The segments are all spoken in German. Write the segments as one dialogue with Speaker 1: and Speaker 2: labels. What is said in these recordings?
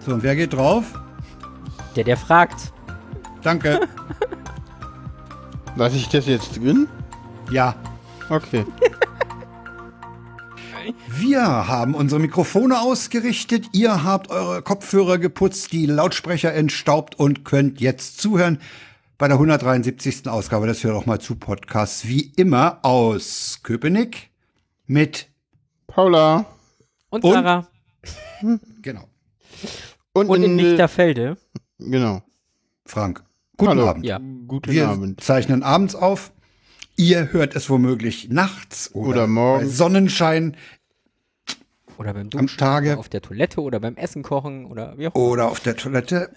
Speaker 1: So, und wer geht drauf?
Speaker 2: Der, der fragt.
Speaker 1: Danke.
Speaker 3: Lass ich das jetzt drin?
Speaker 1: Ja.
Speaker 3: Okay.
Speaker 1: Wir haben unsere Mikrofone ausgerichtet, ihr habt eure Kopfhörer geputzt, die Lautsprecher entstaubt und könnt jetzt zuhören bei der 173. Ausgabe des Hör doch mal zu Podcasts, wie immer aus Köpenick mit,
Speaker 3: Paula.
Speaker 2: Und,
Speaker 1: Und?
Speaker 2: Sarah.
Speaker 1: genau,
Speaker 2: Und in
Speaker 3: der
Speaker 2: Lichterfelde.
Speaker 3: Genau.
Speaker 1: Frank. Guten
Speaker 3: Hallo.
Speaker 1: Abend.
Speaker 2: Ja.
Speaker 3: Guten
Speaker 1: Wir
Speaker 3: Abend.
Speaker 1: zeichnen abends auf. Ihr hört es womöglich nachts oder,
Speaker 3: Oder morgens.
Speaker 1: bei Sonnenschein
Speaker 2: Oder beim
Speaker 1: am
Speaker 2: Duschen.
Speaker 1: Tage
Speaker 2: Auf der Toilette oder beim Essen kochen oder wie auch
Speaker 1: oder auf der Toilette.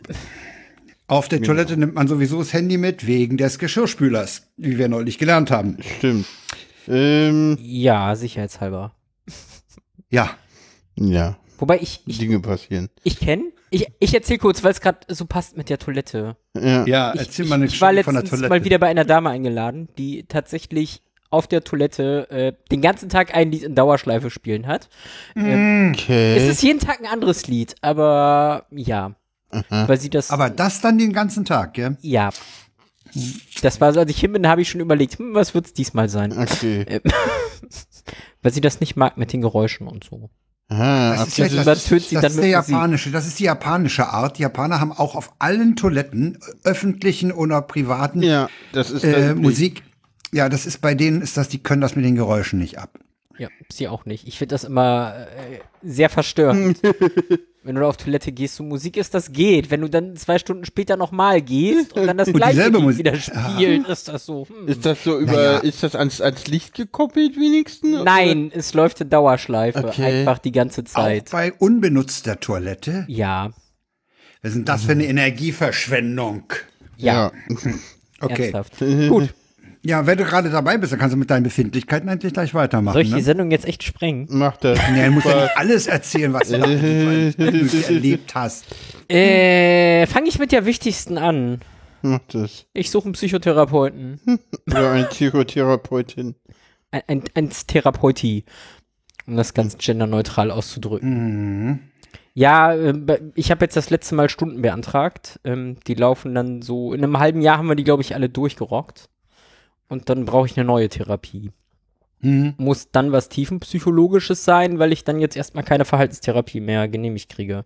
Speaker 1: Auf der
Speaker 3: Genau.
Speaker 1: Toilette nimmt man sowieso das Handy mit wegen des Geschirrspülers, wie wir neulich gelernt haben.
Speaker 3: Stimmt. Ähm,
Speaker 2: Ja, sicherheitshalber.
Speaker 1: Ja,
Speaker 3: ja.
Speaker 2: Wobei ich, ich,
Speaker 3: Dinge passieren.
Speaker 2: ich kenne, ich, ich erzähle kurz, weil es gerade so passt mit der Toilette.
Speaker 3: Ja.
Speaker 1: ja,
Speaker 2: Ich,
Speaker 1: erzähl
Speaker 2: ich,
Speaker 1: mal eine
Speaker 2: ich war
Speaker 1: Geschichte von der
Speaker 2: letztens
Speaker 1: Toilette.
Speaker 2: mal wieder bei einer Dame eingeladen, die tatsächlich auf der Toilette äh, den ganzen Tag ein Lied in Dauerschleife spielen hat. Es
Speaker 3: Okay.
Speaker 2: ist jeden Tag ein anderes Lied, aber ja. Weil sie das.
Speaker 1: Mhm. Aber das dann den ganzen Tag, gell?
Speaker 2: ja. Das war so, als ich hin bin, habe ich schon überlegt, hm, was wird's diesmal sein? Äh,
Speaker 3: okay.
Speaker 2: Weil sie das nicht mag mit den Geräuschen und so.
Speaker 3: Aha, ab
Speaker 1: ist
Speaker 3: jetzt
Speaker 1: ja-
Speaker 3: ist,
Speaker 2: das- übertönt sie
Speaker 1: das
Speaker 2: dann
Speaker 1: ist
Speaker 2: mit
Speaker 1: der
Speaker 2: Musik.
Speaker 1: japanische, das ist die japanische Art. Die Japaner haben auch auf allen Toiletten, äh, öffentlichen oder privaten,
Speaker 3: ja, das ist
Speaker 1: äh,
Speaker 3: das-
Speaker 1: Musik. Ja, das ist bei denen, ist das, die können das mit den Geräuschen nicht ab.
Speaker 2: Ja, sie auch nicht. Ich finde das immer äh, sehr verstörend. wenn du da auf Toilette gehst und Musik ist, das geht. Wenn du dann zwei Stunden später nochmal gehst und dann das
Speaker 1: Und
Speaker 2: gleiche
Speaker 1: dieselbe
Speaker 2: Lied
Speaker 1: Musik. Ah.
Speaker 2: wieder spielt, ist das so. Hm.
Speaker 3: Ist das so über,
Speaker 1: Naja.
Speaker 3: ist das ans, ans Licht gekoppelt wenigstens?
Speaker 2: Nein, es läuft in Dauerschleife.
Speaker 3: Okay.
Speaker 2: Einfach die ganze
Speaker 1: Auch
Speaker 2: Zeit.
Speaker 1: bei unbenutzter Toilette.
Speaker 2: Ja.
Speaker 1: Was ist denn das für
Speaker 2: Mhm.
Speaker 1: eine Energieverschwendung?
Speaker 2: Ja,
Speaker 1: Okay.
Speaker 2: ernsthaft. Gut,
Speaker 1: Ja, wenn du gerade dabei bist, dann kannst du mit deinen Befindlichkeiten eigentlich gleich weitermachen.
Speaker 2: soll ich die
Speaker 1: ne?
Speaker 2: Sendung jetzt echt sprengen?
Speaker 3: Macht das.
Speaker 1: Ja, du musst ja
Speaker 3: Super.
Speaker 1: nicht alles erzählen, was du wirklich erlebt hast.
Speaker 2: Äh, fange ich mit der wichtigsten an.
Speaker 3: Macht das.
Speaker 2: Ich suche einen Psychotherapeuten.
Speaker 3: Oder ein Psychotherapeutin.
Speaker 2: Ein, ein, ein Therapeuti. Um das ganz genderneutral auszudrücken.
Speaker 1: Mhm.
Speaker 2: Ja, äh, ich habe jetzt das letzte Mal Stunden beantragt. Ähm, die laufen dann so, in einem halben Jahr haben wir die, glaube ich, alle durchgerockt. Und dann brauche ich eine neue Therapie.
Speaker 1: Hm?
Speaker 2: Muss dann was tiefenpsychologisches sein, weil ich dann jetzt erstmal keine Verhaltenstherapie mehr genehmigt kriege.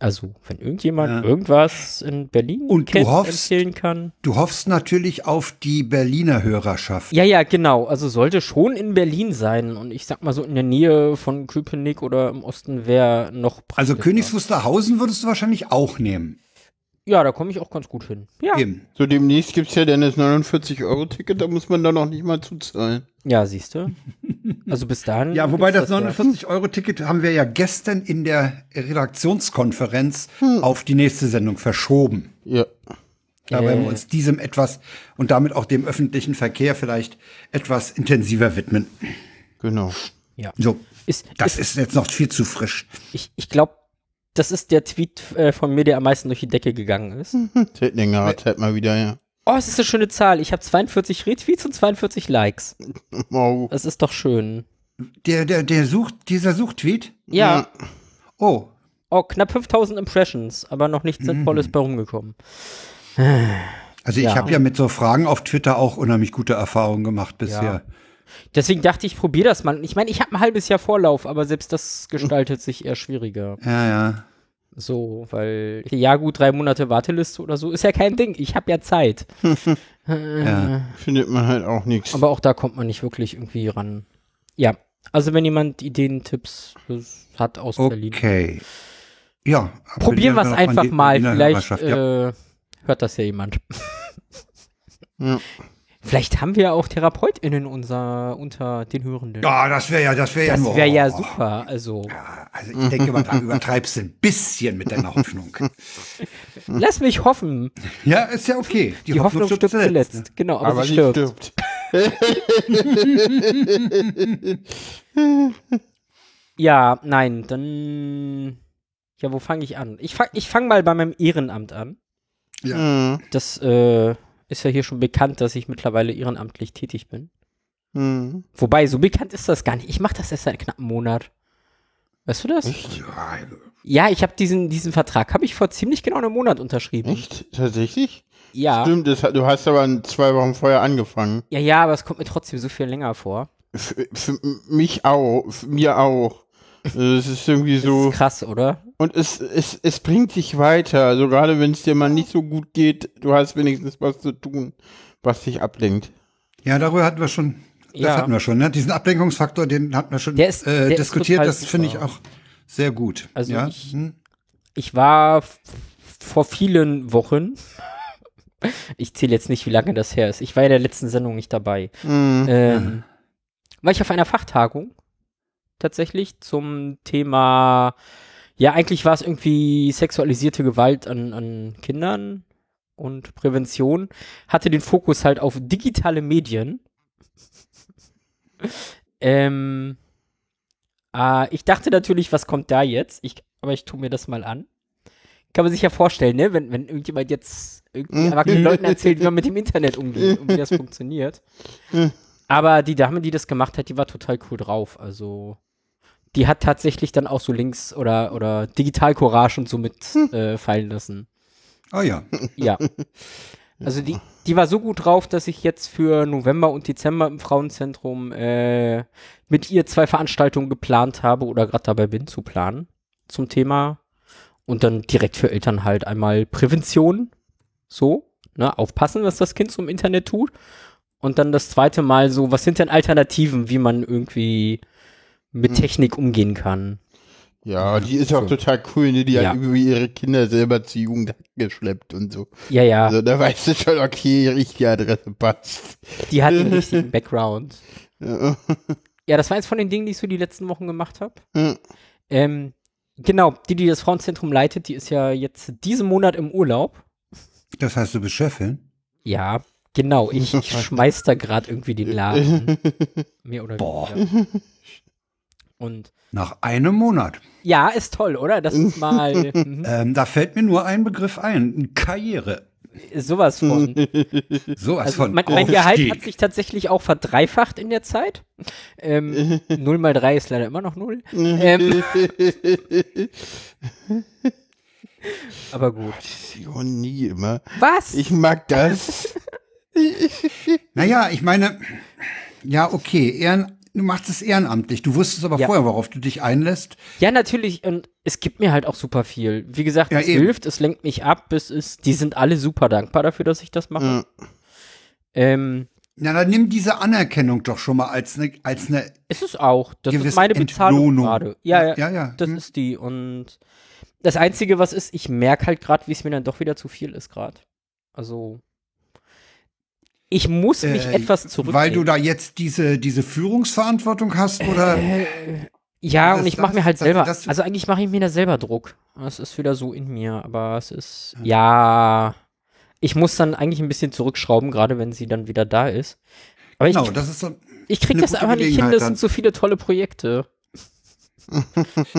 Speaker 2: Also, wenn irgendjemand
Speaker 1: Ja.
Speaker 2: irgendwas in Berlin
Speaker 1: Und du
Speaker 2: kennt,
Speaker 1: hoffst-
Speaker 2: empfehlen kann.
Speaker 1: Du hoffst natürlich auf die Berliner Hörerschaft.
Speaker 2: Ja, ja, genau. Also sollte schon in Berlin sein. Und ich sag mal so, in der Nähe von Köpenick oder im Osten wäre noch
Speaker 1: Also
Speaker 2: praktischer.
Speaker 1: Königs Wusterhausen würdest du wahrscheinlich auch nehmen.
Speaker 2: Ja, da komme ich auch ganz gut hin. Ja,
Speaker 1: Eben.
Speaker 3: So, demnächst gibt's ja dann das 49-Euro-Ticket, da muss man dann noch nicht mal zuzahlen.
Speaker 2: ja siehst du. Also bis dahin.
Speaker 1: Ja, wobei
Speaker 2: ist
Speaker 1: das 49-Euro-Ticket haben wir ja gestern in der Redaktionskonferenz
Speaker 2: Hm.
Speaker 1: auf die nächste Sendung verschoben.
Speaker 3: Ja.
Speaker 1: Da werden wir
Speaker 2: Äh.
Speaker 1: uns diesem etwas und damit auch dem öffentlichen Verkehr vielleicht etwas intensiver widmen.
Speaker 3: Genau.
Speaker 2: Ja.
Speaker 1: So,
Speaker 2: Ist,
Speaker 1: das
Speaker 2: ist,
Speaker 1: ist jetzt noch viel zu frisch.
Speaker 2: ich ich glaube, das ist der Tweet äh, von mir, der am meisten durch die Decke gegangen ist.
Speaker 1: Hm.
Speaker 3: Seit längerer Zeit halt mal wieder, ja.
Speaker 2: Oh, es ist eine schöne Zahl. Ich habe 42 Retweets und 42 Likes.
Speaker 3: Wow.
Speaker 2: Das ist doch schön.
Speaker 1: Der, der, der sucht, dieser Suchtweet.
Speaker 2: Ja.
Speaker 3: Ja.
Speaker 1: Oh,
Speaker 2: Oh, knapp 5000 Impressions, aber noch
Speaker 1: Mhm.
Speaker 2: nichts Sinnvolles bei rumgekommen.
Speaker 1: also ich
Speaker 2: Ja.
Speaker 1: habe ja mit so Fragen auf Twitter auch unheimlich gute Erfahrungen gemacht bisher.
Speaker 2: Deswegen dachte ich, probier das mal. Ich meine, ich habe ein halbes Jahr Vorlauf, aber selbst das gestaltet sich eher schwieriger.
Speaker 1: Ja, ja. ja.
Speaker 2: So, weil, ja gut, drei Monate Warteliste oder so ist ja kein Ding. Ich habe ja Zeit.
Speaker 3: Findet man halt auch nichts.
Speaker 2: Aber auch da kommt man nicht wirklich irgendwie ran. Ja, also wenn jemand Ideen, Tipps hat aus Berlin,
Speaker 1: Okay. Ja.
Speaker 2: probieren wir es
Speaker 1: doch an
Speaker 2: einfach
Speaker 1: die
Speaker 2: mal.
Speaker 1: Berliner
Speaker 2: Vielleicht
Speaker 1: Hörerschaft. Ja.
Speaker 2: äh, hört das ja jemand.
Speaker 3: Ja.
Speaker 2: Vielleicht haben wir ja auch TherapeutInnen unser, unter den Hörenden.
Speaker 1: ja, das wäre ja, das wäre ja
Speaker 2: Das
Speaker 1: nur.
Speaker 2: wäre ja
Speaker 1: oh.
Speaker 2: super. Also,
Speaker 1: Also ich denke mal, da übertreibst du ein bisschen mit deiner Hoffnung.
Speaker 2: lass mich hoffen.
Speaker 1: ja, ist ja okay.
Speaker 2: Die, Hoffnung, stirbt zuletzt. Genau, aber, sie stirbt. Ja, nein, dann. Ja, wo fange ich an? Ich fange ich fang mal bei meinem Ehrenamt an.
Speaker 3: Ja.
Speaker 2: Das äh, ist ja hier schon bekannt, dass ich mittlerweile ehrenamtlich tätig bin.
Speaker 3: Mhm.
Speaker 2: Wobei, so bekannt ist das gar nicht. Ich mache das erst seit knapp einem Monat. Weißt du das?
Speaker 3: Ja,
Speaker 1: also,
Speaker 2: Ja, ich habe diesen, diesen Vertrag, habe ich vor ziemlich genau einem Monat unterschrieben.
Speaker 3: echt? Tatsächlich?
Speaker 2: Ja.
Speaker 3: Stimmt, das, hat- du hast aber zwei Wochen vorher angefangen.
Speaker 2: Ja, ja, aber es kommt mir trotzdem so viel länger vor.
Speaker 3: Für, für mich auch, für mir auch. Also, Es ist irgendwie
Speaker 2: Das
Speaker 3: so.
Speaker 2: ist krass, oder?
Speaker 3: Und es, es, es bringt dich weiter. Also gerade wenn es dir mal nicht so gut geht, du hast wenigstens was zu tun, was dich ablenkt.
Speaker 1: Ja, darüber hatten wir schon. Das
Speaker 2: Ja.
Speaker 1: hatten wir schon. Ne? Diesen Ablenkungsfaktor, den hatten wir schon
Speaker 2: Der ist-
Speaker 1: äh,
Speaker 2: der ist
Speaker 1: diskutiert.
Speaker 2: total
Speaker 1: Das finde ich
Speaker 2: super.
Speaker 1: auch sehr gut.
Speaker 2: Also
Speaker 1: ja?
Speaker 2: ich-
Speaker 1: hm?
Speaker 2: Ich war f- vor vielen Wochen, ich zähle jetzt nicht, wie lange das her ist, ich war in der letzten Sendung nicht dabei,
Speaker 3: Mhm.
Speaker 2: ähm, war ich auf einer Fachtagung tatsächlich zum Thema, ja, eigentlich war es irgendwie sexualisierte Gewalt an, an Kindern und Prävention, hatte den Fokus halt auf digitale Medien. ähm, äh, ich dachte natürlich, was kommt da jetzt? Ich, aber ich tue mir das mal an. Kann man sich ja vorstellen, ne? wenn, wenn irgendjemand jetzt irgendwie erwachsenen Leuten erzählt, wie man mit dem Internet umgeht und wie das funktioniert. Aber die Dame, die das gemacht hat, die war total cool drauf. Also, die hat tatsächlich dann auch so Links oder, oder Digital Courage und so mit äh, fallen lassen.
Speaker 1: Ah ja.
Speaker 2: Ja. Also, die, die war so gut drauf, dass ich jetzt für November und Dezember im Frauenzentrum äh, mit ihr zwei Veranstaltungen geplant habe oder gerade dabei bin zu planen zum Thema. Und dann direkt für Eltern halt einmal Prävention. So, ne, aufpassen, was das Kind so im Internet tut. Und dann das zweite Mal so, was sind denn Alternativen, wie man irgendwie mit Technik umgehen kann?
Speaker 3: Ja, die ist auch total cool, ne? Die
Speaker 2: Ja.
Speaker 3: hat irgendwie ihre Kinder selber zur Jugend geschleppt und so.
Speaker 2: Ja, ja,
Speaker 3: Also da weißt du schon, okay, richtige Adresse passt.
Speaker 2: die hat den richtigen Background.
Speaker 3: Ja.
Speaker 2: Ja, das war eins von den Dingen, die ich so die letzten Wochen gemacht habe.
Speaker 1: Hm.
Speaker 3: Ja.
Speaker 2: Ähm, genau, die, die das Frauenzentrum leitet, die ist ja jetzt diesen Monat im Urlaub.
Speaker 1: Das heißt, du bist Chefin?
Speaker 2: Ja, genau, ich, ich schmeiß da gerade irgendwie den Laden. Mehr oder
Speaker 1: Boah.
Speaker 2: weniger. Und
Speaker 1: Nach einem Monat.
Speaker 2: ja, ist toll, oder? Das ist mal mhm,
Speaker 1: Ähm, da fällt mir nur ein Begriff ein. Karriere.
Speaker 2: sowas von.
Speaker 1: Sowas
Speaker 2: Also
Speaker 1: von.
Speaker 2: mein, mein Gehalt hat
Speaker 1: Aufstieg.
Speaker 2: sich tatsächlich auch verdreifacht in der Zeit. Ähm, 0 mal 3 ist leider immer noch 0. Ähm, aber gut.
Speaker 3: Das nie immer.
Speaker 2: Was?
Speaker 3: Ich mag das.
Speaker 1: Naja, ich meine, ja, okay, Ehren, du machst es ehrenamtlich. Du wusstest aber
Speaker 2: Ja.
Speaker 1: vorher, worauf du dich einlässt.
Speaker 2: ja, natürlich. Und es gibt mir halt auch super viel. Wie gesagt,
Speaker 1: Ja,
Speaker 2: es
Speaker 1: eben.
Speaker 2: hilft, es lenkt mich ab. Es ist, die sind alle super dankbar dafür, dass ich das mache.
Speaker 3: Ja.
Speaker 2: Ähm,
Speaker 1: Na, dann nimm diese Anerkennung doch schon mal als eine, als eine
Speaker 2: es ist auch. Das ist
Speaker 1: gewisse
Speaker 2: meine Bezahlung
Speaker 1: Entlohnung.
Speaker 2: gerade. Ja, ja.
Speaker 1: ja, Mhm. ja. Hm?
Speaker 2: Das ist die. Und das Einzige, was ist, ich merke halt gerade, wie es mir dann doch wieder zu viel ist gerade. Also. Ich muss mich
Speaker 1: Äh,
Speaker 2: etwas zurücknehmen.
Speaker 1: Weil du da jetzt diese, diese Führungsverantwortung hast oder
Speaker 2: Äh, ja,
Speaker 1: das-
Speaker 2: und ich
Speaker 1: das-
Speaker 2: mache mir halt
Speaker 1: das-
Speaker 2: selber.
Speaker 1: das-
Speaker 2: also eigentlich mache ich mir da selber Druck. Das ist wieder so in mir, aber es ist. Ja. Ich muss dann eigentlich ein bisschen zurückschrauben, gerade wenn sie dann wieder da ist. Aber ich,
Speaker 1: genau, das ist so.
Speaker 2: ich krieg
Speaker 1: eine
Speaker 2: das
Speaker 1: gute
Speaker 2: einfach nicht hin,
Speaker 1: Gelegenheit
Speaker 2: das
Speaker 1: dann.
Speaker 2: sind so viele tolle Projekte.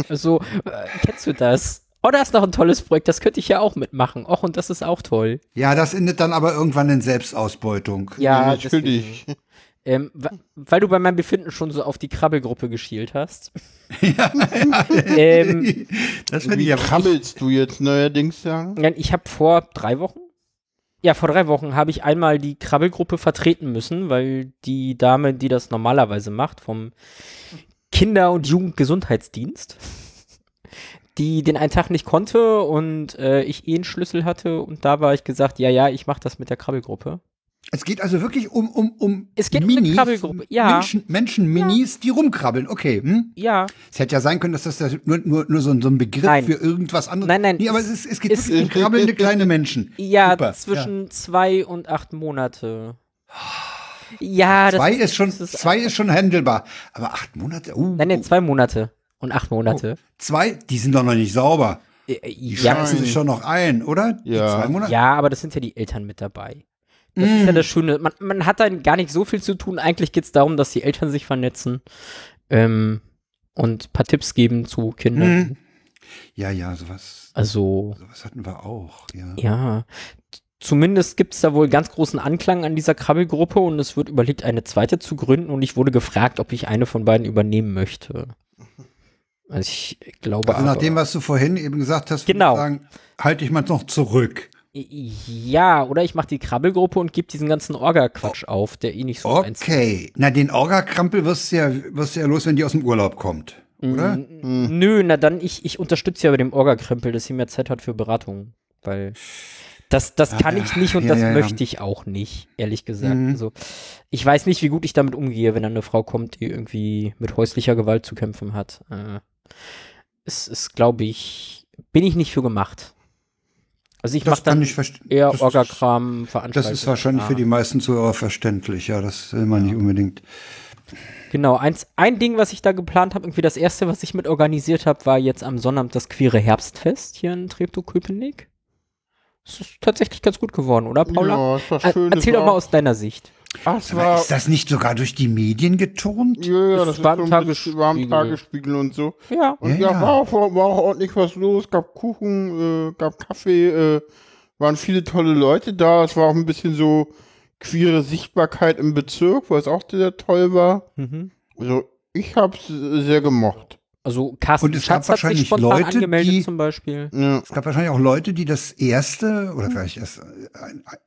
Speaker 2: so, äh, kennst du das? Oh, da ist noch ein tolles Projekt, das könnte ich ja auch mitmachen. Och, und das ist auch toll.
Speaker 1: Ja, das endet dann aber irgendwann in Selbstausbeutung.
Speaker 2: Ja,
Speaker 3: natürlich.
Speaker 2: deswegen. Ähm, wa- weil du bei meinem Befinden schon so auf die Krabbelgruppe geschielt hast. ähm,
Speaker 1: das finde
Speaker 3: Wie
Speaker 1: ich ja
Speaker 3: krabbelst du jetzt neuerdings sagen?
Speaker 2: Nein, ich habe vor drei Wochen, ja, vor drei Wochen habe ich einmal die Krabbelgruppe vertreten müssen, weil die Dame, die das normalerweise macht, vom Kinder- und Jugendgesundheitsdienst, die den einen Tag nicht konnte und äh, ich eh einen Schlüssel hatte und da war ich gesagt, ja, ja, ich mache das mit der Krabbelgruppe.
Speaker 1: Es geht also wirklich um, um, um
Speaker 2: Es geht um eine
Speaker 1: Minis,
Speaker 2: Krabbelgruppe, ja.
Speaker 1: Menschen, Menschen Minis, die rumkrabbeln. Okay, hm?
Speaker 2: Ja,
Speaker 1: Es hätte ja sein können, dass das das nur, nur, nur so, ein- so ein Begriff
Speaker 2: Nein.
Speaker 1: für irgendwas anderes
Speaker 2: Nein, nein,
Speaker 1: Nee, aber
Speaker 2: es-
Speaker 1: es, ist, es geht
Speaker 2: es-
Speaker 1: wirklich um krabbelnde kleine Menschen.
Speaker 2: ja,
Speaker 1: Super, Ah.
Speaker 2: zwischen zwei und acht Monate. Ja, das
Speaker 1: Zwei ist schon,
Speaker 2: das ist-
Speaker 1: zwei ist schon handelbar. Aber acht Monate, uh,
Speaker 2: Nein, nein, zwei Monate und acht Monate.
Speaker 1: zwei, die sind doch noch nicht sauber.
Speaker 2: Äh, äh,
Speaker 1: Die
Speaker 2: ja,
Speaker 1: schmeißen sich schon noch ein, oder? Mm.
Speaker 3: Ja.
Speaker 1: Die zwei Monate?
Speaker 2: Ja, aber das sind ja die Eltern mit dabei. Das ist ja das Schöne. Man, man hat dann gar nicht so viel zu tun. Eigentlich geht es darum, dass die Eltern sich vernetzen ähm, und ein paar Tipps geben zu Kindern.
Speaker 1: Mhm. Ja, ja, sowas,
Speaker 2: Also,
Speaker 1: sowas hatten wir auch. Ja.
Speaker 2: ja. Zumindest gibt es da wohl ganz großen Anklang an dieser Krabbelgruppe und es wird überlegt, eine zweite zu gründen und ich wurde gefragt, ob ich eine von beiden übernehmen möchte. Also ich glaube
Speaker 1: Also nach
Speaker 2: aber-
Speaker 1: dem, was du vorhin eben gesagt hast, würde ich
Speaker 2: Genau.
Speaker 1: sagen, halte ich mal noch zurück.
Speaker 2: Ja, oder ich mache die Krabbelgruppe und gebe diesen ganzen Orga-Quatsch auf, der eh nicht so eins-
Speaker 1: Oh, Okay. Na, den Orga-Krampel wirst du ja, wirst du ja los, wenn die aus dem Urlaub kommt.
Speaker 2: Mhm.
Speaker 1: Oder? Hm.
Speaker 2: Nö, na dann, ich, ich unterstütze ja bei dem Orga-Krempel, dass sie mehr Zeit hat für Beratungen. Weil das, das kann ich nicht und
Speaker 1: ja,
Speaker 2: das
Speaker 1: ja, Mhm. ja.
Speaker 2: möchte ich auch nicht, ehrlich gesagt. Also, ich weiß nicht, wie gut ich damit umgehe, wenn dann eine Frau kommt, die irgendwie mit häuslicher Gewalt zu kämpfen hat. Äh, es ist, glaube ich, bin ich nicht für gemacht. Also ich
Speaker 1: Das
Speaker 2: mache dann
Speaker 1: kann ich verstehen.
Speaker 2: eher
Speaker 1: Das-
Speaker 2: Orga-Kram, Veranstaltungen.
Speaker 1: Das ist wahrscheinlich
Speaker 2: Ah.
Speaker 1: für die meisten Zuhörer verständlich, ja, das will man nicht unbedingt.
Speaker 2: Genau, eins, ein Ding, was ich da geplant habe, irgendwie das erste, was ich mit organisiert habe, war jetzt am Sonnabend das queere Herbstfest hier in Treptow-Köpenick. Es ist tatsächlich ganz gut geworden, oder, Paula?
Speaker 3: Ja, es war
Speaker 2: Er-
Speaker 3: schön.
Speaker 2: Erzähl
Speaker 3: es
Speaker 2: doch mal aus deiner Sicht.
Speaker 3: Ach, es
Speaker 1: Aber
Speaker 3: war,
Speaker 1: ist das nicht sogar durch die Medien geturnt?
Speaker 3: ja, ja,
Speaker 2: das
Speaker 3: das ist
Speaker 2: war
Speaker 3: so
Speaker 2: im
Speaker 3: ein
Speaker 2: Tagesspiegel.
Speaker 3: bisschen- war im Tagesspiegel und so.
Speaker 2: Ja.
Speaker 3: Und
Speaker 1: Ja,
Speaker 3: ja,
Speaker 1: ja.
Speaker 3: War, auch, war auch ordentlich was los, gab Kuchen, äh, gab Kaffee, äh, waren viele tolle Leute da. Es war auch ein bisschen so queere Sichtbarkeit im Bezirk, was auch sehr toll war.
Speaker 2: Mhm.
Speaker 3: Also ich hab's äh, sehr gemocht.
Speaker 2: Also Carsten
Speaker 1: Und es gab
Speaker 2: Schatz hat sich
Speaker 1: wahrscheinlich
Speaker 2: spontan
Speaker 1: Leute,
Speaker 2: angemeldet
Speaker 1: die-
Speaker 2: zum Beispiel.
Speaker 3: Ja.
Speaker 1: Es gab wahrscheinlich auch Leute, die das erste
Speaker 2: Hm.
Speaker 1: oder vielleicht erst äh, ein, ein,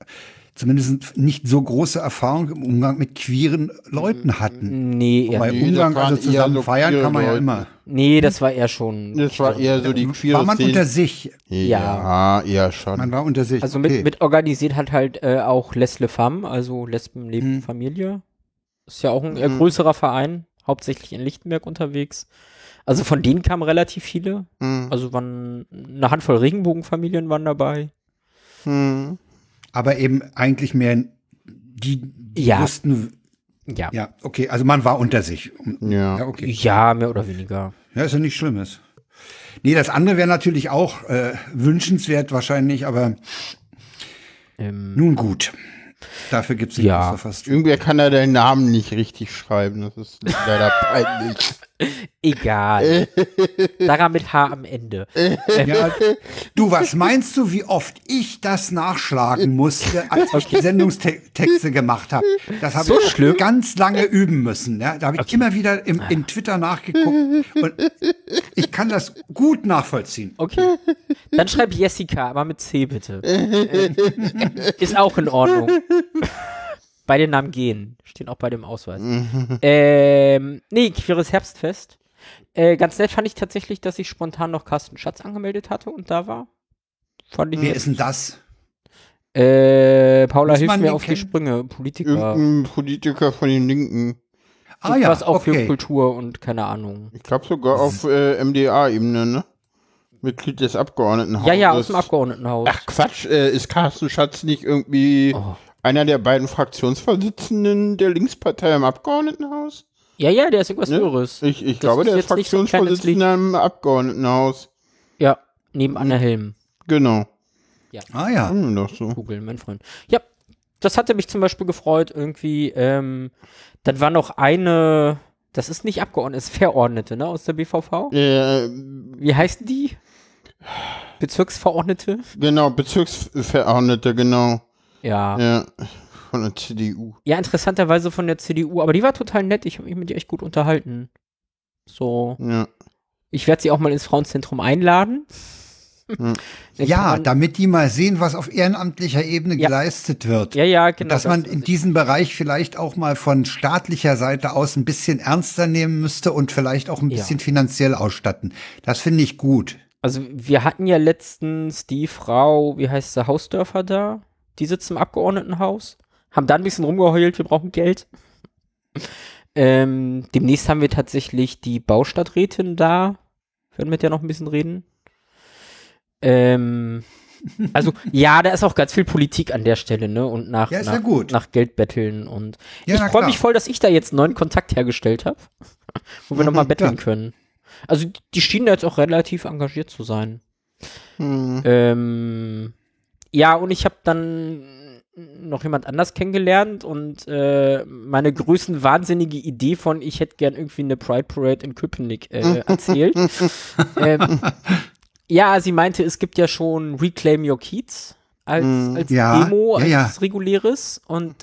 Speaker 1: zumindest nicht so große Erfahrung im Umgang mit queeren
Speaker 2: Hm.
Speaker 1: Leuten hatten.
Speaker 2: Nee, eher,
Speaker 1: Bei
Speaker 3: nee,
Speaker 1: Umgang,
Speaker 3: das waren
Speaker 1: also
Speaker 3: eher
Speaker 1: zusammen
Speaker 3: so
Speaker 1: feiern kann man ja
Speaker 3: queere
Speaker 1: immer.
Speaker 2: nee, das war eher schon.
Speaker 3: Das war eher so die queere
Speaker 1: War man
Speaker 3: Szene.
Speaker 1: unter sich?
Speaker 2: Ja.
Speaker 3: ja, eher schon.
Speaker 1: Man war unter sich.
Speaker 2: also
Speaker 1: okay.
Speaker 2: mit, mit organisiert hat halt äh, auch Les Le Femme, also Lesben Leben Familie. Ist ja auch ein eher
Speaker 3: Mhm.
Speaker 2: größerer Verein, hauptsächlich in Lichtenberg unterwegs. Also von denen kamen relativ viele.
Speaker 3: Hm,
Speaker 2: Also waren eine Handvoll Regenbogenfamilien waren dabei.
Speaker 1: Mhm.
Speaker 3: hm.
Speaker 1: Aber eben eigentlich mehr die, die
Speaker 2: Ja.
Speaker 1: wussten,
Speaker 2: Ja. ja.
Speaker 1: ja, okay, also man war unter sich.
Speaker 3: Ja.
Speaker 1: Ja, okay.
Speaker 2: mehr oder weniger.
Speaker 1: Ja, ist ja nichts Schlimmes. Nee, das andere wäre natürlich auch äh, wünschenswert wahrscheinlich, aber
Speaker 2: Ähm,
Speaker 1: nun gut. Dafür gibt's nicht
Speaker 2: Ja.
Speaker 1: Christopher Street.
Speaker 3: Irgendwer kann da deinen Namen nicht richtig schreiben. Das ist leider peinlich.
Speaker 2: egal. Daran mit H am Ende.
Speaker 1: Ja, du, was meinst du, wie oft ich das nachschlagen musste, als ich die Sendungstexte gemacht habe? Das habe
Speaker 2: So
Speaker 1: ich
Speaker 2: schlimm?
Speaker 1: ganz lange üben müssen. Ja? Da habe ich immer wieder im, in Twitter nachgeguckt. Und ich kann das gut nachvollziehen.
Speaker 2: Okay. Dann schreib Jessica, aber mit C bitte. Äh, Ist auch in Ordnung. Bei den Namen gehen. Stehen auch bei dem Ausweis. ähm, nee, queeres Herbstfest. Äh, ganz nett fand ich tatsächlich, dass ich spontan noch Carsten Schatz angemeldet hatte und da war. Fand ich
Speaker 1: Wer ist denn das?
Speaker 2: Äh, Paula
Speaker 1: Muss
Speaker 2: hilft
Speaker 1: man
Speaker 2: mir
Speaker 1: den
Speaker 2: auf die
Speaker 1: kennen?
Speaker 2: Sprünge. Politiker.
Speaker 3: Irgendein Politiker von den Linken.
Speaker 1: Ah ja,
Speaker 2: was auch für
Speaker 1: okay.
Speaker 2: Kultur und keine Ahnung.
Speaker 3: Ich glaube sogar auf äh, MDA-Ebene, ne? Mitglied des Abgeordnetenhauses.
Speaker 2: Ja, ja, aus dem Abgeordnetenhaus.
Speaker 3: Ach Quatsch, äh, ist Carsten Schatz nicht irgendwie
Speaker 2: Oh.
Speaker 3: einer der beiden Fraktionsvorsitzenden der Linkspartei im Abgeordnetenhaus?
Speaker 2: Ja, ja, der ist irgendwas
Speaker 3: Ne?
Speaker 2: Höheres.
Speaker 3: Ich, ich
Speaker 2: Das
Speaker 3: glaube,
Speaker 2: ist
Speaker 3: der ist
Speaker 2: jetzt nicht so ein kleines Lied.
Speaker 3: Fraktionsvorsitzender im Abgeordnetenhaus.
Speaker 2: Ja, neben Anne Helm.
Speaker 3: Genau.
Speaker 1: Ah ja.
Speaker 3: Hm, doch so.
Speaker 2: Google, mein Freund. Ja, das hatte mich zum Beispiel gefreut, irgendwie. Ähm, dann war noch eine, das ist nicht Abgeordnete, ist Verordnete, ne, aus der BVV.
Speaker 3: Äh,
Speaker 2: Wie heißen die? Bezirksverordnete?
Speaker 3: genau, Bezirksverordneter, genau.
Speaker 2: Ja. ja.
Speaker 3: Ja. Von der CDU.
Speaker 2: interessanterweise von der CDU, aber die war total nett. Ich habe mich mit ihr echt gut unterhalten. So.
Speaker 3: Ja.
Speaker 2: Ich werde sie auch mal ins Frauenzentrum einladen.
Speaker 3: Hm.
Speaker 2: Dann
Speaker 1: Ja,
Speaker 2: kann man,
Speaker 1: damit die mal sehen, was auf ehrenamtlicher Ebene
Speaker 2: Ja.
Speaker 1: geleistet wird.
Speaker 2: ja, ja, genau.
Speaker 1: Dass man
Speaker 2: das-
Speaker 1: in diesem Bereich vielleicht auch mal von staatlicher Seite aus ein bisschen ernster nehmen müsste und vielleicht auch ein
Speaker 2: Ja.
Speaker 1: bisschen finanziell ausstatten. Das finde ich gut.
Speaker 2: Also wir hatten ja letztens die Frau, wie heißt sie, Hausdörfer da, die sitzt im Abgeordnetenhaus, haben da ein bisschen rumgeheult, wir brauchen Geld. Ähm, demnächst haben wir tatsächlich die Baustadträtin da, werden mit der noch ein bisschen reden. Ähm, also ja, da ist auch ganz viel Politik an der Stelle, ne? Und nach,
Speaker 1: Ja, ist
Speaker 2: nach,
Speaker 1: ja gut.
Speaker 2: nach Geld betteln und
Speaker 1: Ja,
Speaker 2: ich
Speaker 1: na
Speaker 2: freue
Speaker 1: klar.
Speaker 2: mich voll, dass ich da jetzt einen neuen Kontakt hergestellt habe, wo wir nochmal betteln können. Also die- die schienen da jetzt auch relativ engagiert zu sein.
Speaker 3: Hm.
Speaker 2: Ähm, ja, und ich habe dann noch jemand anders kennengelernt und äh, meine größten wahnsinnige Idee von, ich hätte gern irgendwie eine Pride Parade in Köpenick äh, erzählt. ähm, ja, sie meinte, es gibt ja schon Reclaim Your Kiez als,
Speaker 3: Mhm.
Speaker 2: als
Speaker 1: Mm, Ja,
Speaker 2: Demo,
Speaker 1: ja,
Speaker 2: als
Speaker 1: ja.
Speaker 2: reguläres. Und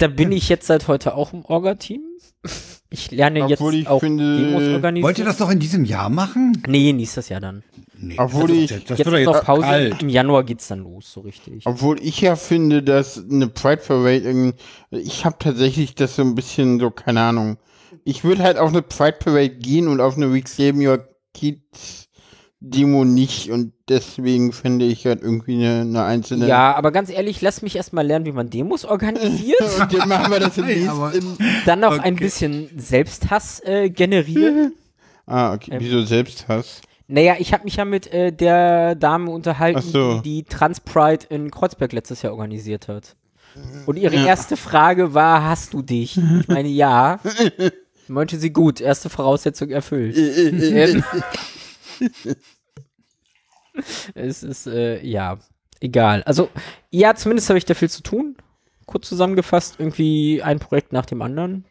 Speaker 2: da bin ich jetzt seit heute auch im Orga-Team. Ich lerne
Speaker 3: Obwohl
Speaker 2: jetzt
Speaker 3: ich
Speaker 2: auch
Speaker 3: finde-
Speaker 2: Demos organisieren.
Speaker 1: Wollt ihr das noch in diesem Jahr machen?
Speaker 2: Nee, nächstes Jahr dann.
Speaker 1: Nee,
Speaker 3: Obwohl
Speaker 1: jetzt-
Speaker 3: ich-
Speaker 2: jetzt
Speaker 1: wird doch
Speaker 2: ist noch Pause.
Speaker 1: kalt.
Speaker 2: Im Januar geht's dann los, so richtig.
Speaker 3: Obwohl ich ja finde, dass eine Pride Parade irgendwie, ich habe tatsächlich das so ein bisschen so, keine Ahnung. Ich würde halt auf eine Pride Parade gehen und auf eine Week Save Your Kids Demo nicht und deswegen finde ich halt irgendwie eine, eine einzelne.
Speaker 2: Ja, aber ganz ehrlich, lass mich erstmal lernen, wie man Demos organisiert.
Speaker 3: Und dann machen wir das im
Speaker 1: Nein, aber-
Speaker 3: nächsten.
Speaker 2: dann noch ein
Speaker 1: Okay.
Speaker 2: bisschen Selbsthass äh, generieren.
Speaker 3: Ah, okay.
Speaker 2: Ähm.
Speaker 3: Wieso Selbsthass?
Speaker 2: Naja, ich habe mich ja mit äh, der Dame unterhalten,
Speaker 3: Ach so.
Speaker 2: die die Trans Pride in Kreuzberg letztes Jahr organisiert hat.
Speaker 3: Äh,
Speaker 2: Und ihre erste Frage war, hast du dich? Ich meine, ja. Meinte sie, gut, erste Voraussetzung erfüllt. Ähm. es ist, äh, ja, egal. Also, ja, zumindest habe ich da viel zu tun. Kurz zusammengefasst, irgendwie ein Projekt nach dem anderen.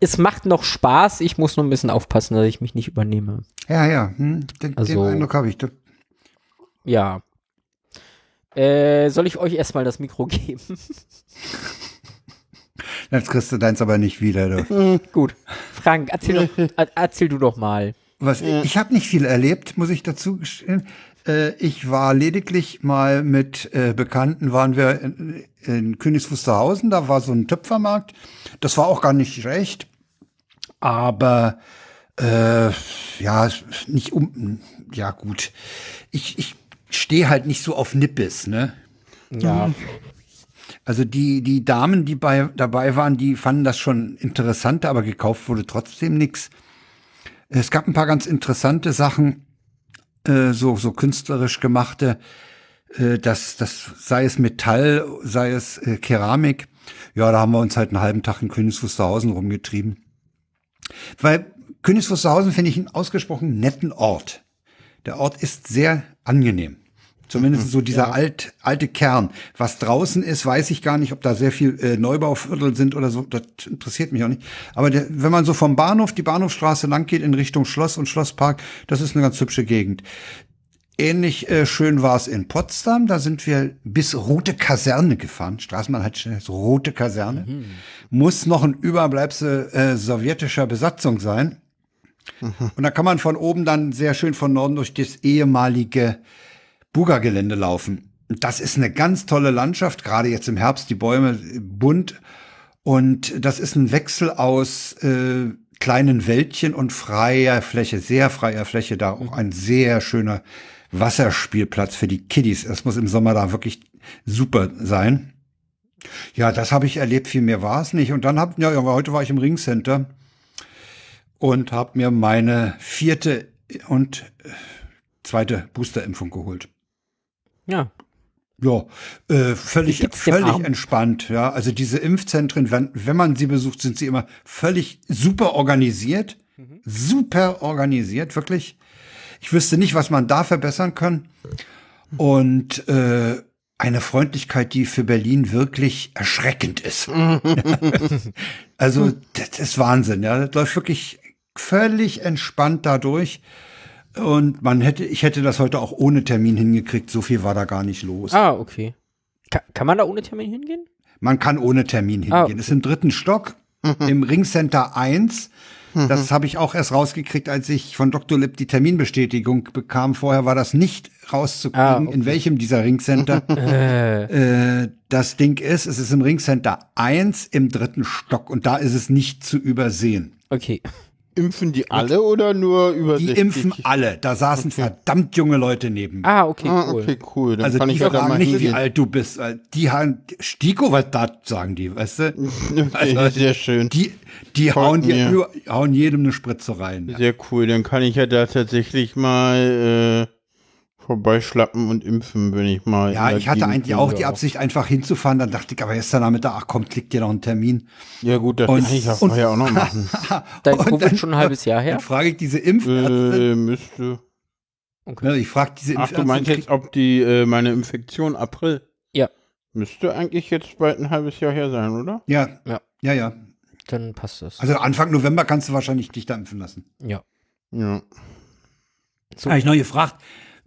Speaker 2: Es macht noch Spaß, ich muss nur ein bisschen aufpassen, dass ich mich nicht übernehme.
Speaker 1: Ja, ja. Hm, den,
Speaker 2: Also-
Speaker 1: den Eindruck habe ich.
Speaker 2: Ja. Äh, soll ich euch erstmal das Mikro geben?
Speaker 1: Jetzt kriegst du deins aber nicht wieder. Du.
Speaker 2: Gut. Frank, erzähl, doch, er- erzähl du doch mal.
Speaker 1: Was, Ich habe nicht viel erlebt, muss ich dazu gestehen. Äh, Ich war lediglich mal mit äh, Bekannten, waren wir in, in Königs Wusterhausen, da war so ein Töpfermarkt. Das war auch gar nicht schlecht, aber äh, ja, nicht um, ja gut. Ich, ich stehe halt nicht so auf Nippes, ne?
Speaker 2: Ja.
Speaker 1: Also die, die Damen, die bei, dabei waren, die fanden das schon interessant, aber gekauft wurde trotzdem nichts. Es gab ein paar ganz interessante Sachen, äh, so, so künstlerisch gemachte. Äh, das, das sei es Metall, sei es äh, Keramik. Ja, da haben wir uns halt einen halben Tag in Königs Wusterhausen rumgetrieben. Weil Königs Wusterhausen finde ich einen ausgesprochen netten Ort. Der Ort ist sehr angenehm. Zumindest so dieser alt, alte Kern. Was draußen ist, weiß ich gar nicht, ob da sehr viel äh, Neubauviertel sind oder so. Das interessiert mich auch nicht. Aber der, wenn man so vom Bahnhof, die Bahnhofstraße lang geht in Richtung Schloss und Schlosspark, das ist eine ganz hübsche Gegend. Ähnlich äh, schön war es in Potsdam. Da sind wir bis Rote Kaserne gefahren. Straßenbahn hat schnell so Rote Kaserne. Muss noch ein Überbleibsel äh, sowjetischer Besatzung sein. Und da kann man von oben dann sehr schön von Norden durch das ehemalige Buga-Gelände laufen. Und Das ist eine ganz tolle Landschaft, gerade jetzt im Herbst, die Bäume äh, bunt. Und das ist ein Wechsel aus äh, kleinen Wäldchen und freier Fläche, sehr freier Fläche da. Auch ein sehr schöner Wasserspielplatz für die Kiddies. Das muss im Sommer da wirklich super sein. Ja, das habe ich erlebt, viel mehr war es nicht. Und dann hab, ja, ja, heute war ich im Ringcenter und habe mir meine vierte und äh, zweite Boosterimpfung geholt.
Speaker 2: Ja.
Speaker 1: Ja, äh, völlig,
Speaker 2: Wie geht's dem
Speaker 1: völlig
Speaker 2: Arm?
Speaker 1: entspannt. Ja, also diese Impfzentren, wenn, wenn man sie besucht, sind sie immer völlig super organisiert. Super organisiert, wirklich. Ich wüsste nicht, was man da verbessern kann. Und äh, eine Freundlichkeit, die für Berlin wirklich erschreckend ist. also, das ist Wahnsinn, ja. Das läuft wirklich völlig entspannt dadurch. Und man hätte, ich hätte das heute auch ohne Termin hingekriegt, so viel war da gar nicht los.
Speaker 2: Ah, okay. Ka kann man da ohne Termin hingehen?
Speaker 1: Man kann ohne Termin hingehen.
Speaker 2: Ah, okay.
Speaker 1: Ist im dritten Stock,
Speaker 3: Mhm.
Speaker 1: im Ringcenter 1. Das habe ich auch erst rausgekriegt, als ich von Dr. Lipp die Terminbestätigung bekam. Vorher war das nicht rauszukriegen,
Speaker 2: Ah, okay.
Speaker 1: in welchem dieser Ringcenter
Speaker 3: Mhm.
Speaker 1: äh, das Ding ist. Es ist im Ringcenter 1 im dritten Stock und da ist es nicht zu übersehen.
Speaker 2: Okay.
Speaker 3: Impfen die alle oder nur über
Speaker 1: Die
Speaker 3: 60?
Speaker 1: impfen alle. Da saßen verdammt junge Leute neben.
Speaker 2: Ah, okay,
Speaker 3: Ah,
Speaker 2: cool.
Speaker 3: okay, cool. Dann
Speaker 1: Also
Speaker 3: kann
Speaker 1: die
Speaker 3: ich ja da
Speaker 1: fragen
Speaker 3: mal
Speaker 1: nicht, wie
Speaker 3: hingehen.
Speaker 1: alt du bist. Die haben Stiko, was da sagen die, weißt du?
Speaker 3: Okay,
Speaker 1: Also
Speaker 3: sehr schön.
Speaker 1: Die, die hauen, dir,
Speaker 3: mir.
Speaker 1: über- hauen jedem eine Spritze rein. Ja.
Speaker 3: Sehr cool, dann kann ich ja da tatsächlich mal äh, vorbeischlappen und impfen, wenn ich mal.
Speaker 1: Ja,
Speaker 3: in der
Speaker 1: ich hatte
Speaker 3: Gegend
Speaker 1: eigentlich
Speaker 3: bin,
Speaker 1: auch
Speaker 3: ja.
Speaker 1: die Absicht, einfach hinzufahren. Dann dachte ich, aber gestern Nachmittag, ach komm, klick dir noch einen Termin.
Speaker 3: Ja, gut, das
Speaker 1: Und-
Speaker 3: kann ich ja
Speaker 1: und-
Speaker 3: vorher auch noch machen.
Speaker 2: Dein
Speaker 1: Und
Speaker 2: Covid
Speaker 1: dann-
Speaker 2: schon ein halbes Jahr her?
Speaker 1: Dann frage ich diese Impfärzte.
Speaker 3: äh, müsste.
Speaker 1: ne, ich frage diese
Speaker 3: Ach, du meinst jetzt, ob die äh, meine Infektion April?
Speaker 2: Ja.
Speaker 3: Müsste eigentlich jetzt bald ein halbes Jahr her sein, oder?
Speaker 1: Ja,
Speaker 2: Ja.
Speaker 1: ja, ja, ja.
Speaker 2: Dann passt das.
Speaker 1: Also Anfang November kannst du wahrscheinlich dich da impfen lassen.
Speaker 2: Ja.
Speaker 3: Ja.
Speaker 1: Habe ich noch gefragt,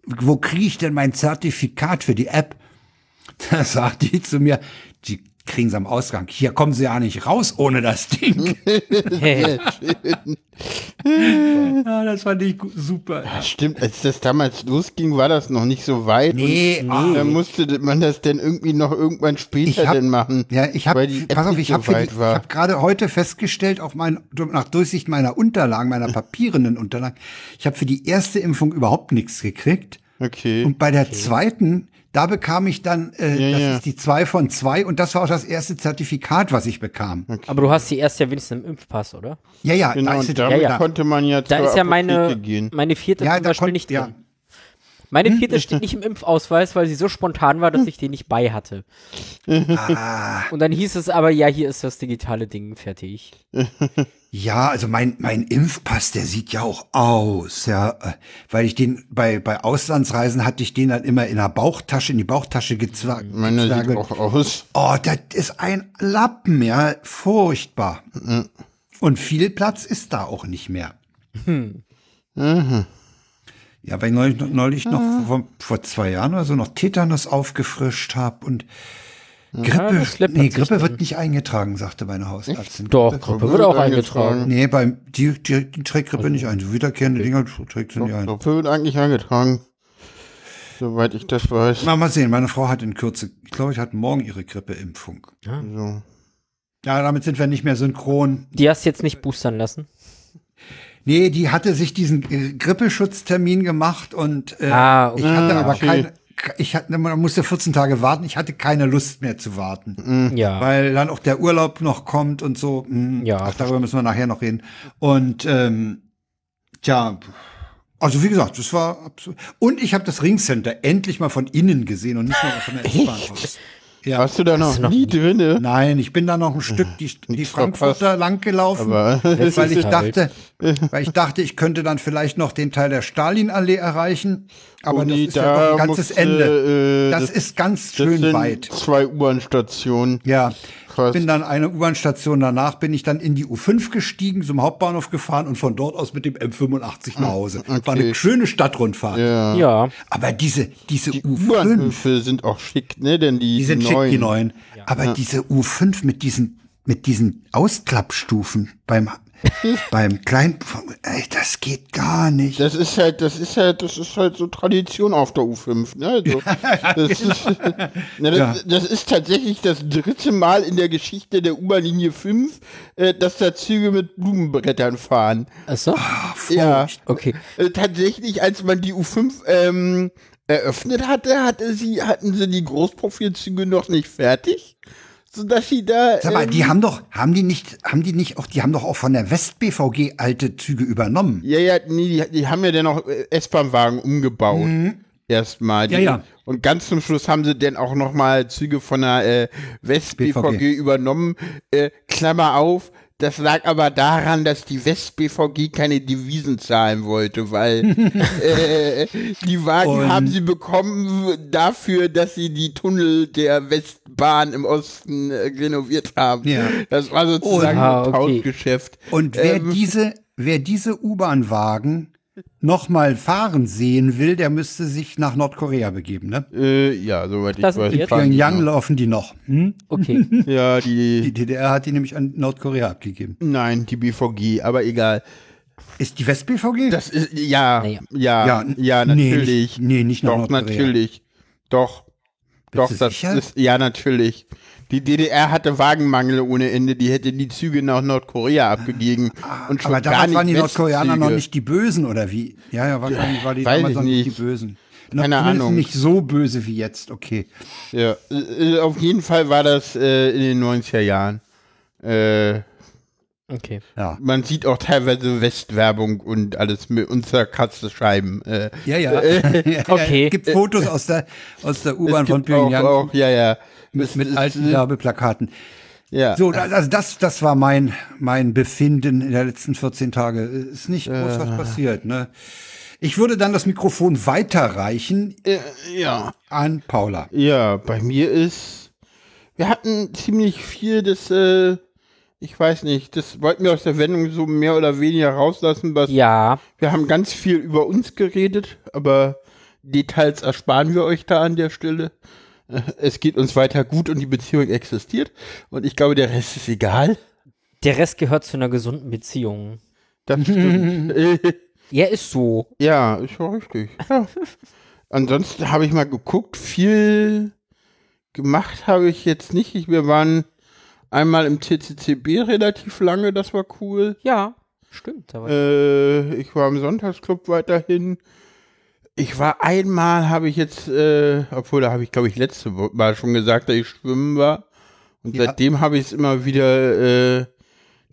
Speaker 1: wo kriege ich denn mein Zertifikat für die App? Da sagt die zu mir, die kriegen sie am Ausgang. Hier kommen sie ja nicht raus ohne das Ding. also, äh, ja, das fand ich gu- super.
Speaker 3: Ja, Stimmt, als das damals losging, war das noch nicht so weit.
Speaker 1: Nee,
Speaker 3: und
Speaker 1: ah.
Speaker 3: dann musste man das denn irgendwie noch irgendwann später
Speaker 1: Ich hab-
Speaker 3: denn machen.
Speaker 1: Ja, ich habe,
Speaker 3: weil die App
Speaker 1: pass auf,
Speaker 3: nicht
Speaker 1: ich
Speaker 3: so
Speaker 1: habe
Speaker 3: weit
Speaker 1: ich
Speaker 3: war.
Speaker 1: hab gerade heute festgestellt, auch mein, nach Durchsicht meiner Unterlagen, meiner papierenden Unterlagen, ich habe für die erste Impfung überhaupt nichts gekriegt.
Speaker 3: Okay.
Speaker 1: Und bei der zweiten, da bekam ich dann, äh,
Speaker 3: Ja,
Speaker 1: das
Speaker 3: ja.
Speaker 1: ist die zwei von zwei und das war auch das erste Zertifikat, was ich bekam.
Speaker 2: Aber du hast die erst ja wenigstens im Impfpass, oder?
Speaker 1: Ja, ja,
Speaker 3: Genau,
Speaker 1: da
Speaker 3: und
Speaker 1: ist,
Speaker 3: damit
Speaker 2: ja.
Speaker 3: konnte man ja
Speaker 2: Da
Speaker 3: zur
Speaker 2: ist ja
Speaker 3: Apotheke
Speaker 2: meine,
Speaker 3: gehen.
Speaker 2: meine vierte
Speaker 1: Ja,
Speaker 2: zum
Speaker 1: da
Speaker 2: Beispiel
Speaker 1: konnt-
Speaker 2: nicht
Speaker 1: ja. Hm?
Speaker 2: drin. Meine vierte steht nicht im Impfausweis, weil sie so spontan war, dass ich die nicht bei hatte.
Speaker 1: Ah.
Speaker 2: Und dann hieß es aber, ja, hier ist das digitale Ding fertig.
Speaker 1: ja, also mein, mein Impfpass, der sieht ja auch aus, ja, äh, weil ich den, bei, bei Auslandsreisen hatte ich den dann immer in der Bauchtasche, in die Bauchtasche gezwackt.
Speaker 3: Meiner Mhm. sieht
Speaker 1: gezwergelt.
Speaker 3: auch aus.
Speaker 1: Oh, das ist ein Lappen, ja, furchtbar.
Speaker 3: Mhm.
Speaker 1: Und viel Platz ist da auch nicht mehr.
Speaker 2: Hm.
Speaker 3: Mhm.
Speaker 1: Ja, weil ich neulich, neulich noch vor, vor zwei Jahren oder so noch Tetanus aufgefrischt habe und
Speaker 3: Mhm.
Speaker 1: Grippe,
Speaker 2: das läppert
Speaker 1: nee,
Speaker 2: sich
Speaker 1: Grippe
Speaker 2: dann.
Speaker 1: wird nicht eingetragen, sagte meine Hausärztin.
Speaker 2: Doch, Gruppe wird auch eingetragen.
Speaker 1: Nee, beim, die, die, die trägt Grippe nicht ein. So wiederkehrende Dinger trägt sie nicht ein.
Speaker 3: Doch, wird eigentlich eingetragen. Soweit ich das weiß.
Speaker 1: Mal, mal sehen, meine Frau hat in Kürze, ich glaube, ich hat morgen ihre Grippeimpfung.
Speaker 3: So.
Speaker 1: Ja, damit sind wir nicht mehr synchron.
Speaker 2: Die hast du jetzt nicht boostern lassen.
Speaker 1: Nee, die hatte sich diesen äh, Grippeschutztermin gemacht und äh,
Speaker 2: Ah, okay.
Speaker 1: ich hatte
Speaker 3: Ah,
Speaker 1: aber
Speaker 3: okay.
Speaker 1: keine, ich hatte, man musste 14 Tage warten, ich hatte keine Lust mehr zu warten,
Speaker 2: Mhm. Ja.
Speaker 1: weil dann auch der Urlaub noch kommt und so. Hm,
Speaker 2: Ja.
Speaker 1: Ach, darüber müssen wir nachher noch reden. Und ähm, tja, also wie gesagt, das war absolut. Und ich habe das Ringcenter endlich mal von innen gesehen und nicht nur von der S-Bahn aus. Ja.
Speaker 3: Warst du da noch,
Speaker 2: noch
Speaker 3: nie
Speaker 2: nie-
Speaker 3: drinne?
Speaker 1: Nein, ich bin da noch ein Stück die, die
Speaker 3: doch fast.
Speaker 1: Frankfurter lang gelaufen,
Speaker 3: Aber-
Speaker 1: weil ich
Speaker 2: Letztes
Speaker 1: dachte, weil ich dachte, ich könnte dann vielleicht noch den Teil der Stalinallee erreichen, aber
Speaker 3: Oh,
Speaker 1: das
Speaker 3: nee,
Speaker 1: ist ja noch ein ganzes
Speaker 3: musste,
Speaker 1: Ende.
Speaker 3: äh,
Speaker 1: Das ist ganz schön
Speaker 3: sind
Speaker 1: weit.
Speaker 3: Zwei U-Bahn-Stationen.
Speaker 1: Ja,
Speaker 3: Krass.
Speaker 1: ich bin dann eine U-Bahn-Station danach, bin ich dann in die U5 gestiegen, zum Hauptbahnhof gefahren und von dort aus mit dem M85
Speaker 3: Ah,
Speaker 1: nach Hause. War eine schöne Stadtrundfahrt.
Speaker 2: Ja.
Speaker 1: Aber diese, diese
Speaker 3: Die
Speaker 1: U5,
Speaker 3: U-Bahnhöfe sind auch schick, ne? Denn die,
Speaker 1: Die sind
Speaker 3: neuen.
Speaker 1: schick, die neuen. Aber diese U5 mit diesen, mit diesen Ausklappstufen beim, beim kleinen, ey, das geht gar nicht.
Speaker 3: Das ist halt, das ist halt, das ist halt so Tradition auf der U5, ne? Also, das, ist,
Speaker 1: genau.
Speaker 3: na, das, das ist tatsächlich das dritte Mal in der Geschichte der U-Bahn-Linie 5, äh, dass da Züge mit Blumenbrettern fahren.
Speaker 2: Achso?
Speaker 3: Ja.
Speaker 2: Okay.
Speaker 3: Äh, tatsächlich, als man die U5 ähm, eröffnet hatte, hatte sie, hatten sie die Großprofilzüge noch nicht fertig. Sodass sie da.
Speaker 1: Sag mal,
Speaker 3: ähm,
Speaker 1: die haben doch, haben die nicht, haben die nicht auch, die haben doch auch von der West-BVG alte Züge übernommen.
Speaker 3: Ja, ja, nee, die, die haben ja dann auch äh, S-Bahn-Wagen umgebaut. Erstmal. Die-
Speaker 1: Mhm. Ja, ja.
Speaker 3: Und ganz zum Schluss haben sie dann auch nochmal Züge von der äh, West-BVG
Speaker 1: BVG.
Speaker 3: übernommen. Äh, Klammer auf. Das lag aber daran, dass die West-BVG keine Devisen zahlen wollte, weil äh, die Wagen
Speaker 1: Und-
Speaker 3: haben sie bekommen w- dafür, dass sie die Tunnel der Westbahn im Osten äh, renoviert haben.
Speaker 1: Ja.
Speaker 3: Das war sozusagen
Speaker 2: Ah,
Speaker 3: ein
Speaker 2: okay.
Speaker 3: Tauschgeschäft.
Speaker 1: Und wer
Speaker 3: Ähm,
Speaker 1: diese, wer diese U-Bahn-Wagen nochmal fahren sehen will, der müsste sich nach Nordkorea begeben, ne?
Speaker 3: Äh, ja, soweit ich
Speaker 2: Das sind
Speaker 3: weiß.
Speaker 2: die
Speaker 3: die
Speaker 2: jetzt?
Speaker 3: fahren-
Speaker 1: Pyongyang laufen die noch. Hm?
Speaker 2: Okay.
Speaker 3: Ja,
Speaker 1: Die
Speaker 3: die.
Speaker 1: DDR hat die nämlich an Nordkorea abgegeben.
Speaker 3: Nein, die BVG, aber egal.
Speaker 1: Ist die West-BVG?
Speaker 3: Das ist. Ja,
Speaker 2: Naja.
Speaker 3: ja, ja,
Speaker 1: Ja, nee,
Speaker 3: natürlich.
Speaker 1: nicht- nee, nicht nach
Speaker 3: Doch,
Speaker 1: Nordkorea.
Speaker 3: natürlich. Doch. Doch,
Speaker 1: du
Speaker 3: das
Speaker 1: sicher?
Speaker 3: ist. Ja, natürlich. Die DDR hatte Wagenmangel ohne Ende. Die hätte die Züge nach Nordkorea abgegeben. Und schon
Speaker 1: Ah, Aber
Speaker 3: gar
Speaker 1: damals
Speaker 3: nicht
Speaker 1: waren die Nordkoreaner noch
Speaker 3: Westzüge.
Speaker 1: nicht die Bösen, oder wie? Ja, ja, wahrscheinlich war die
Speaker 3: weiß
Speaker 1: damals
Speaker 3: ich
Speaker 1: noch nicht die
Speaker 3: nicht.
Speaker 1: Bösen.
Speaker 3: Keine
Speaker 1: zumindest
Speaker 3: Ahnung.
Speaker 1: Nicht so böse wie jetzt, okay.
Speaker 3: Ja, äh, äh, auf jeden Fall war das äh, in den 90er Jahren. Äh,
Speaker 2: Okay.
Speaker 1: Ja,
Speaker 3: man sieht auch teilweise Westwerbung und alles mit unserer Katze Scheiben. Äh,
Speaker 1: ja. ja.
Speaker 2: Okay.
Speaker 1: Es gibt Fotos aus der, aus der U-Bahn
Speaker 3: es
Speaker 1: von
Speaker 3: gibt auch,
Speaker 1: Pyongyang
Speaker 3: auch, ja, ja.
Speaker 1: mit,
Speaker 3: Es
Speaker 1: mit
Speaker 3: ist,
Speaker 1: alten
Speaker 3: äh,
Speaker 1: Werbeplakaten.
Speaker 3: Ja.
Speaker 1: So, da- also das, das war mein, mein Befinden in den letzten 14 Tage. Ist nicht groß was passiert, ne? Ich würde dann das Mikrofon weiterreichen
Speaker 3: Äh, ja.
Speaker 1: an Paula.
Speaker 3: Ja, bei mir ist. Wir hatten ziemlich viel, das, äh, ich weiß nicht, das wollten wir aus der Wendung so mehr oder weniger rauslassen, was
Speaker 2: Ja.
Speaker 3: wir haben ganz viel über uns geredet, aber Details ersparen wir euch da an der Stelle. Äh, es geht uns weiter gut und die Beziehung existiert. Und ich glaube, der Rest ist egal.
Speaker 2: Der Rest gehört zu einer gesunden Beziehung.
Speaker 3: Das stimmt. Äh,
Speaker 2: Ja, ist so.
Speaker 3: ja, ist schon richtig. Ja. Ansonsten habe ich mal geguckt, viel gemacht habe ich jetzt nicht. Ich- Wir waren einmal im TCCB relativ lange, das war cool.
Speaker 2: Ja, stimmt. Aber
Speaker 3: Äh, ich war im Sonntagsclub weiterhin. Ich war einmal, habe ich jetzt, äh, obwohl da habe ich, glaube ich, letzte Wo- Mal schon gesagt, dass ich schwimmen war. Und
Speaker 1: Ja.
Speaker 3: seitdem habe ich es immer wieder äh,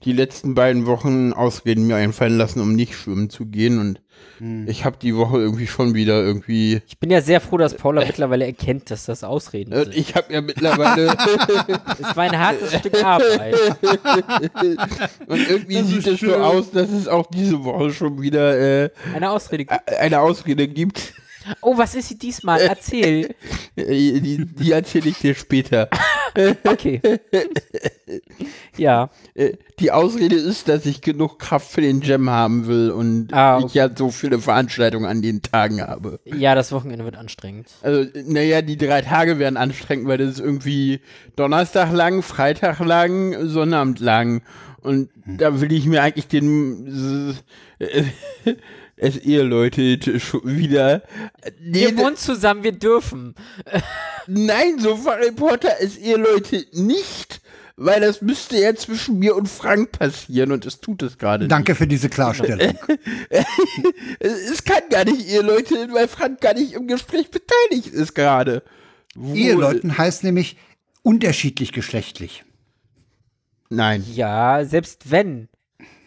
Speaker 3: die letzten beiden Wochen Ausreden mir einfallen lassen, um nicht schwimmen zu gehen. Und
Speaker 1: Hm.
Speaker 3: ich habe die Woche irgendwie schon wieder irgendwie.
Speaker 2: ich bin ja sehr froh, dass Paula mittlerweile erkennt, dass das Ausreden
Speaker 3: Äh,
Speaker 2: sind.
Speaker 3: ich habe ja mittlerweile.
Speaker 2: Es war ein hartes Stück Arbeit.
Speaker 3: und irgendwie
Speaker 1: Das ist
Speaker 3: sieht es so
Speaker 1: schön.
Speaker 3: aus, dass es auch diese Woche schon wieder äh,
Speaker 2: Eine Ausrede.
Speaker 3: eine Ausrede gibt.
Speaker 2: Oh, was ist sie diesmal? Erzähl.
Speaker 3: Äh, Die, die erzähle ich dir später.
Speaker 2: Okay. Ja,
Speaker 3: Äh, Die Ausrede ist, dass ich genug Kraft für den Jam haben will und
Speaker 2: Ah,
Speaker 3: ich ja so viele Veranstaltungen an den Tagen habe.
Speaker 2: ja, das Wochenende wird anstrengend.
Speaker 3: Also, äh, naja, die drei Tage werden anstrengend, weil das ist irgendwie Donnerstag lang, Freitag lang, Sonnabend lang. Und da will ich mir eigentlich den äh, es ihr Leute schon wieder.
Speaker 2: Wir
Speaker 3: Nee,
Speaker 2: wohnen zusammen, wir dürfen.
Speaker 3: Nein, so war Reporter ist ihr Leute nicht, weil das müsste ja zwischen mir und Frank passieren und es tut es gerade nicht.
Speaker 1: Danke für diese Klarstellung.
Speaker 3: Es es kann gar nicht ihr Leute, weil Frank gar nicht im Gespräch beteiligt ist gerade. Wohl-
Speaker 1: Eheleuten heißt nämlich unterschiedlich geschlechtlich.
Speaker 3: Nein,
Speaker 2: Ja, selbst wenn.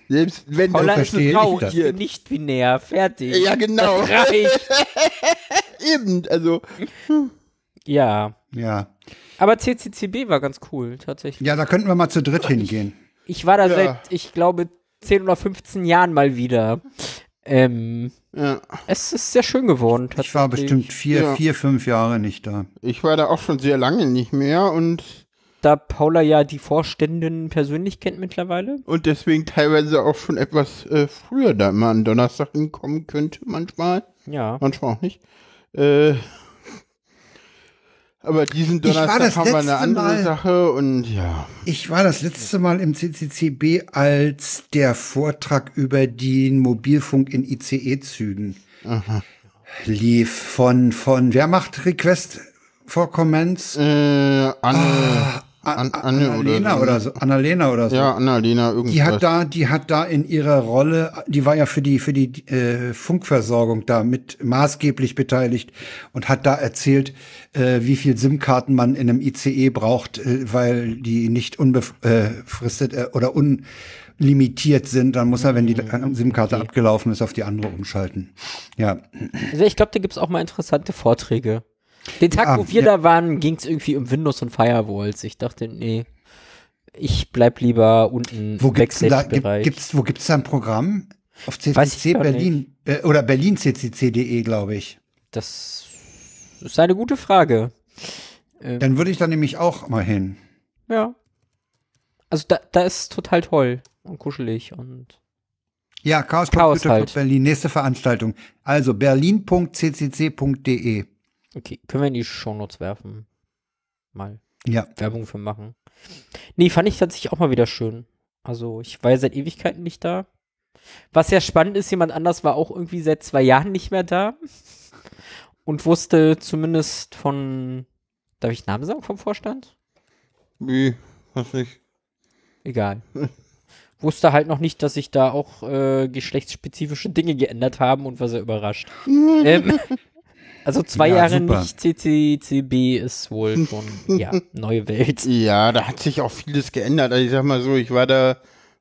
Speaker 3: selbst wenn
Speaker 2: Paula
Speaker 3: das
Speaker 2: ist
Speaker 1: verstehe
Speaker 2: eine
Speaker 1: ich
Speaker 2: Frau,
Speaker 1: das.
Speaker 2: ich bin nicht binär. Fertig.
Speaker 3: Ja, genau.
Speaker 2: Das reicht.
Speaker 3: eben, also
Speaker 2: Ja.
Speaker 1: Ja.
Speaker 2: Aber CCCB war ganz cool, tatsächlich.
Speaker 1: Ja, da könnten wir mal zu dritt hingehen.
Speaker 2: Ich war da
Speaker 3: Ja.
Speaker 2: seit, ich glaube, 10 oder 15 Jahren mal wieder. Ähm,
Speaker 3: ja,
Speaker 2: es ist sehr schön geworden, tatsächlich.
Speaker 1: Ich war bestimmt vier,
Speaker 3: Ja.
Speaker 1: vier, fünf Jahre nicht da.
Speaker 3: ich war da auch schon sehr lange nicht mehr und
Speaker 2: Da Paula ja die Vorständin persönlich kennt mittlerweile.
Speaker 3: und deswegen teilweise auch schon etwas äh, früher da immer an Donnerstag hinkommen könnte manchmal,
Speaker 2: Ja.
Speaker 3: manchmal auch nicht. Äh, aber diesen
Speaker 1: Ich war das
Speaker 3: Donnerstag haben wir eine
Speaker 1: letzte
Speaker 3: andere
Speaker 1: Mal-
Speaker 3: Sache und ja.
Speaker 1: Ich war das letzte Mal im CCCB, als der Vortrag über den Mobilfunk in ICE-Zügen lief. Von, von, wer macht Request for Comments?
Speaker 3: Äh, Anne, An, Anne
Speaker 1: Ah, Annalena oder so. Annalena oder so.
Speaker 3: Ja, Annalena, irgendwas.
Speaker 1: Die hat da, die hat da in ihrer Rolle, die war ja für die für die äh, Funkversorgung da mit maßgeblich beteiligt und hat da erzählt, äh, wie viel SIM-Karten man in einem ICE braucht, äh, weil die nicht unbefristet äh, oder unlimitiert sind. Dann muss er, wenn die
Speaker 2: Mhm.
Speaker 1: äh, SIM-Karte abgelaufen ist, auf die andere umschalten. Ja,
Speaker 2: Also ich glaube, da gibt es auch mal interessante Vorträge. Den Tag,
Speaker 1: Ah,
Speaker 2: wo wir
Speaker 1: ja.
Speaker 2: da waren, ging es irgendwie um Windows und Firewalls. Ich dachte, nee, ich bleib lieber unten
Speaker 1: wo
Speaker 2: im
Speaker 1: gibt's denn da, gibt,
Speaker 2: Backstage-Bereich.
Speaker 1: gibt's, wo gibt's da ein Programm auf
Speaker 2: Weiß ich
Speaker 1: CCC
Speaker 2: gar
Speaker 1: Berlin äh, oder Berlin CCC.de, E, glaube ich.
Speaker 2: Das ist eine gute Frage.
Speaker 1: Dann würde ich da nämlich auch mal hin.
Speaker 2: Ja. Also da, da ist total toll und kuschelig und
Speaker 1: Ja, Chaos,
Speaker 2: Chaos
Speaker 1: Computer
Speaker 2: halt.
Speaker 1: Club Berlin, nächste Veranstaltung. Also berlin.ccc.de.
Speaker 2: okay, können wir in die Shownotes werfen. Mal
Speaker 1: Ja,
Speaker 2: Werbung für machen. Nee, fand ich tatsächlich auch mal wieder schön. Also ich war ja seit Ewigkeiten nicht da. Was ja spannend ist, jemand anders war auch irgendwie seit zwei Jahren nicht mehr da und wusste zumindest von, darf ich Namen sagen vom Vorstand?
Speaker 3: Wie? Was nicht?
Speaker 2: Egal. Wusste halt noch nicht, dass sich da auch äh, geschlechtsspezifische Dinge geändert haben und war sehr überrascht. ähm, also zwei
Speaker 1: Ja,
Speaker 2: Jahre
Speaker 1: super.
Speaker 2: nicht CCCB ist wohl schon, ja, neue Welt.
Speaker 3: Ja, da hat sich auch vieles geändert. Also ich sag mal so, ich war da,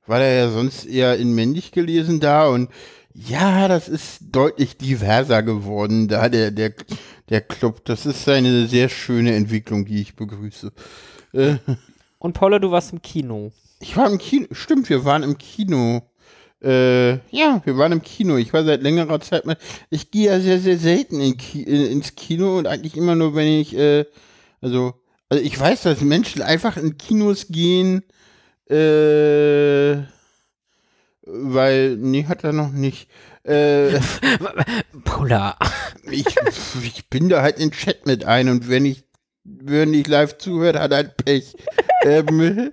Speaker 3: war da ja sonst eher in männlich gelesen da und ja, das ist deutlich diverser geworden da, der, der, der Club. Das ist eine sehr schöne Entwicklung, die ich begrüße.
Speaker 2: Und Paula, du warst im Kino.
Speaker 3: Ich war im Kino. Stimmt, wir waren im Kino. Äh, ja, wir waren im Kino. Ich war seit längerer Zeit mal. Ich gehe ja sehr, sehr selten in Ki in, ins Kino und eigentlich immer nur, wenn ich, äh, also, also ich weiß, dass Menschen einfach in Kinos gehen, äh, weil, nee, hat er noch nicht. Äh,
Speaker 2: Paula.
Speaker 3: ich, ich bin da halt in Chat mit ein und wenn ich wer nicht live zuhört, hat halt Pech. ähm,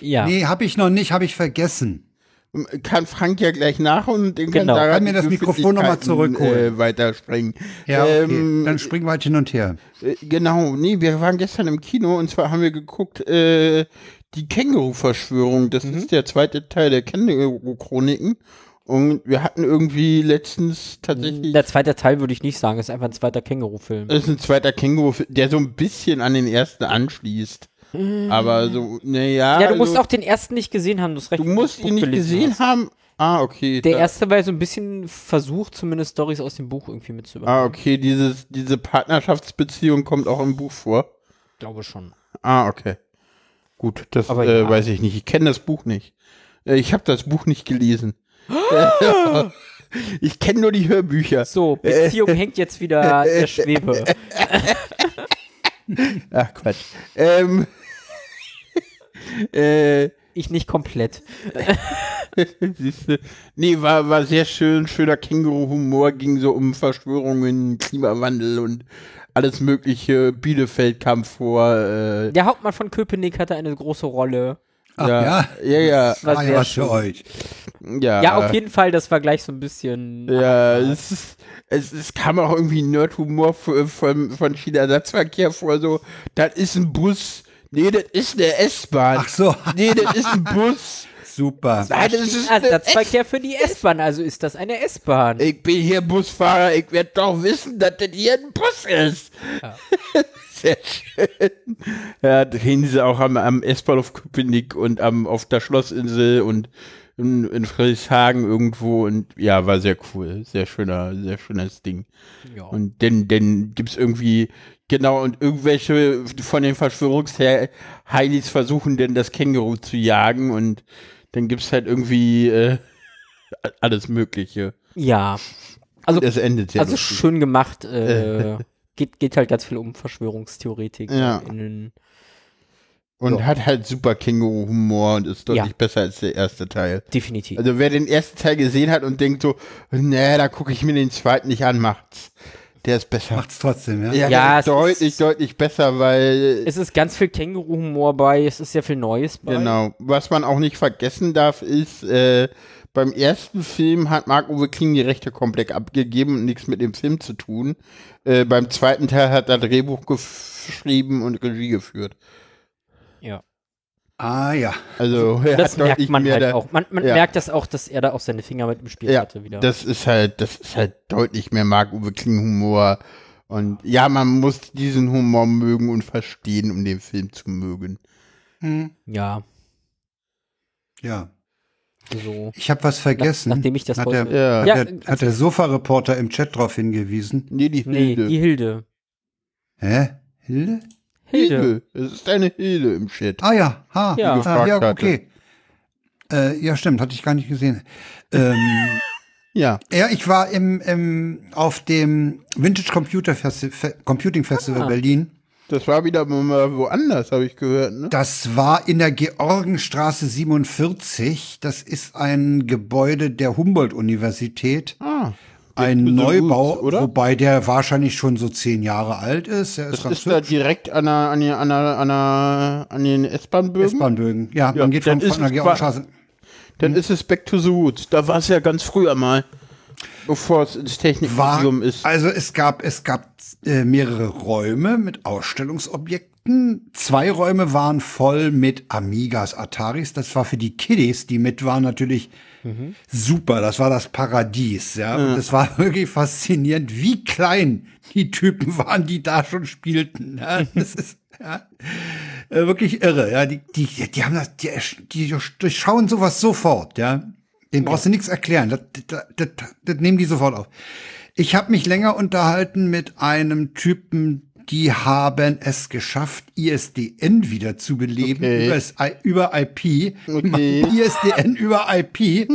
Speaker 2: Ja.
Speaker 1: Nee, habe ich noch nicht, habe ich vergessen.
Speaker 3: Ähm, kann Frank ja gleich nach und den
Speaker 2: Genau.
Speaker 3: Sarah
Speaker 1: Kann mir
Speaker 3: die
Speaker 1: das Mikrofon noch mal
Speaker 3: Befindlichkeiten,
Speaker 1: zurückholen.
Speaker 3: Äh, weiterspringen.
Speaker 1: Ja, okay.
Speaker 3: Ähm,
Speaker 1: Dann spring weit hin und her.
Speaker 3: Äh, Genau, nee, wir waren gestern im Kino und zwar haben wir geguckt, äh, die Känguru-Verschwörung. Das
Speaker 2: Mhm.
Speaker 3: ist der zweite Teil der Känguru-Chroniken. Und wir hatten irgendwie letztens tatsächlich.
Speaker 2: Der zweite Teil würde ich nicht sagen, ist einfach ein zweiter Känguru-Film.
Speaker 3: Das ist ein zweiter Känguru, der so ein bisschen an den ersten anschließt. Aber so, naja.
Speaker 2: Mhm. ja, du musst
Speaker 3: also,
Speaker 2: auch den ersten nicht gesehen haben, du hast recht.
Speaker 3: Du
Speaker 2: wenn
Speaker 3: musst
Speaker 2: das Buch
Speaker 3: ihn nicht
Speaker 2: gelesen
Speaker 3: gesehen
Speaker 2: hast.
Speaker 3: haben. Ah, okay.
Speaker 2: Der
Speaker 3: da-
Speaker 2: erste war so ein bisschen versucht, zumindest Stories aus dem Buch irgendwie mitzubekommen.
Speaker 3: Ah, okay, dieses, diese Partnerschaftsbeziehung kommt auch im Buch vor.
Speaker 2: Ich glaube schon.
Speaker 3: Ah, okay. Gut, das
Speaker 2: Aber
Speaker 3: äh,
Speaker 2: ja.
Speaker 3: weiß ich nicht. Ich kenne das Buch nicht. Äh, ich habe das Buch nicht gelesen. ich kenne nur die Hörbücher.
Speaker 2: So,
Speaker 3: Äh.
Speaker 2: Beziehung hängt jetzt wieder in der Schwebe.
Speaker 3: Ach Quatsch. Ähm, äh,
Speaker 2: Ich nicht komplett.
Speaker 3: siehste. nee, war, war sehr schön, schöner Känguru-Humor, ging so um Verschwörungen, Klimawandel und alles mögliche. Bielefeld kam vor. Äh,
Speaker 2: Der Hauptmann von Köpenick hatte eine große Rolle.
Speaker 1: Ach
Speaker 3: ja,
Speaker 1: ja,
Speaker 3: ja, ja,
Speaker 2: War
Speaker 1: war ja
Speaker 2: sehr
Speaker 1: was für
Speaker 2: schön.
Speaker 1: euch.
Speaker 3: ja.
Speaker 2: Ja, auf jeden Fall, das war gleich so ein bisschen.
Speaker 3: Ja, es, ist, es, es kam auch irgendwie Nerdhumor von, von, von Schienenersatzverkehr vor, so, das ist ein Bus. Nee, das ist eine S-Bahn.
Speaker 1: Ach so. Ah,
Speaker 3: Nee, das ist ein Bus.
Speaker 1: Super.
Speaker 3: Nein, das ist eine S
Speaker 2: Ersatzverkehr für die S-Bahn, also ist das eine S-Bahn.
Speaker 3: ich bin hier Busfahrer, ich werde doch wissen, dass das hier ein Bus ist. Sehr schön. Ja, da hängen sie auch am, am S-Bahnhof Köpenick und am, auf der Schlossinsel und in, in Friedrichshagen irgendwo und ja, war sehr cool. Sehr schöner, sehr schönes Ding.
Speaker 2: Ja.
Speaker 3: Und dann, dann gibt's irgendwie, genau, und irgendwelche von den Verschwörungsheilis versuchen denn das Känguru zu jagen und dann gibt's halt irgendwie äh, alles Mögliche.
Speaker 2: Ja. Also,
Speaker 3: Das endet sehr
Speaker 2: also
Speaker 3: lustig.
Speaker 2: schön gemacht. Äh, geht, geht halt ganz viel um Verschwörungstheoretik.
Speaker 3: Ja.
Speaker 2: In,
Speaker 3: Und
Speaker 2: Ja.
Speaker 3: hat halt super Känguru-Humor und ist deutlich
Speaker 2: Ja.
Speaker 3: besser als der erste Teil.
Speaker 2: definitiv.
Speaker 3: Also wer den ersten Teil gesehen hat und denkt so, nee, da gucke ich mir den zweiten nicht an, macht's. Der ist besser.
Speaker 1: Macht's trotzdem, ja?
Speaker 2: Ja,
Speaker 3: Ja, der
Speaker 2: es
Speaker 3: ist deutlich,
Speaker 2: ist-
Speaker 3: deutlich besser, weil
Speaker 2: es ist ganz viel Känguru-Humor bei, es ist sehr viel Neues bei.
Speaker 3: Genau. Was man auch nicht vergessen darf, ist, äh, beim ersten Film hat Marc-Uwe Kling die Rechte komplett abgegeben und nichts mit dem Film zu tun. Äh, beim zweiten Teil hat er Drehbuch gef- geschrieben und Regie geführt.
Speaker 2: Ja.
Speaker 1: Ah ja.
Speaker 3: Also, er
Speaker 2: Das
Speaker 3: hat deutlich
Speaker 2: merkt man
Speaker 3: mehr
Speaker 2: halt
Speaker 3: da-
Speaker 2: auch. Man, man
Speaker 3: Ja.
Speaker 2: merkt das auch, dass er da auch seine Finger mit im Spiel
Speaker 3: Ja,
Speaker 2: hatte wieder.
Speaker 3: das ist halt, das ist halt deutlich mehr Marc-Uwe Kling-Humor. Und ja, man muss diesen Humor mögen und verstehen, um den Film zu mögen.
Speaker 1: Hm.
Speaker 2: ja,
Speaker 1: Ja.
Speaker 2: so.
Speaker 1: Ich habe was vergessen.
Speaker 2: nachdem ich das
Speaker 1: hat
Speaker 2: wollte.
Speaker 1: der,
Speaker 3: Ja.
Speaker 1: hat
Speaker 2: Ja, äh, also-
Speaker 1: der, hat der Sofa-Reporter im Chat drauf hingewiesen.
Speaker 3: Nee, die
Speaker 2: Nee,
Speaker 3: Hilde.
Speaker 2: die Hilde.
Speaker 1: Hä? Hilde?
Speaker 2: Hilde.
Speaker 3: Es ist eine Hilde im Chat.
Speaker 1: Ah ja, ha.
Speaker 2: Ja.
Speaker 1: ah,
Speaker 3: Gefragt
Speaker 1: ja
Speaker 3: hatte.
Speaker 1: okay. Äh, ja, stimmt, hatte ich gar nicht gesehen. Ähm,
Speaker 3: Ja.
Speaker 1: ja, ich war im, im, auf dem Vintage Computer Festi Fe Computing Festival
Speaker 2: Ah.
Speaker 1: Berlin.
Speaker 3: Das war wieder mal woanders, habe ich gehört, ne?
Speaker 1: Das war in der Georgenstraße 47. Das ist ein Gebäude der Humboldt-Universität.
Speaker 3: Ah.
Speaker 1: Ein
Speaker 3: to the
Speaker 1: Neubau,
Speaker 3: roots, oder?
Speaker 1: wobei der wahrscheinlich schon so zehn Jahre alt ist. Er ist
Speaker 3: Das
Speaker 1: ganz
Speaker 3: ist da
Speaker 1: hübsch.
Speaker 3: direkt an, der, an, der, an, der, an, der, an den S-Bahn-Bögen.
Speaker 1: S-Bahnbögen. Ja,
Speaker 3: Ja,
Speaker 1: man geht von,
Speaker 3: dann ist
Speaker 1: von der
Speaker 3: es
Speaker 1: Georgenstraße. mhm.
Speaker 3: Dann ist es Back to the Roots. Da war es ja ganz früher mal, bevor es ins
Speaker 1: War,
Speaker 3: Technikmuseum ist.
Speaker 1: also es gab, es gab äh, mehrere Räume mit Ausstellungsobjekten. Zwei Räume waren voll mit Amigas, Ataris. Das war für die Kiddies, die mit waren, natürlich super. Das war das Paradies. Ja? Und es war wirklich faszinierend, wie klein die Typen waren, die da schon spielten. Ja? Das ist ja, äh, wirklich irre. Ja? Die, die, die haben das, die, die durchschauen sowas sofort. Ja? Den brauchst du nichts erklären. Das, das, das, das nehmen die sofort auf. Ich habe mich länger unterhalten mit einem Typen, die haben es geschafft, ISDN wieder zu beleben
Speaker 3: Okay.
Speaker 1: über, das I- über IP.
Speaker 3: Okay.
Speaker 1: ISDN über IP.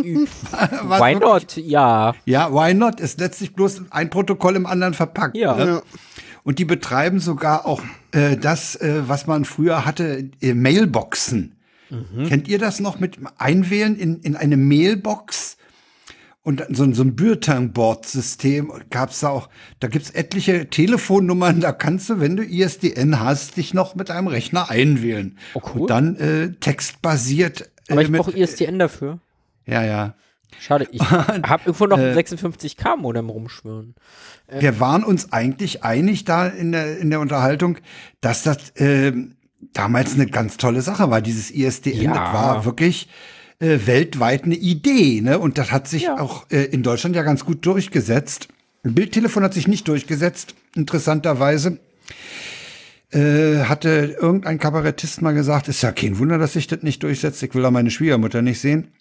Speaker 1: Was
Speaker 2: Why
Speaker 1: wirklich-
Speaker 2: not? Ja.
Speaker 1: Ja, why not? Ist letztlich bloß ein Protokoll im anderen verpackt.
Speaker 2: Ja.
Speaker 1: Ne? Und die betreiben sogar auch äh, das, äh, was man früher hatte, äh,
Speaker 2: Mhm.
Speaker 1: Mailboxen. Kennt ihr das noch mit Einwählen in, in eine Mailbox? Und dann so, ein- so ein Bürtanbord-System gab's da auch. Da gibt's etliche Telefonnummern, da kannst du, wenn du ISDN hast, dich noch mit einem Rechner einwählen.
Speaker 2: Oh, cool.
Speaker 1: Und dann äh, textbasiert. Äh,
Speaker 2: Aber ich
Speaker 1: mit-
Speaker 2: brauche ISDN dafür.
Speaker 1: Ja, ja.
Speaker 2: Schade, ich habe irgendwo
Speaker 3: Äh.
Speaker 2: noch ein 56K-Modem rumschwirren.
Speaker 1: Wir waren uns eigentlich einig da in der, in der Unterhaltung, dass das ähm, damals eine ganz tolle Sache war. Dieses ISDN,
Speaker 2: Ja.
Speaker 1: das war wirklich äh, weltweit eine Idee. Ne? Und das hat sich
Speaker 2: Ja.
Speaker 1: auch äh, in Deutschland ja ganz gut durchgesetzt. Ein Bildtelefon hat sich nicht durchgesetzt, interessanterweise. Äh, hatte irgendein Kabarettist mal gesagt, ist ja kein Wunder, dass sich das nicht durchsetzt. Ich will da meine Schwiegermutter nicht sehen.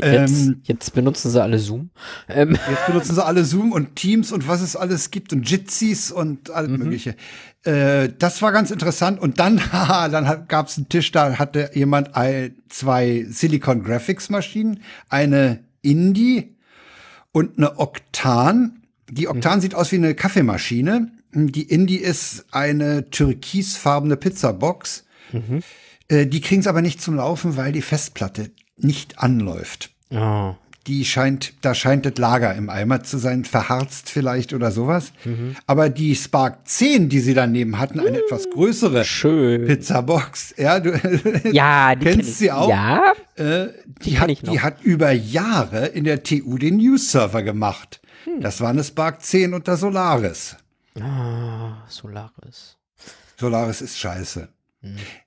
Speaker 3: Ähm.
Speaker 2: Jetzt, jetzt benutzen sie alle Zoom. Ähm,
Speaker 1: Jetzt benutzen sie alle Zoom und Teams und was es alles gibt und Jitsis und alles Mögliche. Äh, das war ganz interessant. Und dann, haha, dann gab es einen Tisch, da hatte jemand ein, zwei Silicon Graphics Maschinen, eine Indie und eine Oktan. Die Oktan sieht aus wie eine Kaffeemaschine. Die Indie ist eine türkisfarbene Pizzabox. Äh, die kriegen es aber nicht zum Laufen, weil die Festplatte nicht anläuft
Speaker 2: oh,
Speaker 1: die scheint, da scheint das Lager im Eimer zu sein, verharzt vielleicht oder sowas. Aber die Spark 10, die sie daneben hatten, eine etwas größere
Speaker 2: schön.
Speaker 1: Pizzabox, ja, du,
Speaker 2: Ja, die
Speaker 1: Kennst
Speaker 2: kenn ich.
Speaker 1: sie auch?
Speaker 2: Ja,
Speaker 1: äh, die,
Speaker 2: kenn
Speaker 1: hat,
Speaker 2: ich noch.
Speaker 1: die hat über Jahre in der TU den News-Server gemacht.
Speaker 2: Hm.
Speaker 1: Das war eine Spark 10 unter Solaris.
Speaker 2: Solaris.
Speaker 1: Solaris ist scheiße.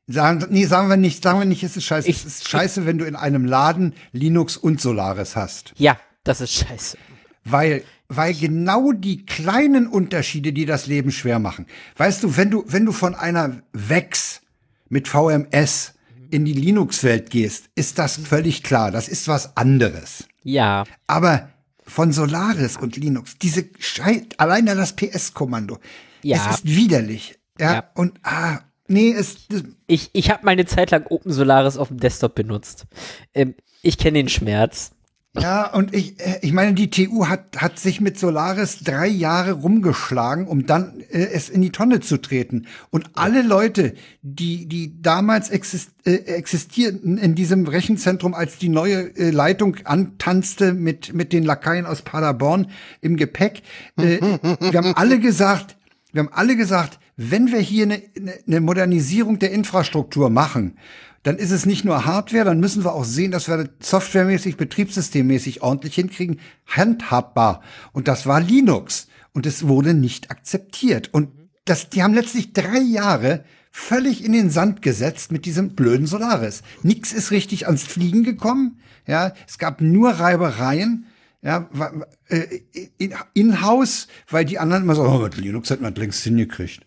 Speaker 1: Sagen, nee, sagen wir nicht, sagen wir nicht, es ist scheiße.
Speaker 2: Hm. Ich-
Speaker 1: es ist scheiße, wenn du in einem Laden Linux und Solaris hast.
Speaker 2: Ja, das ist scheiße.
Speaker 1: Weil, weil genau die kleinen Unterschiede, die das Leben schwer machen. Weißt du, wenn du, wenn du von einer Wex mit VMS
Speaker 2: Mhm.
Speaker 1: in die Linux-Welt gehst, ist das völlig klar. Das ist was anderes.
Speaker 2: Ja,
Speaker 1: Aber von Solaris und Linux, diese Schei alleine das PS-Kommando.
Speaker 2: Ja.
Speaker 1: Es ist widerlich. Ja.
Speaker 2: Ja.
Speaker 1: Und, ah, nee, es,
Speaker 2: ich, ich habe meine Zeit lang Open Solaris auf dem Desktop benutzt. Ähm, ich kenne den Schmerz.
Speaker 1: Ja, und ich, äh, ich meine, die TU hat, hat sich mit Solaris drei Jahre rumgeschlagen, um dann äh, es in die Tonne zu treten. Und alle Leute, die, die damals exist, äh, existierten in diesem Rechenzentrum, als die neue äh, Leitung antanzte mit, mit den Lakaien aus Paderborn im Gepäck, äh, wir haben alle gesagt, wir haben alle gesagt, wenn wir hier eine, eine Modernisierung der Infrastruktur machen, dann ist es nicht nur Hardware, dann müssen wir auch sehen, dass wir das softwaremäßig, betriebssystemmäßig ordentlich hinkriegen, handhabbar. Und das war Linux. Und es wurde nicht akzeptiert. Und das, die haben letztlich drei Jahre völlig in den Sand gesetzt mit diesem blöden Solaris. Nix ist richtig ans Fliegen gekommen. Ja, es gab nur Reibereien. Ja, wa- wa- äh, in- in-house, weil die anderen immer so, oh, mit Linux hat man längst hingekriegt.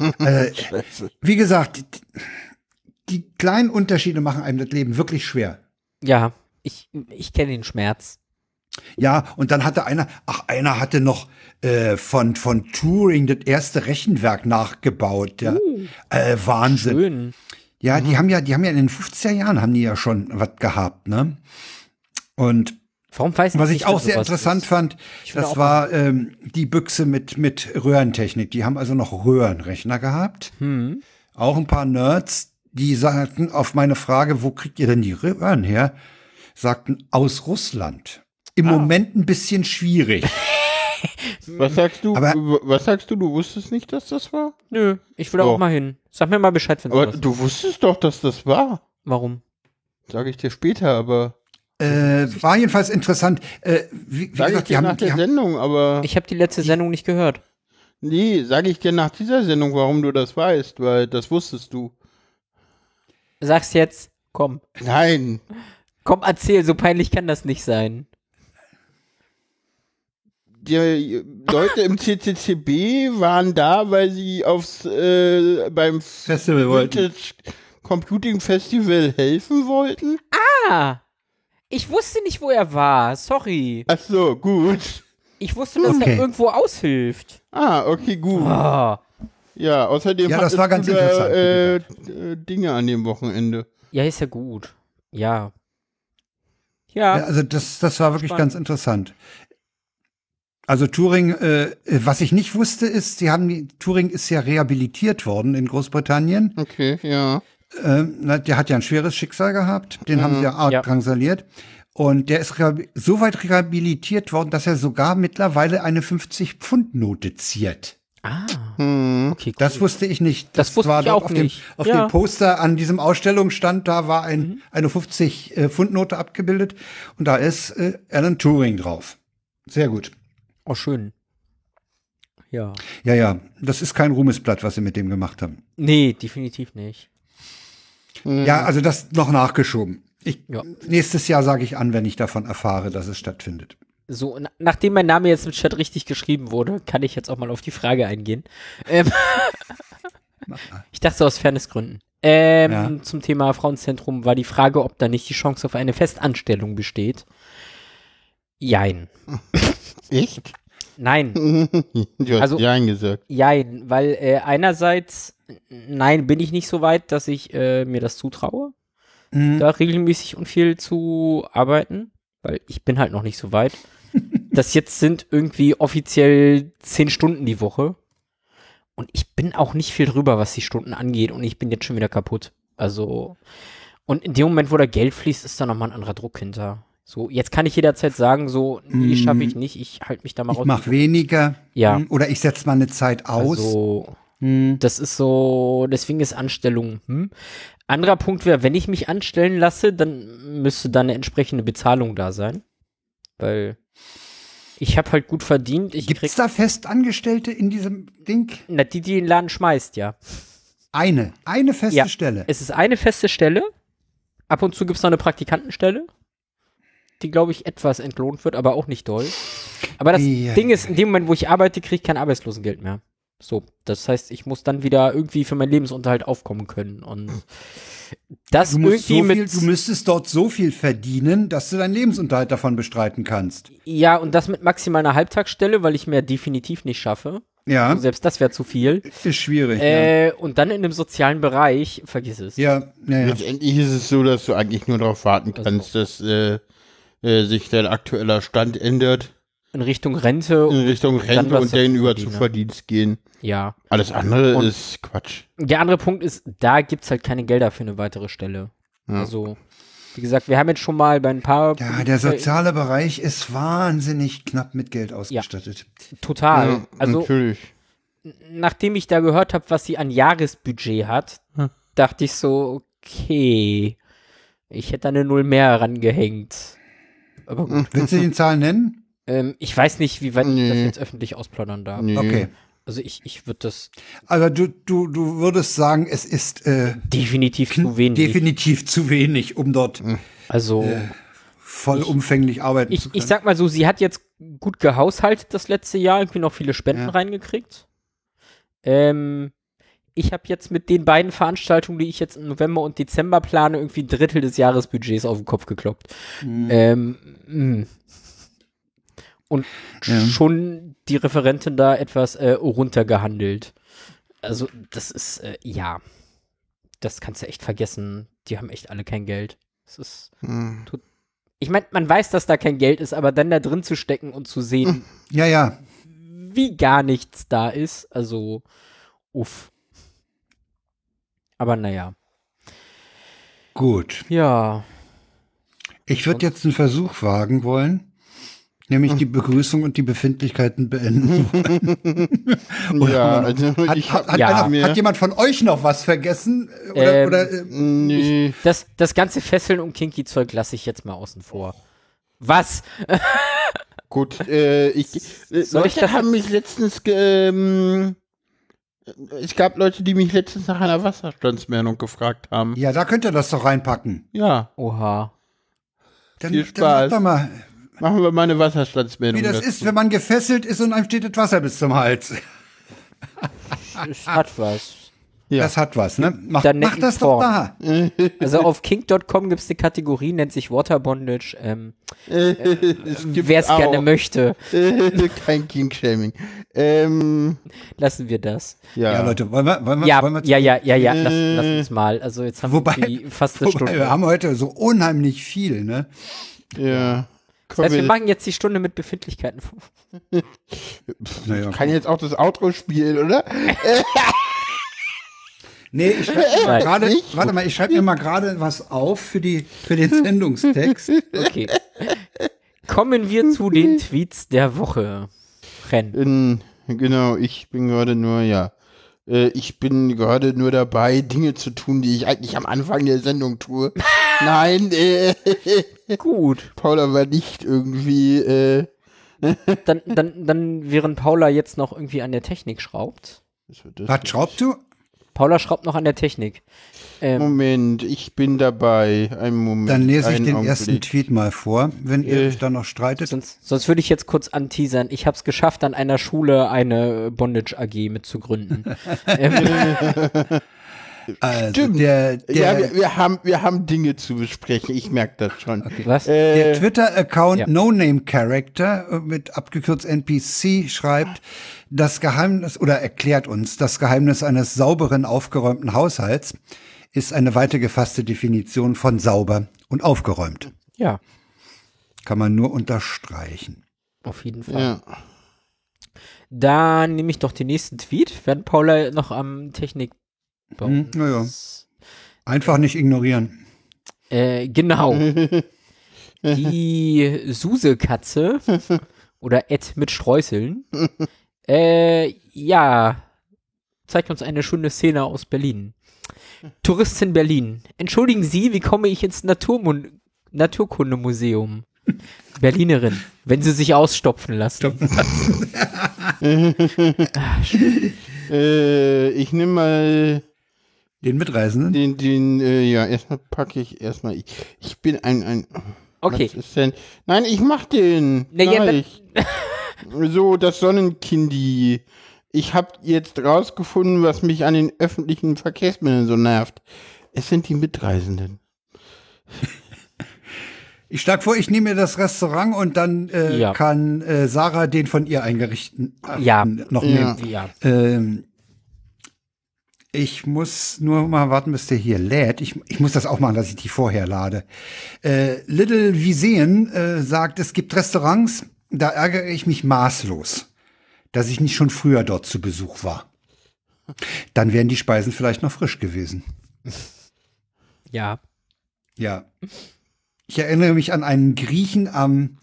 Speaker 1: äh, wie gesagt, die, die kleinen Unterschiede machen einem das Leben wirklich schwer.
Speaker 2: Ja, ich, ich kenne den Schmerz.
Speaker 1: Ja, und dann hatte einer, ach, einer hatte noch äh, von, von Turing das erste Rechenwerk nachgebaut. Ja. Äh, Wahnsinn.
Speaker 2: Schön.
Speaker 1: Ja, die haben ja, die haben ja in den 50er Jahren haben die ja schon was gehabt, ne? Und
Speaker 2: Warum weiß ich
Speaker 1: was
Speaker 2: nicht,
Speaker 1: ich auch
Speaker 2: dass
Speaker 1: sehr
Speaker 2: sowas
Speaker 1: interessant
Speaker 2: ist?
Speaker 1: fand,
Speaker 2: Ich will
Speaker 1: das
Speaker 2: auch
Speaker 1: war ähm, die Büchse mit, mit Röhrentechnik. Die haben also noch Röhrenrechner gehabt. Auch ein paar Nerds, die sagten auf meine Frage, wo kriegt ihr denn die Röhren her? Sagten aus Russland. Im Moment ein bisschen schwierig.
Speaker 3: Was sagst du?
Speaker 1: Aber-
Speaker 3: W- was sagst du? Du wusstest nicht, dass das war?
Speaker 2: Nö, ich will
Speaker 3: Oh.
Speaker 2: auch mal hin. Sag mir mal Bescheid, wenn
Speaker 3: Aber
Speaker 2: du
Speaker 3: du wusstest doch, dass das war.
Speaker 2: Warum?
Speaker 3: Sage ich dir später, aber.
Speaker 1: Äh, war jedenfalls interessant. Äh, wie, wie
Speaker 3: Sage ich
Speaker 1: gesagt, die
Speaker 3: dir nach
Speaker 1: haben,
Speaker 3: der
Speaker 1: die haben
Speaker 3: Sendung, aber.
Speaker 2: Ich habe die letzte Sendung nicht gehört.
Speaker 3: Nee, sage ich dir nach dieser Sendung, warum du das weißt, weil das wusstest du.
Speaker 2: Sag's jetzt. Komm.
Speaker 3: Nein.
Speaker 2: Komm, erzähl, so peinlich kann das nicht sein.
Speaker 3: Die Leute im CCCB waren da, weil sie aufs äh, beim
Speaker 1: Festival wollten.
Speaker 3: Vintage Computing Festival helfen wollten.
Speaker 2: Ah! Ich wusste nicht, wo er war. Sorry.
Speaker 3: Ach so, gut.
Speaker 2: Ich wusste, dass
Speaker 1: Okay.
Speaker 2: er irgendwo aushilft.
Speaker 3: Ah, okay, gut.
Speaker 2: Ah.
Speaker 3: Ja, außerdem
Speaker 1: Ja, das
Speaker 3: hattest
Speaker 1: war ganz
Speaker 3: du da, äh,
Speaker 1: interessant,
Speaker 3: äh, Dinge an dem Wochenende.
Speaker 2: Ja, ist ja gut. Ja.
Speaker 1: Ja,
Speaker 2: Ja.
Speaker 1: also das, das war wirklich
Speaker 2: Spannend.
Speaker 1: ganz interessant. Also Turing, äh, was ich nicht wusste, ist, sie haben die, Turing ist ja rehabilitiert worden in Großbritannien.
Speaker 3: Okay, ja.
Speaker 1: Ähm, na, der hat ja ein schweres Schicksal gehabt, den haben sie ja arg
Speaker 2: Ja.
Speaker 1: drangsaliert. Und der ist rehabi- so weit rehabilitiert worden, dass er sogar mittlerweile eine 50-Pfund-Note ziert.
Speaker 2: Ah,
Speaker 3: Hm.
Speaker 2: okay, cool.
Speaker 1: Das wusste ich nicht.
Speaker 2: Das wusste ich
Speaker 1: dort
Speaker 2: auch
Speaker 1: auf
Speaker 2: nicht.
Speaker 1: Dem, auf
Speaker 2: Ja. Mhm.
Speaker 1: dem Poster an diesem Ausstellungsstand, da war ein, eine 50-Pfund-Note abgebildet und da ist äh, Alan Turing drauf. Sehr gut.
Speaker 2: oh, schön. Ja.
Speaker 1: Ja, ja, das ist kein Ruhmesblatt, was sie mit dem gemacht haben.
Speaker 2: Nee, definitiv nicht.
Speaker 1: Ja, also das noch nachgeschoben. Ich,
Speaker 2: Mhm. Ja.
Speaker 1: Nächstes Jahr sage ich an, wenn ich davon erfahre, dass es stattfindet.
Speaker 2: So, na, nachdem mein Name jetzt im Chat richtig geschrieben wurde, kann ich jetzt auch mal auf die Frage eingehen. Ähm, ich dachte so aus Fairnessgründen. Ähm,
Speaker 1: Ja.
Speaker 2: Zum Thema Frauenzentrum war die Frage, ob da nicht die Chance auf eine Festanstellung besteht. Jein.
Speaker 3: Echt?
Speaker 2: Nein.
Speaker 3: Du hast
Speaker 2: Also-
Speaker 3: ja gesagt.
Speaker 2: Jein, weil äh, einerseits, n- nein, bin ich nicht so weit, dass ich äh, mir das zutraue,
Speaker 1: Hm,
Speaker 2: da regelmäßig und viel zu arbeiten, weil ich bin halt noch nicht so weit. das jetzt sind irgendwie offiziell zehn Stunden die Woche und ich bin auch nicht viel drüber, was die Stunden angeht und ich bin jetzt schon wieder kaputt. Also, und in dem Moment, wo da Geld fließt, ist da nochmal ein anderer Druck hinter. So, jetzt kann ich jederzeit sagen, so, nee, schaffe ich nicht, ich halte mich da
Speaker 1: Mm.
Speaker 2: mal
Speaker 1: Ich
Speaker 2: raus.
Speaker 1: mach weniger.
Speaker 2: Ja.
Speaker 1: Hm, Oder ich setze mal eine Zeit aus.
Speaker 2: Also,
Speaker 1: Hm.
Speaker 2: das ist so, deswegen ist Anstellung. Hm? Anderer Punkt wäre, wenn ich mich anstellen lasse, dann müsste da eine entsprechende Bezahlung da sein. Weil ich habe halt gut verdient. Ich
Speaker 1: Gibt
Speaker 2: krieg.
Speaker 1: es da Festangestellte in diesem Ding?
Speaker 2: Na, die, die den Laden schmeißt, ja.
Speaker 1: Eine. Eine feste
Speaker 2: Ja.
Speaker 1: Stelle.
Speaker 2: Es ist eine feste Stelle. Ab und zu gibt es noch eine Praktikantenstelle, die, glaube ich, etwas entlohnt wird, aber auch nicht doll. Aber das
Speaker 1: Ja.
Speaker 2: Ding ist, in dem Moment, wo ich arbeite, kriege ich kein Arbeitslosengeld mehr. So, das heißt, ich muss dann wieder irgendwie für meinen Lebensunterhalt aufkommen können. Und das
Speaker 1: Du, musst
Speaker 2: irgendwie
Speaker 1: so viel,
Speaker 2: mit.
Speaker 1: du müsstest dort so viel verdienen, dass du deinen Lebensunterhalt davon bestreiten kannst.
Speaker 2: ja, und das mit maximal einer Halbtagsstelle, weil ich mehr definitiv nicht schaffe.
Speaker 1: Ja,
Speaker 2: Selbst das wäre zu viel.
Speaker 1: ist schwierig. ne?
Speaker 2: Äh, und dann in dem sozialen Bereich, vergiss es.
Speaker 1: ja, ja, ja. ja.
Speaker 3: Letztendlich ist es so, dass du eigentlich nur darauf warten
Speaker 2: Also-
Speaker 3: kannst, dass äh, äh, sich dein aktueller Stand ändert
Speaker 2: In Richtung Rente.
Speaker 3: in Richtung Rente
Speaker 2: was
Speaker 3: und dann
Speaker 2: dazu
Speaker 3: über zu
Speaker 2: verdienen.
Speaker 3: Verdienst gehen.
Speaker 2: Ja.
Speaker 3: Alles andere
Speaker 2: Und-
Speaker 3: ist Quatsch.
Speaker 2: Der andere Punkt ist, da gibt es halt keine Gelder für eine weitere Stelle.
Speaker 3: Ja.
Speaker 2: Also, wie gesagt, wir haben jetzt schon mal bei ein paar. äh,
Speaker 1: Ja, der soziale Bereich ist wahnsinnig knapp mit Geld ausgestattet.
Speaker 2: Total.
Speaker 3: Ja,
Speaker 2: also,
Speaker 3: natürlich.
Speaker 2: nachdem ich da gehört habe, was sie an Jahresbudget hat,
Speaker 3: Hm.
Speaker 2: dachte ich so, okay, ich hätte da eine Null mehr rangehängt. Aber gut.
Speaker 1: Willst du den Zahlen nennen?
Speaker 2: Ähm, ich weiß nicht, wie weit ich das
Speaker 3: Hm. Nee.
Speaker 2: jetzt öffentlich ausplaudern darf.
Speaker 3: Nee.
Speaker 1: Okay.
Speaker 2: Also, ich, ich würde das
Speaker 1: Also du, du, du würdest sagen, es ist äh,
Speaker 2: definitiv zu wenig.
Speaker 1: definitiv zu wenig, um dort äh,
Speaker 2: Also.
Speaker 1: vollumfänglich arbeiten zu
Speaker 2: ich,
Speaker 1: können.
Speaker 2: ich sag mal so, sie hat jetzt gut gehaushaltet das letzte Jahr, irgendwie noch viele Spenden
Speaker 1: Ja.
Speaker 2: reingekriegt. Ähm, ich habe jetzt mit den beiden Veranstaltungen, die ich jetzt im November und Dezember plane, irgendwie ein Drittel des Jahresbudgets auf den Kopf gekloppt.
Speaker 1: Mhm.
Speaker 2: Ähm, mh. und
Speaker 1: Ja.
Speaker 2: schon die Referentin da etwas äh, runtergehandelt. Also, das ist, äh, ja. Das kannst du echt vergessen. Die haben echt alle kein Geld. Das ist.
Speaker 3: Hm.
Speaker 2: Ich meine, man weiß, dass da kein Geld ist, aber dann da drin zu stecken und zu sehen,
Speaker 1: ja, ja. Hm.
Speaker 2: wie gar nichts da ist, also uff. Aber naja.
Speaker 1: Gut.
Speaker 2: Ja.
Speaker 1: Ich würde jetzt einen Versuch wagen wollen,
Speaker 2: Hm.
Speaker 1: nämlich die Begrüßung und die Befindlichkeiten beenden.
Speaker 3: Ja, also
Speaker 1: Hat,
Speaker 3: ich
Speaker 1: hat,
Speaker 3: hab
Speaker 1: hat,
Speaker 2: Ja.
Speaker 1: einer,
Speaker 3: mir-
Speaker 1: hat jemand von euch noch was vergessen? Oder,
Speaker 2: Ähm,
Speaker 1: oder äh,
Speaker 3: Nee.
Speaker 2: Das, das ganze Fesseln und Kinky-Zeug lasse ich jetzt mal außen vor. Was?
Speaker 3: Gut, äh, ich, äh,
Speaker 2: Soll ich
Speaker 3: Leute
Speaker 2: das-
Speaker 3: haben mich letztens, ge- ähm, es gab Leute, die mich letztens nach einer Wasserstandsmeldung gefragt haben.
Speaker 1: ja, da könnt ihr das doch reinpacken.
Speaker 3: Ja,
Speaker 2: Oha.
Speaker 1: Dann,
Speaker 3: Viel
Speaker 1: dann
Speaker 3: Spaß.
Speaker 1: sag doch mal,
Speaker 3: machen wir mal eine Wasserstandsmeldung.
Speaker 1: wie das
Speaker 3: dazu.
Speaker 1: ist, wenn man gefesselt ist und einem steht das Wasser bis zum Hals.
Speaker 2: Es hat was.
Speaker 3: Ja.
Speaker 1: Das hat was, ne? Mach,
Speaker 2: Dann
Speaker 1: mach
Speaker 2: netten
Speaker 1: das doch
Speaker 2: Form.
Speaker 1: da.
Speaker 2: Also auf kink.com gibt es eine Kategorie, nennt sich Water Bondage. Ähm,
Speaker 3: Äh, es gibt
Speaker 2: Wer es
Speaker 3: auch,
Speaker 2: Ähm,
Speaker 3: äh,
Speaker 2: gerne möchte,
Speaker 3: Kein King-Shaming. Ähm,
Speaker 2: lassen wir das.
Speaker 3: ja.
Speaker 1: Ja, Leute, wollen wir, wollen wir,
Speaker 2: Ja,
Speaker 1: wollen wir Äh.
Speaker 2: ja, ja, ja, ja, lass, lass uns mal. Also jetzt haben
Speaker 1: Wobei-
Speaker 2: wir irgendwie fast eine
Speaker 1: Wobei,
Speaker 2: Stunde.
Speaker 1: wir haben heute so unheimlich viel, ne?
Speaker 3: Ja. Komm,
Speaker 2: Das heißt, Also wir
Speaker 3: wir-
Speaker 2: machen jetzt die Stunde mit Befindlichkeiten.
Speaker 1: Naja.
Speaker 3: kann jetzt auch das Outro spielen, oder?
Speaker 1: Nee, ich schreibe mir mal
Speaker 2: Nein.
Speaker 1: gerade,
Speaker 3: Nicht?
Speaker 1: warte mal, ich schreibe mir mal gerade was auf für die, für den Sendungstext.
Speaker 2: Okay. Kommen wir zu den Tweets der Woche. Ren.
Speaker 3: In, genau, ich bin gerade nur, ja. Äh, Ich bin gerade nur dabei, Dinge zu tun, die ich eigentlich am Anfang der Sendung tue. Nein, äh,
Speaker 2: Gut.
Speaker 3: Paula war nicht irgendwie, äh,
Speaker 2: Dann, dann, dann, während Paula jetzt noch irgendwie an der Technik schraubt.
Speaker 3: was war das
Speaker 1: Was
Speaker 3: denn?
Speaker 1: schraubst du?
Speaker 2: Paula schraubt noch an der Technik. Ähm,
Speaker 3: Moment, ich bin dabei. Einen Moment.
Speaker 1: Dann lese ich
Speaker 3: einen
Speaker 1: den ersten
Speaker 3: Augenblick.
Speaker 1: Tweet mal vor, wenn ihr
Speaker 3: Äh.
Speaker 1: euch dann noch streitet.
Speaker 2: sonst, sonst würde ich jetzt kurz anteasern. Ich habe es geschafft, an einer Schule eine Bondage AG mitzugründen. ähm,
Speaker 1: Also
Speaker 3: Stimmt.
Speaker 1: der,
Speaker 3: Ja,
Speaker 1: der,
Speaker 3: wir, wir, haben, wir haben Dinge zu besprechen. Ich merke das schon.
Speaker 2: was?
Speaker 1: der
Speaker 3: Äh,
Speaker 1: Twitter-Account
Speaker 2: Ja.
Speaker 1: No Name Character äh, mit abgekürzt NPC schreibt das Geheimnis oder erklärt uns das Geheimnis eines sauberen aufgeräumten Haushalts ist eine weite gefasste Definition von sauber und aufgeräumt.
Speaker 2: ja,
Speaker 1: Kann man nur unterstreichen.
Speaker 2: auf jeden Fall.
Speaker 3: ja.
Speaker 2: Dann nehme ich doch den nächsten Tweet, während Paula noch am Technik
Speaker 1: Hm,
Speaker 3: Mhm,
Speaker 2: baut.
Speaker 1: naja, einfach nicht ignorieren.
Speaker 2: Äh, genau. Die Susekatze oder Ed mit Streuseln. Äh, ja, zeigt uns eine schöne Szene aus Berlin. Touristin Berlin. Entschuldigen Sie, wie komme ich ins Naturmun Naturkundemuseum? Berlinerin, wenn Sie sich ausstopfen lassen.
Speaker 3: Äh, ich nehme mal
Speaker 1: Den Mitreisenden.
Speaker 3: den, den, äh, ja, erstmal packe ich erstmal. Ich, ich bin ein, ein.
Speaker 2: Okay.
Speaker 3: Was ist denn? Nein, ich mach den.
Speaker 2: Na ja, dann-
Speaker 3: Gleich. so, das Sonnenkindi. Ich habe jetzt rausgefunden, was mich an den öffentlichen Verkehrsmitteln so nervt. Es sind die Mitreisenden.
Speaker 1: Ich schlage vor, ich nehme mir das Restaurant und dann äh,
Speaker 2: Ja.
Speaker 1: kann äh, Sarah den von ihr eingerichten
Speaker 2: Ja.
Speaker 1: noch
Speaker 3: Ja.
Speaker 1: nehmen.
Speaker 2: Ja.
Speaker 1: Ähm, ich muss nur mal warten, bis der hier lädt. Ich, ich muss das auch machen, dass ich die vorher lade. Äh, Little Viseen äh, sagt, es gibt Restaurants, da ärgere ich mich maßlos, dass ich nicht schon früher dort zu Besuch war. Dann wären die Speisen vielleicht noch frisch gewesen.
Speaker 2: Ja.
Speaker 1: Ja. Ich erinnere mich an einen Griechen am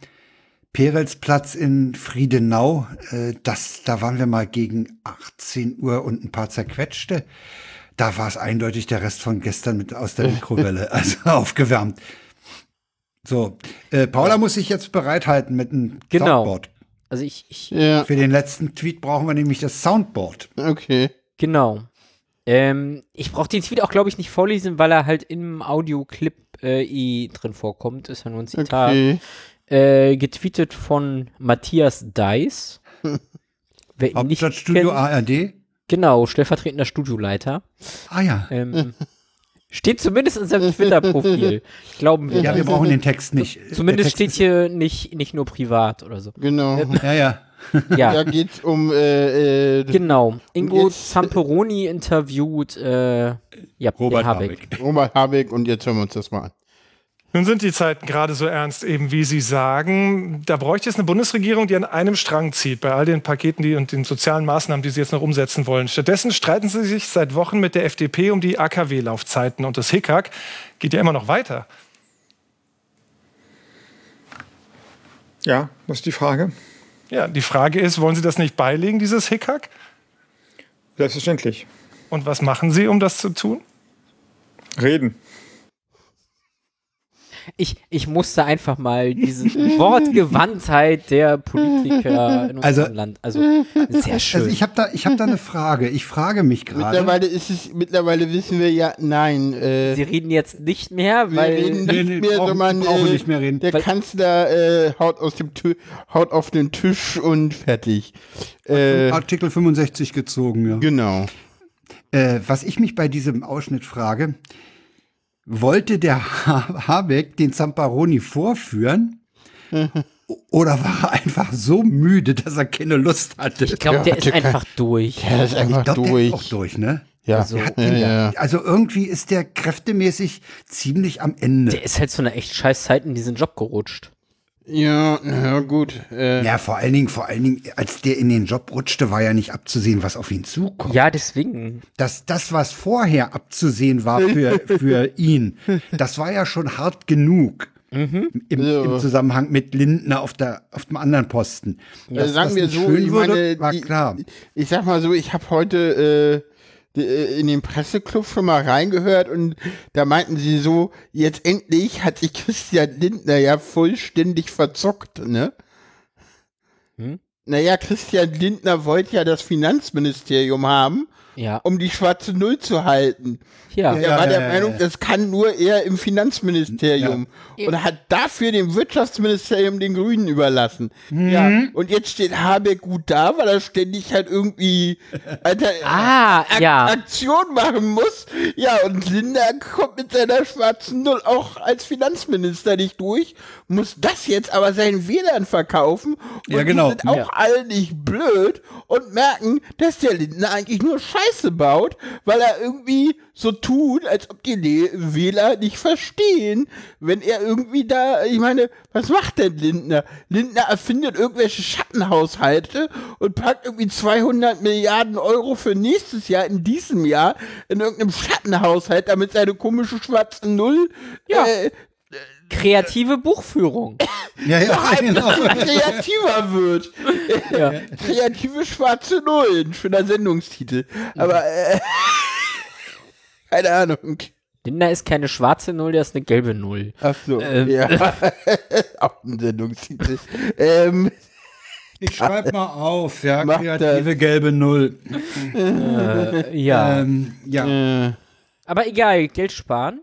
Speaker 1: Perelsplatz in Friedenau. Äh, Das, da waren wir mal gegen 18 Uhr und ein paar zerquetschte. Da war es eindeutig der Rest von gestern mit aus der Mikrowelle, also aufgewärmt. So, äh, Paula muss sich jetzt bereithalten mit einem
Speaker 2: Genau.
Speaker 1: Soundboard.
Speaker 2: Also ich, ich
Speaker 3: Ja,
Speaker 1: Für den letzten Tweet brauchen wir nämlich das Soundboard.
Speaker 3: okay.
Speaker 2: Genau. Ähm, ich brauche den Tweet auch, glaube ich, nicht vorlesen, weil er halt im Audioclip äh, eh drin vorkommt. Ist ja nur ein Zitat.
Speaker 3: Okay.
Speaker 2: Äh, getweetet von Matthias Deiss. Wer ihn nicht
Speaker 1: Hauptstadtstudio
Speaker 2: kennt,
Speaker 1: ARD.
Speaker 2: Genau, stellvertretender Studioleiter.
Speaker 1: Ah ja.
Speaker 2: Ähm, steht zumindest in seinem Twitter-Profil. Glauben wir.
Speaker 1: Ja, wir
Speaker 2: mal.
Speaker 1: brauchen den Text nicht.
Speaker 2: zumindest
Speaker 1: Der
Speaker 2: steht
Speaker 1: Text
Speaker 2: hier nicht, nicht nur privat oder so.
Speaker 3: Genau.
Speaker 1: ist- Ja, ja.
Speaker 2: Ja,
Speaker 3: Da geht's um äh, äh, das-
Speaker 2: genau. Ingo
Speaker 3: Jetzt-
Speaker 2: Zamperoni interviewt äh, ja,
Speaker 1: Robert
Speaker 2: den Habeck.
Speaker 1: Habeck.
Speaker 3: Robert Habeck und jetzt hören wir uns das mal an.
Speaker 4: Nun sind die Zeiten gerade so ernst, eben wie Sie sagen. Da bräuchte es eine Bundesregierung, die an einem Strang zieht bei all den Paketen die, und den sozialen Maßnahmen, die Sie jetzt noch umsetzen wollen. Stattdessen streiten Sie sich seit Wochen mit der FDP um die AKW-Laufzeiten. Und das Hickhack geht ja immer noch weiter.
Speaker 5: Ja, das ist die Frage.
Speaker 4: Ja, die Frage ist, wollen Sie das nicht beilegen, dieses Hickhack?
Speaker 5: Selbstverständlich.
Speaker 4: Und was machen Sie, um das zu tun?
Speaker 5: Reden.
Speaker 2: Ich, ich musste einfach mal diese Wortgewandtheit der Politiker in unserem
Speaker 1: Also-
Speaker 2: Land. Also sehr schön.
Speaker 1: Also ich habe da, ich habe da eine Frage. Ich frage mich gerade.
Speaker 3: Mittlerweile ist es, mittlerweile wissen wir ja, nein, äh,
Speaker 2: Sie reden jetzt nicht mehr,
Speaker 3: wir reden
Speaker 2: weil
Speaker 3: nicht
Speaker 1: Nee, nee,
Speaker 3: mehr,
Speaker 1: brauchen-
Speaker 3: sondern
Speaker 1: brauchen
Speaker 3: äh,
Speaker 1: nicht mehr reden.
Speaker 3: der
Speaker 2: Weil-
Speaker 3: Kanzler äh, haut aus dem Tü haut auf den Tisch und fertig. Äh,
Speaker 1: Artikel 65 gezogen. Ja.
Speaker 3: genau.
Speaker 1: Äh, was ich mich bei diesem Ausschnitt frage: Wollte der ha Habeck den Zamparoni vorführen? Oder war er einfach so müde, dass er keine Lust hatte?
Speaker 2: ich glaube, der ist
Speaker 3: der kann-
Speaker 2: einfach durch.
Speaker 3: Er ist einfach
Speaker 1: glaub, der ist auch
Speaker 3: durch.
Speaker 1: durch, ne?
Speaker 3: Ja,
Speaker 2: Also-
Speaker 3: ja, ja.
Speaker 1: Also irgendwie ist der kräftemäßig ziemlich am Ende.
Speaker 2: Der ist halt zu einer echt scheiß Zeit in diesen Job gerutscht.
Speaker 3: Ja, na gut. Äh,
Speaker 1: Ja, vor allen Dingen, vor allen Dingen, als der in den Job rutschte, war ja nicht abzusehen, was auf ihn zukommt.
Speaker 2: Ja, deswegen.
Speaker 1: dass das, was vorher abzusehen war für, für ihn, das war ja schon hart genug. Im, Im Zusammenhang mit Lindner auf, der, auf dem anderen Posten. Dass
Speaker 3: Also sagen
Speaker 1: das
Speaker 3: wir
Speaker 1: nicht
Speaker 3: so,
Speaker 1: schön
Speaker 3: ich
Speaker 1: würde,
Speaker 3: meine,
Speaker 1: war
Speaker 3: die-
Speaker 1: klar.
Speaker 3: Ich sag mal so, ich habe heute äh, d- äh, in den Presseclub schon mal reingehört und da meinten sie so, jetzt endlich hat sich Christian Lindner ja vollständig verzockt, ne?
Speaker 2: Hm?
Speaker 3: Naja, Christian Lindner wollte ja das Finanzministerium haben,
Speaker 2: Ja.
Speaker 3: um die schwarze Null zu halten.
Speaker 2: Ja.
Speaker 3: Und er war
Speaker 1: ja,
Speaker 3: der
Speaker 1: ja,
Speaker 3: Meinung,
Speaker 1: ja.
Speaker 3: das kann nur er im Finanzministerium. Und hat dafür dem Wirtschaftsministerium den Grünen überlassen.
Speaker 1: Mhm.
Speaker 3: Ja. Und jetzt steht Habeck gut da, weil er ständig halt irgendwie Alter,
Speaker 2: Ah,
Speaker 3: Ak-
Speaker 2: ja.
Speaker 3: Aktion machen muss. Ja, und Linda kommt mit seiner schwarzen Null auch als Finanzminister nicht durch, muss das jetzt aber seinen Wählern verkaufen. Und
Speaker 1: Ja, genau.
Speaker 3: Die sind auch
Speaker 2: Ja.
Speaker 3: alle nicht blöd und merken, dass der Lindner eigentlich nur Scheiße baut, weil er irgendwie so tut, als ob die Le Wähler nicht verstehen, wenn er irgendwie da, ich meine, was macht denn Lindner? Lindner erfindet irgendwelche Schattenhaushalte und packt irgendwie 200 Milliarden Euro für nächstes Jahr in diesem Jahr in irgendeinem Schattenhaushalt, damit seine komische schwarze Null
Speaker 2: Ja.
Speaker 3: äh,
Speaker 2: Kreative Buchführung.
Speaker 1: Ja, ja, genau.
Speaker 3: kreativer wird.
Speaker 2: Ja.
Speaker 3: Kreative schwarze Null, ein schöner Sendungstitel. Aber äh, keine Ahnung.
Speaker 2: Linda ist keine schwarze Null, der ist eine gelbe Null.
Speaker 3: Ach so,
Speaker 1: Ähm.
Speaker 3: ja. Auch ein Sendungstitel. ähm,
Speaker 1: Ich schreib mal auf, ja,
Speaker 3: Mach
Speaker 1: kreative gelbe Null.
Speaker 2: Ja.
Speaker 1: Ähm, ja.
Speaker 2: Aber egal, Geld sparen.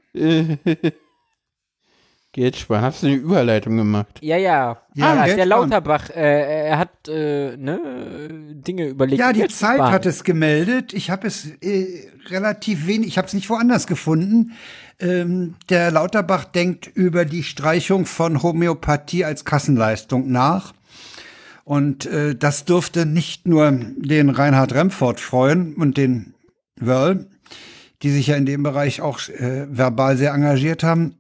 Speaker 3: Geld sparen. Hast du eine Überleitung gemacht?
Speaker 2: Ja, ja.
Speaker 1: Ja,
Speaker 2: ah,
Speaker 1: Geld
Speaker 2: der
Speaker 1: sparen.
Speaker 2: Lauterbach, äh, er hat äh, ne, äh, Dinge überlegt.
Speaker 1: ja, die
Speaker 2: Geld zu
Speaker 1: Zeit
Speaker 2: sparen.
Speaker 1: hat es gemeldet. Ich habe es äh, relativ wenig, ich habe es nicht woanders gefunden. Ähm, der Lauterbach denkt über die Streichung von Homöopathie als Kassenleistung nach. Und äh, das dürfte nicht nur den Reinhard Remford freuen und den Wörl, die sich ja in dem Bereich auch äh, verbal sehr engagiert haben.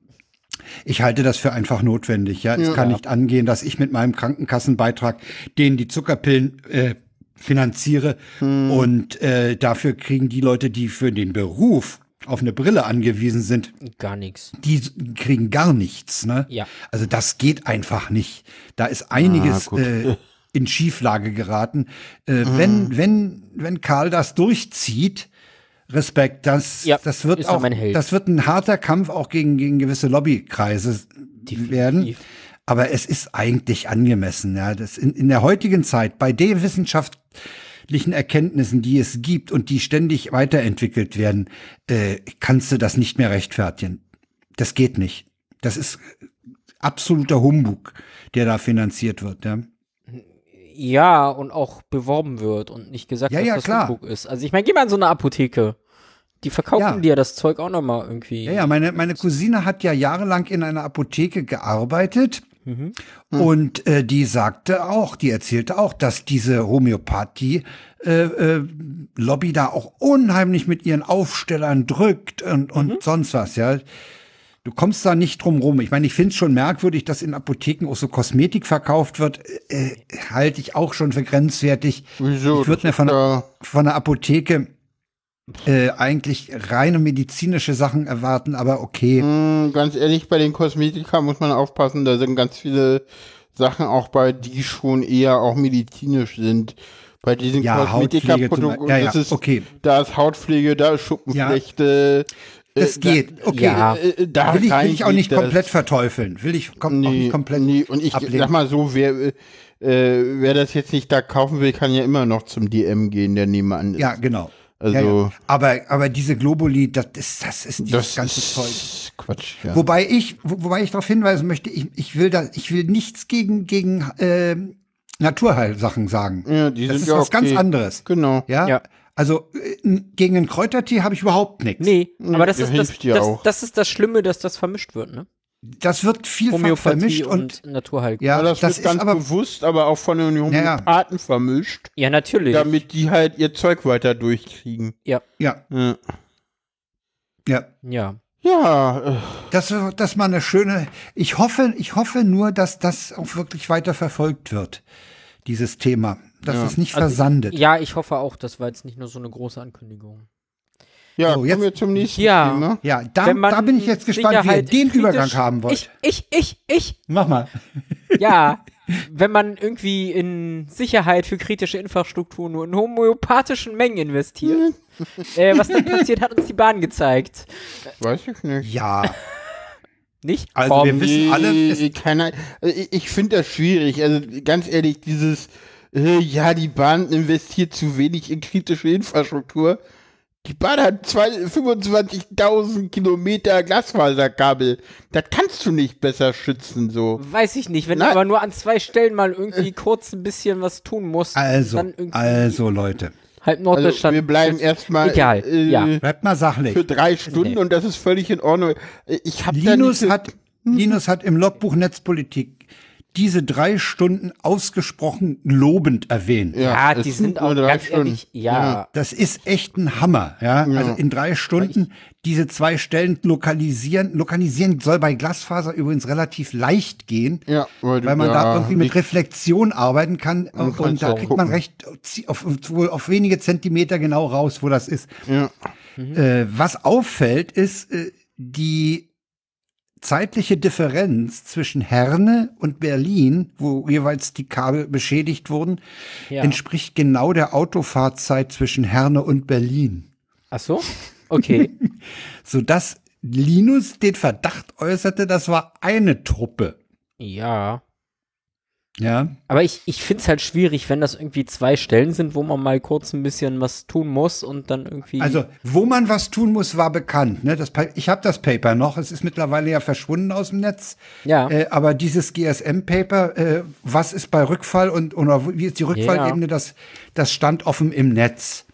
Speaker 1: Ich halte das für einfach notwendig. Ja, es kann nicht angehen, dass ich mit meinem Krankenkassenbeitrag denen die Zuckerpillen äh, finanziere und äh, dafür kriegen die Leute, die für den Beruf auf eine Brille angewiesen sind,
Speaker 2: Gar nichts.
Speaker 1: die s- kriegen gar nichts. Ne?
Speaker 2: Ja.
Speaker 1: Also das geht einfach nicht. Da ist einiges äh, in Schieflage geraten. Äh, Wenn wenn wenn Karl das durchzieht, Respekt, das
Speaker 2: Ja,
Speaker 1: das wird
Speaker 2: ist er
Speaker 1: auch
Speaker 2: mein Held.
Speaker 1: das wird ein harter Kampf auch gegen gegen gewisse Lobbykreise werden. Aber es ist eigentlich angemessen. Ja, das in, in der heutigen Zeit bei der wissenschaftlichen Erkenntnissen, die es gibt und die ständig weiterentwickelt werden, äh, kannst du das nicht mehr rechtfertigen. Das geht nicht. Das ist absoluter Humbug, der da finanziert wird. Ja,
Speaker 2: Ja, und auch beworben wird und nicht gesagt,
Speaker 1: Ja,
Speaker 2: dass
Speaker 1: ja,
Speaker 2: das
Speaker 1: klar.
Speaker 2: Humbug ist. Also ich meine, geh mal in so eine Apotheke. Die verkaufen
Speaker 1: Ja.
Speaker 2: dir das Zeug auch nochmal irgendwie.
Speaker 1: ja, ja meine, meine Cousine hat ja jahrelang in einer Apotheke gearbeitet. Und äh, die sagte auch, die erzählte auch, dass diese Homöopathie äh, äh, Lobby da auch unheimlich mit ihren Aufstellern drückt und, und sonst was, ja. Du kommst da nicht drum rum. Ich meine, ich finde es schon merkwürdig, dass in Apotheken auch so Kosmetik verkauft wird. Äh, äh, halte ich auch schon für grenzwertig.
Speaker 3: Wieso?
Speaker 1: Ich würde mir von,
Speaker 3: Ja.
Speaker 1: von der Apotheke äh, eigentlich reine medizinische Sachen erwarten, aber okay.
Speaker 3: Mm, Ganz ehrlich, bei den Kosmetika muss man aufpassen, da sind ganz viele Sachen auch bei, die schon eher auch medizinisch sind. Bei diesen
Speaker 1: Ja, Hautpflege zum
Speaker 3: Kosmetika-Produkten,
Speaker 1: Beispiel. Ja, ja,
Speaker 3: das ist,
Speaker 1: okay.
Speaker 3: da ist Hautpflege, da ist Schuppenflechte. äh,
Speaker 1: Es geht, okay.
Speaker 2: ja.
Speaker 3: äh, äh, da
Speaker 1: will, ich, will ich auch
Speaker 3: rein
Speaker 1: nicht
Speaker 3: geht das.
Speaker 1: komplett verteufeln. Will ich kom auch nicht komplett
Speaker 3: nee. Und ich
Speaker 1: ablehnen.
Speaker 3: sag mal so, wer, äh, äh, wer das jetzt nicht da kaufen will, kann ja immer noch zum DM gehen, der nebenan ist.
Speaker 1: Ja, genau.
Speaker 3: Also-
Speaker 1: ja, ja. Aber, aber diese Globuli, das ist, das ist dieses
Speaker 3: das
Speaker 1: ganze
Speaker 3: ist
Speaker 1: Zeug.
Speaker 3: Quatsch. Ja.
Speaker 1: Wobei ich, wo, wobei ich darauf hinweisen möchte, ich, ich will da, ich will nichts gegen, gegen äh, Naturheilsachen sagen.
Speaker 3: Ja, die
Speaker 1: das
Speaker 3: sind
Speaker 1: ist
Speaker 3: ja
Speaker 1: was ganz
Speaker 3: okay.
Speaker 1: anderes.
Speaker 3: genau.
Speaker 1: Ja.
Speaker 2: Ja.
Speaker 1: Also äh, n- gegen einen Kräutertee habe ich überhaupt nichts.
Speaker 2: Nee, aber das
Speaker 3: Ja,
Speaker 2: ist das,
Speaker 3: hilft dir
Speaker 2: das,
Speaker 3: auch.
Speaker 2: das ist das Schlimme, dass das vermischt wird, ne?
Speaker 1: Das wird vielfach
Speaker 2: Homöopathie
Speaker 1: vermischt und,
Speaker 2: und, Naturheilkunde.
Speaker 1: ja,
Speaker 3: Ja,
Speaker 1: das,
Speaker 3: das, wird
Speaker 1: ist
Speaker 3: ganz
Speaker 1: aber
Speaker 3: bewusst, aber auch von den
Speaker 1: ja.
Speaker 3: Homöopathen vermischt,
Speaker 2: Ja, natürlich.
Speaker 3: damit die halt ihr Zeug weiter durchkriegen.
Speaker 2: ja,
Speaker 1: ja,
Speaker 3: Ja.
Speaker 1: ja.
Speaker 2: ja.
Speaker 3: Ja, äh,
Speaker 1: Das, das mal eine schöne. Ich hoffe, ich hoffe nur, dass das auch wirklich weiter verfolgt wird, dieses Thema. Dass es nicht versandet.
Speaker 2: also, Ja, ich hoffe auch, das war jetzt nicht nur so eine große Ankündigung.
Speaker 3: ja
Speaker 1: So,
Speaker 3: kommen
Speaker 1: jetzt-
Speaker 3: wir zum nächsten
Speaker 2: Ja.
Speaker 3: Thema.
Speaker 1: ja, da,
Speaker 2: Wenn man
Speaker 1: da bin ich jetzt gespannt, wie ihr
Speaker 2: Sicherheit
Speaker 1: den
Speaker 2: kritisch-
Speaker 1: Übergang haben wollt.
Speaker 2: Ich, ich, ich, ich.
Speaker 1: Mach mal.
Speaker 2: Ja, wenn man irgendwie in Sicherheit für kritische Infrastruktur nur in homöopathischen Mengen investiert,
Speaker 3: Mhm.
Speaker 2: äh, was dann passiert, hat uns die Bahn gezeigt.
Speaker 3: Weiß ich nicht.
Speaker 1: Ja,
Speaker 2: Nicht?
Speaker 1: also wir wissen alle, es,
Speaker 3: Nee, keine, also ich ich finde das schwierig. Also ganz ehrlich, dieses, äh, ja, die Bahn investiert zu wenig in kritische Infrastruktur. Die Bahn hat zwei- 25.000 Kilometer Glasfaserkabel. Das kannst du nicht besser schützen so.
Speaker 2: Weiß ich nicht, wenn
Speaker 3: Nein.
Speaker 2: du aber nur an zwei Stellen mal irgendwie kurz ein bisschen was tun musst,
Speaker 1: also,
Speaker 2: dann irgendwie
Speaker 1: also Leute,
Speaker 2: halb
Speaker 3: Also
Speaker 2: Norddeutschland.
Speaker 3: wir bleiben erstmal
Speaker 2: Egal,
Speaker 3: äh,
Speaker 2: ja.
Speaker 1: bleibt mal
Speaker 3: für
Speaker 1: sachlich.
Speaker 3: drei Stunden und das ist völlig in Ordnung. Äh, Ich habe
Speaker 1: Linus
Speaker 3: da nicht,
Speaker 1: hat, Linus hat im Logbuch Netzpolitik diese drei Stunden ausgesprochen lobend erwähnt.
Speaker 2: ja,
Speaker 3: es
Speaker 2: die sind
Speaker 3: nur
Speaker 2: auch
Speaker 3: drei
Speaker 2: ganz ehrlich, ja.
Speaker 1: Das ist echt ein Hammer, ja. Also in drei Stunden diese zwei Stellen lokalisieren. Lokalisieren soll bei Glasfaser übrigens relativ leicht gehen,
Speaker 3: Ja, weil du
Speaker 1: weil man
Speaker 3: da
Speaker 1: da irgendwie mit
Speaker 3: nicht-
Speaker 1: Reflexion arbeiten kann und,
Speaker 3: kannst
Speaker 1: da
Speaker 3: auch
Speaker 1: kriegt man
Speaker 3: gucken.
Speaker 1: recht äh, zie- auf, wohl auf wenige Zentimeter genau raus, wo das ist.
Speaker 3: Ja.
Speaker 1: Äh, was auffällt, ist äh, die zeitliche Differenz zwischen Herne und Berlin, wo jeweils die Kabel beschädigt wurden,
Speaker 2: Ja.
Speaker 1: entspricht genau der Autofahrtzeit zwischen Herne und Berlin.
Speaker 2: Ach so? Okay.
Speaker 1: Sodass Linus den Verdacht äußerte, das war eine Truppe.
Speaker 2: ja.
Speaker 1: Ja.
Speaker 2: Aber ich, ich finde es halt schwierig, wenn das irgendwie zwei Stellen sind, wo man mal kurz ein bisschen was tun muss und dann irgendwie.
Speaker 1: Also, wo man was tun muss, war bekannt. Ne? Das, Pa- ich habe das Paper noch. Es ist mittlerweile ja verschwunden aus dem Netz.
Speaker 2: Ja.
Speaker 1: Äh, aber dieses GSM-Paper, äh, was ist bei Rückfall und oder wie ist die Rückfallebene, das, das stand offen im Netz.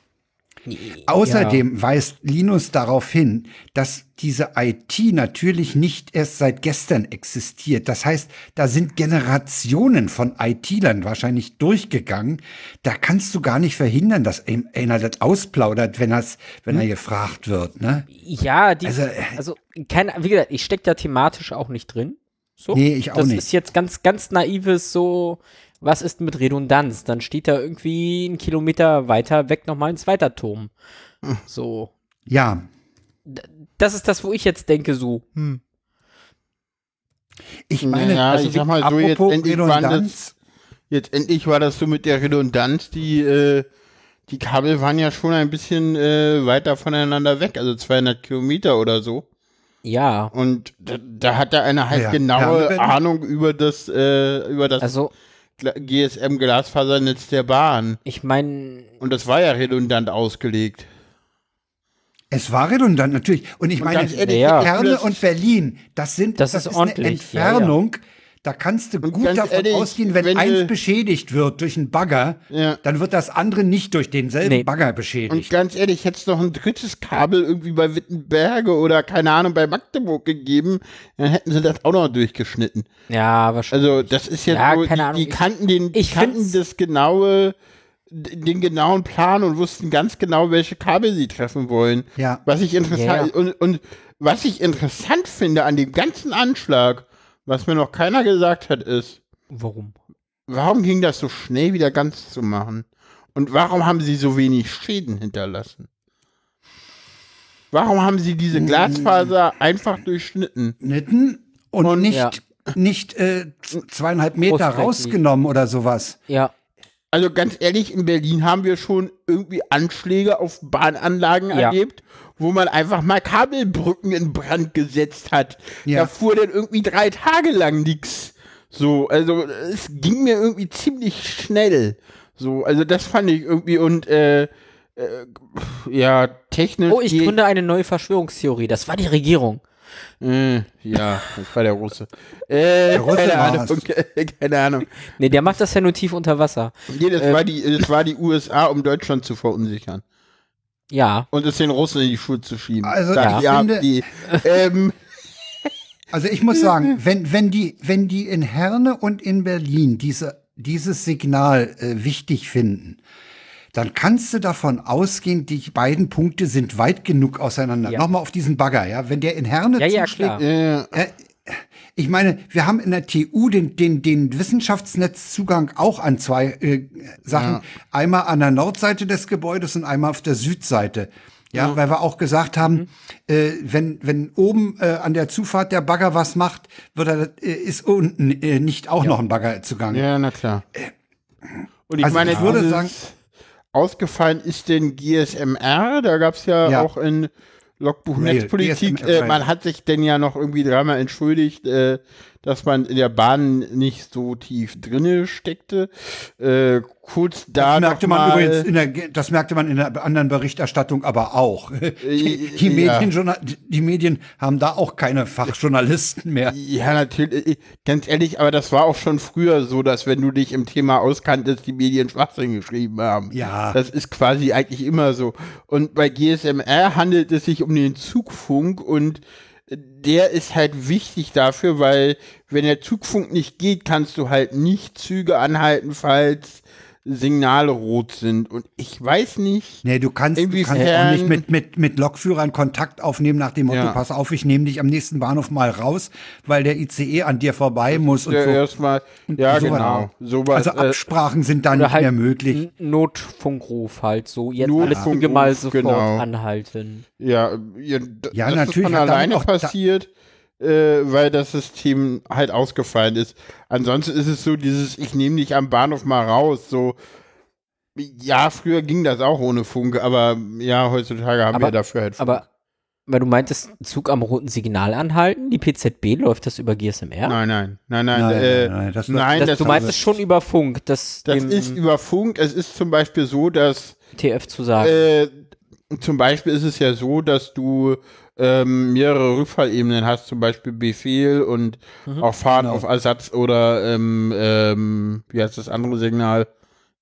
Speaker 1: Außerdem weist Linus darauf hin, dass diese IT natürlich nicht erst seit gestern existiert. Das heißt, da sind Generationen von IT-Lern wahrscheinlich durchgegangen. Da kannst du gar nicht verhindern, dass ihm einer das ausplaudert, wenn, er's- wenn
Speaker 3: Hm.
Speaker 1: er gefragt wird. Ne?
Speaker 2: ja, die,
Speaker 1: also,
Speaker 2: also,
Speaker 1: äh,
Speaker 2: keine, wie gesagt, ich stecke da thematisch auch nicht drin. So.
Speaker 1: Nee, ich auch
Speaker 2: das
Speaker 1: nicht.
Speaker 2: Das ist jetzt ganz, ganz naives so, was ist mit Redundanz? Dann steht da irgendwie einen Kilometer weiter weg nochmal ein zweiter Turm.
Speaker 1: Hm.
Speaker 2: So.
Speaker 1: Ja,
Speaker 2: Das ist das, wo ich jetzt denke, so, hm.
Speaker 1: ich meine, also
Speaker 3: Ja, ich sag mal so, jetzt
Speaker 1: apropos
Speaker 3: endlich waren das-
Speaker 1: Redundanz.
Speaker 3: Jetzt endlich war das so mit der Redundanz, die, äh, die Kabel waren ja schon ein bisschen äh, weiter voneinander weg, also 200 Kilometer oder so.
Speaker 2: ja.
Speaker 3: Und da, da hatte einer halt
Speaker 1: Ja, ja,
Speaker 3: genaue
Speaker 1: wenn-
Speaker 3: Ahnung über das, äh, über das
Speaker 2: Also,
Speaker 3: Gla- GSM-Glasfasernetz der Bahn.
Speaker 2: ich meine,
Speaker 3: Und das war ja redundant ausgelegt.
Speaker 1: Es war redundant, natürlich. Und ich meine,
Speaker 3: ganz ehrlich,
Speaker 2: Ja.
Speaker 1: Herne und Berlin, das sind
Speaker 2: Das ist ordentlich,
Speaker 1: eine Entfernung. Da kannst du
Speaker 3: Und
Speaker 1: gut
Speaker 3: ganz
Speaker 1: davon
Speaker 3: ehrlich,
Speaker 1: ausgehen, wenn,
Speaker 3: wenn
Speaker 1: eins
Speaker 3: du-
Speaker 1: beschädigt wird durch einen Bagger,
Speaker 3: Ja.
Speaker 1: dann wird das andere nicht durch denselben
Speaker 2: Nee.
Speaker 1: Bagger
Speaker 3: Und
Speaker 1: beschädigt.
Speaker 3: ganz ehrlich, hätte es noch ein drittes Kabel irgendwie bei Wittenberge oder keine Ahnung bei Magdeburg gegeben, dann hätten sie das auch noch durchgeschnitten.
Speaker 2: ja, wahrscheinlich.
Speaker 3: Also das ist jetzt
Speaker 2: Ja,
Speaker 3: so,
Speaker 2: keine
Speaker 3: die,
Speaker 2: Ahnung.
Speaker 3: die kannten den, die
Speaker 2: ich
Speaker 3: kannten
Speaker 2: find's-
Speaker 3: das genaue, den genauen Plan und wussten ganz genau, welche Kabel sie treffen wollen.
Speaker 1: Ja.
Speaker 3: Was ich
Speaker 2: Ja, ja.
Speaker 3: interessant und, und was ich interessant finde an dem ganzen Anschlag, was mir noch keiner gesagt hat, ist,
Speaker 1: Also
Speaker 2: Warum?
Speaker 3: warum ging das so schnell wieder ganz zu machen? Und warum haben sie so wenig Schäden hinterlassen? Warum haben sie
Speaker 2: Hm.
Speaker 3: diese Glasfaser einfach durchschnitten?
Speaker 1: Nitten und,
Speaker 3: Und-
Speaker 1: nicht,
Speaker 2: Ja.
Speaker 1: nicht äh, z- zweieinhalb Meter
Speaker 2: Großflächen.
Speaker 1: rausgenommen oder sowas.
Speaker 2: Ja,
Speaker 3: Also ganz ehrlich, in Berlin haben wir schon irgendwie Anschläge auf Bahnanlagen
Speaker 2: Ja.
Speaker 3: erlebt, wo man einfach mal Kabelbrücken in Brand gesetzt hat.
Speaker 1: Ja.
Speaker 3: Da fuhr dann irgendwie drei Tage lang nix. So, also es ging mir irgendwie ziemlich schnell. So, also das fand ich irgendwie und äh, äh, ja, technisch.
Speaker 2: Oh, ich
Speaker 3: geht-
Speaker 2: gründe eine neue Verschwörungstheorie. Das war die Regierung.
Speaker 3: Äh, ja, das war der Russe. Äh, der
Speaker 1: Russe
Speaker 3: keine,
Speaker 1: war
Speaker 3: Ahnung, keine Ahnung.
Speaker 2: Nee, der macht das ja nur tief unter Wasser.
Speaker 3: Nee, das, war die, das war die USA, um Deutschland zu verunsichern.
Speaker 2: Ja.
Speaker 3: Und es den Russen in die Schuhe zu schieben.
Speaker 1: Also,
Speaker 3: Sag
Speaker 1: ich
Speaker 3: ja,
Speaker 1: finde-
Speaker 3: die, ähm,
Speaker 1: Also ich muss sagen, wenn, wenn, die, wenn die in Herne und in Berlin diese, dieses Signal äh, wichtig finden, dann kannst du davon ausgehen, die beiden Punkte sind weit genug auseinander.
Speaker 2: Ja.
Speaker 1: Nochmal auf diesen Bagger, ja. Wenn der in Herne
Speaker 2: Ja, ja,
Speaker 1: zuschlägt,
Speaker 2: klar.
Speaker 3: Äh,
Speaker 1: ich meine, wir haben in der TU den, den, den Wissenschaftsnetzzugang auch an zwei äh, Sachen. Einmal an der Nordseite des Gebäudes und einmal auf der Südseite. Ja, weil wir auch gesagt
Speaker 3: Mhm.
Speaker 1: haben, äh, wenn, wenn oben äh, an der Zufahrt der Bagger was macht, wird er, äh, ist unten äh, nicht auch noch ein Baggerzugang.
Speaker 3: ja, na klar. Und ich
Speaker 1: Also
Speaker 3: meine,
Speaker 1: ich würde
Speaker 3: dieses
Speaker 1: sagen-
Speaker 3: ausgefallen ist denn GSMR, da gab es ja,
Speaker 1: Ja.
Speaker 3: auch in Logbuch
Speaker 1: Rail,
Speaker 3: Netzpolitik,
Speaker 1: GSMR,
Speaker 3: äh, man hat sich denn ja noch irgendwie dreimal entschuldigt, äh, dass man in der Bahn nicht so tief drinne steckte. Äh, kurz da
Speaker 1: Das merkte,
Speaker 3: noch
Speaker 1: man
Speaker 3: mal,
Speaker 1: übrigens in der, das merkte man in der anderen Berichterstattung aber auch. Die, die,
Speaker 3: Äh, ja.
Speaker 1: Medienjournal- die Medien haben da auch keine Fachjournalisten mehr.
Speaker 3: Ja, natürlich. äh, Ganz ehrlich, aber das war auch schon früher so, dass wenn du dich im Thema auskanntest, die Medien Schwachsinn geschrieben haben.
Speaker 1: Ja.
Speaker 3: Das ist quasi eigentlich immer so. Und bei GSMR handelt es sich um den Zugfunk und äh, der ist halt wichtig dafür, weil wenn der Zugfunk nicht geht, kannst du halt nicht Züge anhalten, falls Signale rot sind. Und ich weiß nicht.
Speaker 1: Nee, du kannst, du kannst auch
Speaker 3: Inwiefern-
Speaker 1: nicht mit, mit, mit Lokführern Kontakt aufnehmen nach dem Motto,
Speaker 3: Ja.
Speaker 1: pass auf, ich nehme dich am nächsten Bahnhof mal raus, weil der ICE an dir vorbei muss und
Speaker 3: Ja,
Speaker 1: so.
Speaker 3: äh, erstmal. Ja,
Speaker 1: so was.
Speaker 3: genau. So was,
Speaker 1: also
Speaker 3: äh,
Speaker 1: Absprachen sind da nicht
Speaker 2: halt-
Speaker 1: mehr möglich.
Speaker 2: N- Notfunkruf halt so. Jetzt alle
Speaker 3: Notfunkruf,
Speaker 2: Züge mal sofort
Speaker 3: genau.
Speaker 2: anhalten.
Speaker 3: Ja, ja, d-
Speaker 1: Ja,
Speaker 3: das
Speaker 1: natürlich
Speaker 3: ist
Speaker 1: hat
Speaker 3: von
Speaker 1: damit
Speaker 3: alleine
Speaker 1: auch da-
Speaker 3: passiert, äh, weil das System halt ausgefallen ist. Ansonsten ist es so dieses, ich nehme dich am Bahnhof mal raus, so. Ja, früher ging das auch ohne Funk, aber ja, heutzutage haben
Speaker 2: Aber-
Speaker 3: wir dafür halt Funk.
Speaker 2: Aber weil du meintest, Zug am roten Signal anhalten, die PZB läuft das über GSMR?
Speaker 3: nein, nein, nein, nein,
Speaker 1: Nein,
Speaker 3: äh,
Speaker 1: nein, nein, das-
Speaker 3: nein,
Speaker 2: das,
Speaker 3: das,
Speaker 2: du meinst es schon über Funk, das,
Speaker 3: das
Speaker 2: dem
Speaker 3: ist über Funk. Es ist zum Beispiel so, dass
Speaker 2: TF zu sagen.
Speaker 3: äh, zum Beispiel ist es ja so, dass du ähm, mehrere Rückfallebenen hast, zum Beispiel Befehl und auch Fahren auf Ersatz oder ähm, ähm, wie heißt das andere Signal?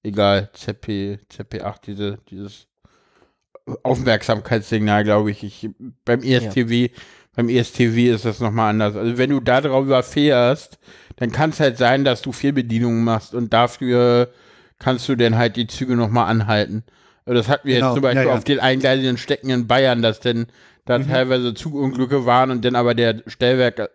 Speaker 3: Egal, ZP, ZP8, diese, dieses Aufmerksamkeitssignal, glaube ich. ich. Beim E ESTW, beim E ESTW ist das nochmal anders. Also wenn du da darüber fährst, dann kann es halt sein, dass du Fehlbedienungen machst und dafür kannst du dann halt die Züge nochmal anhalten. Also das hatten wir
Speaker 1: Genau,
Speaker 3: jetzt zum Beispiel
Speaker 1: ja, ja.
Speaker 3: auf den eingleisigen Stecken in Bayern, dass denn da
Speaker 2: Mhm.
Speaker 3: teilweise Zugunglücke waren und dann aber der Stellwerk äh,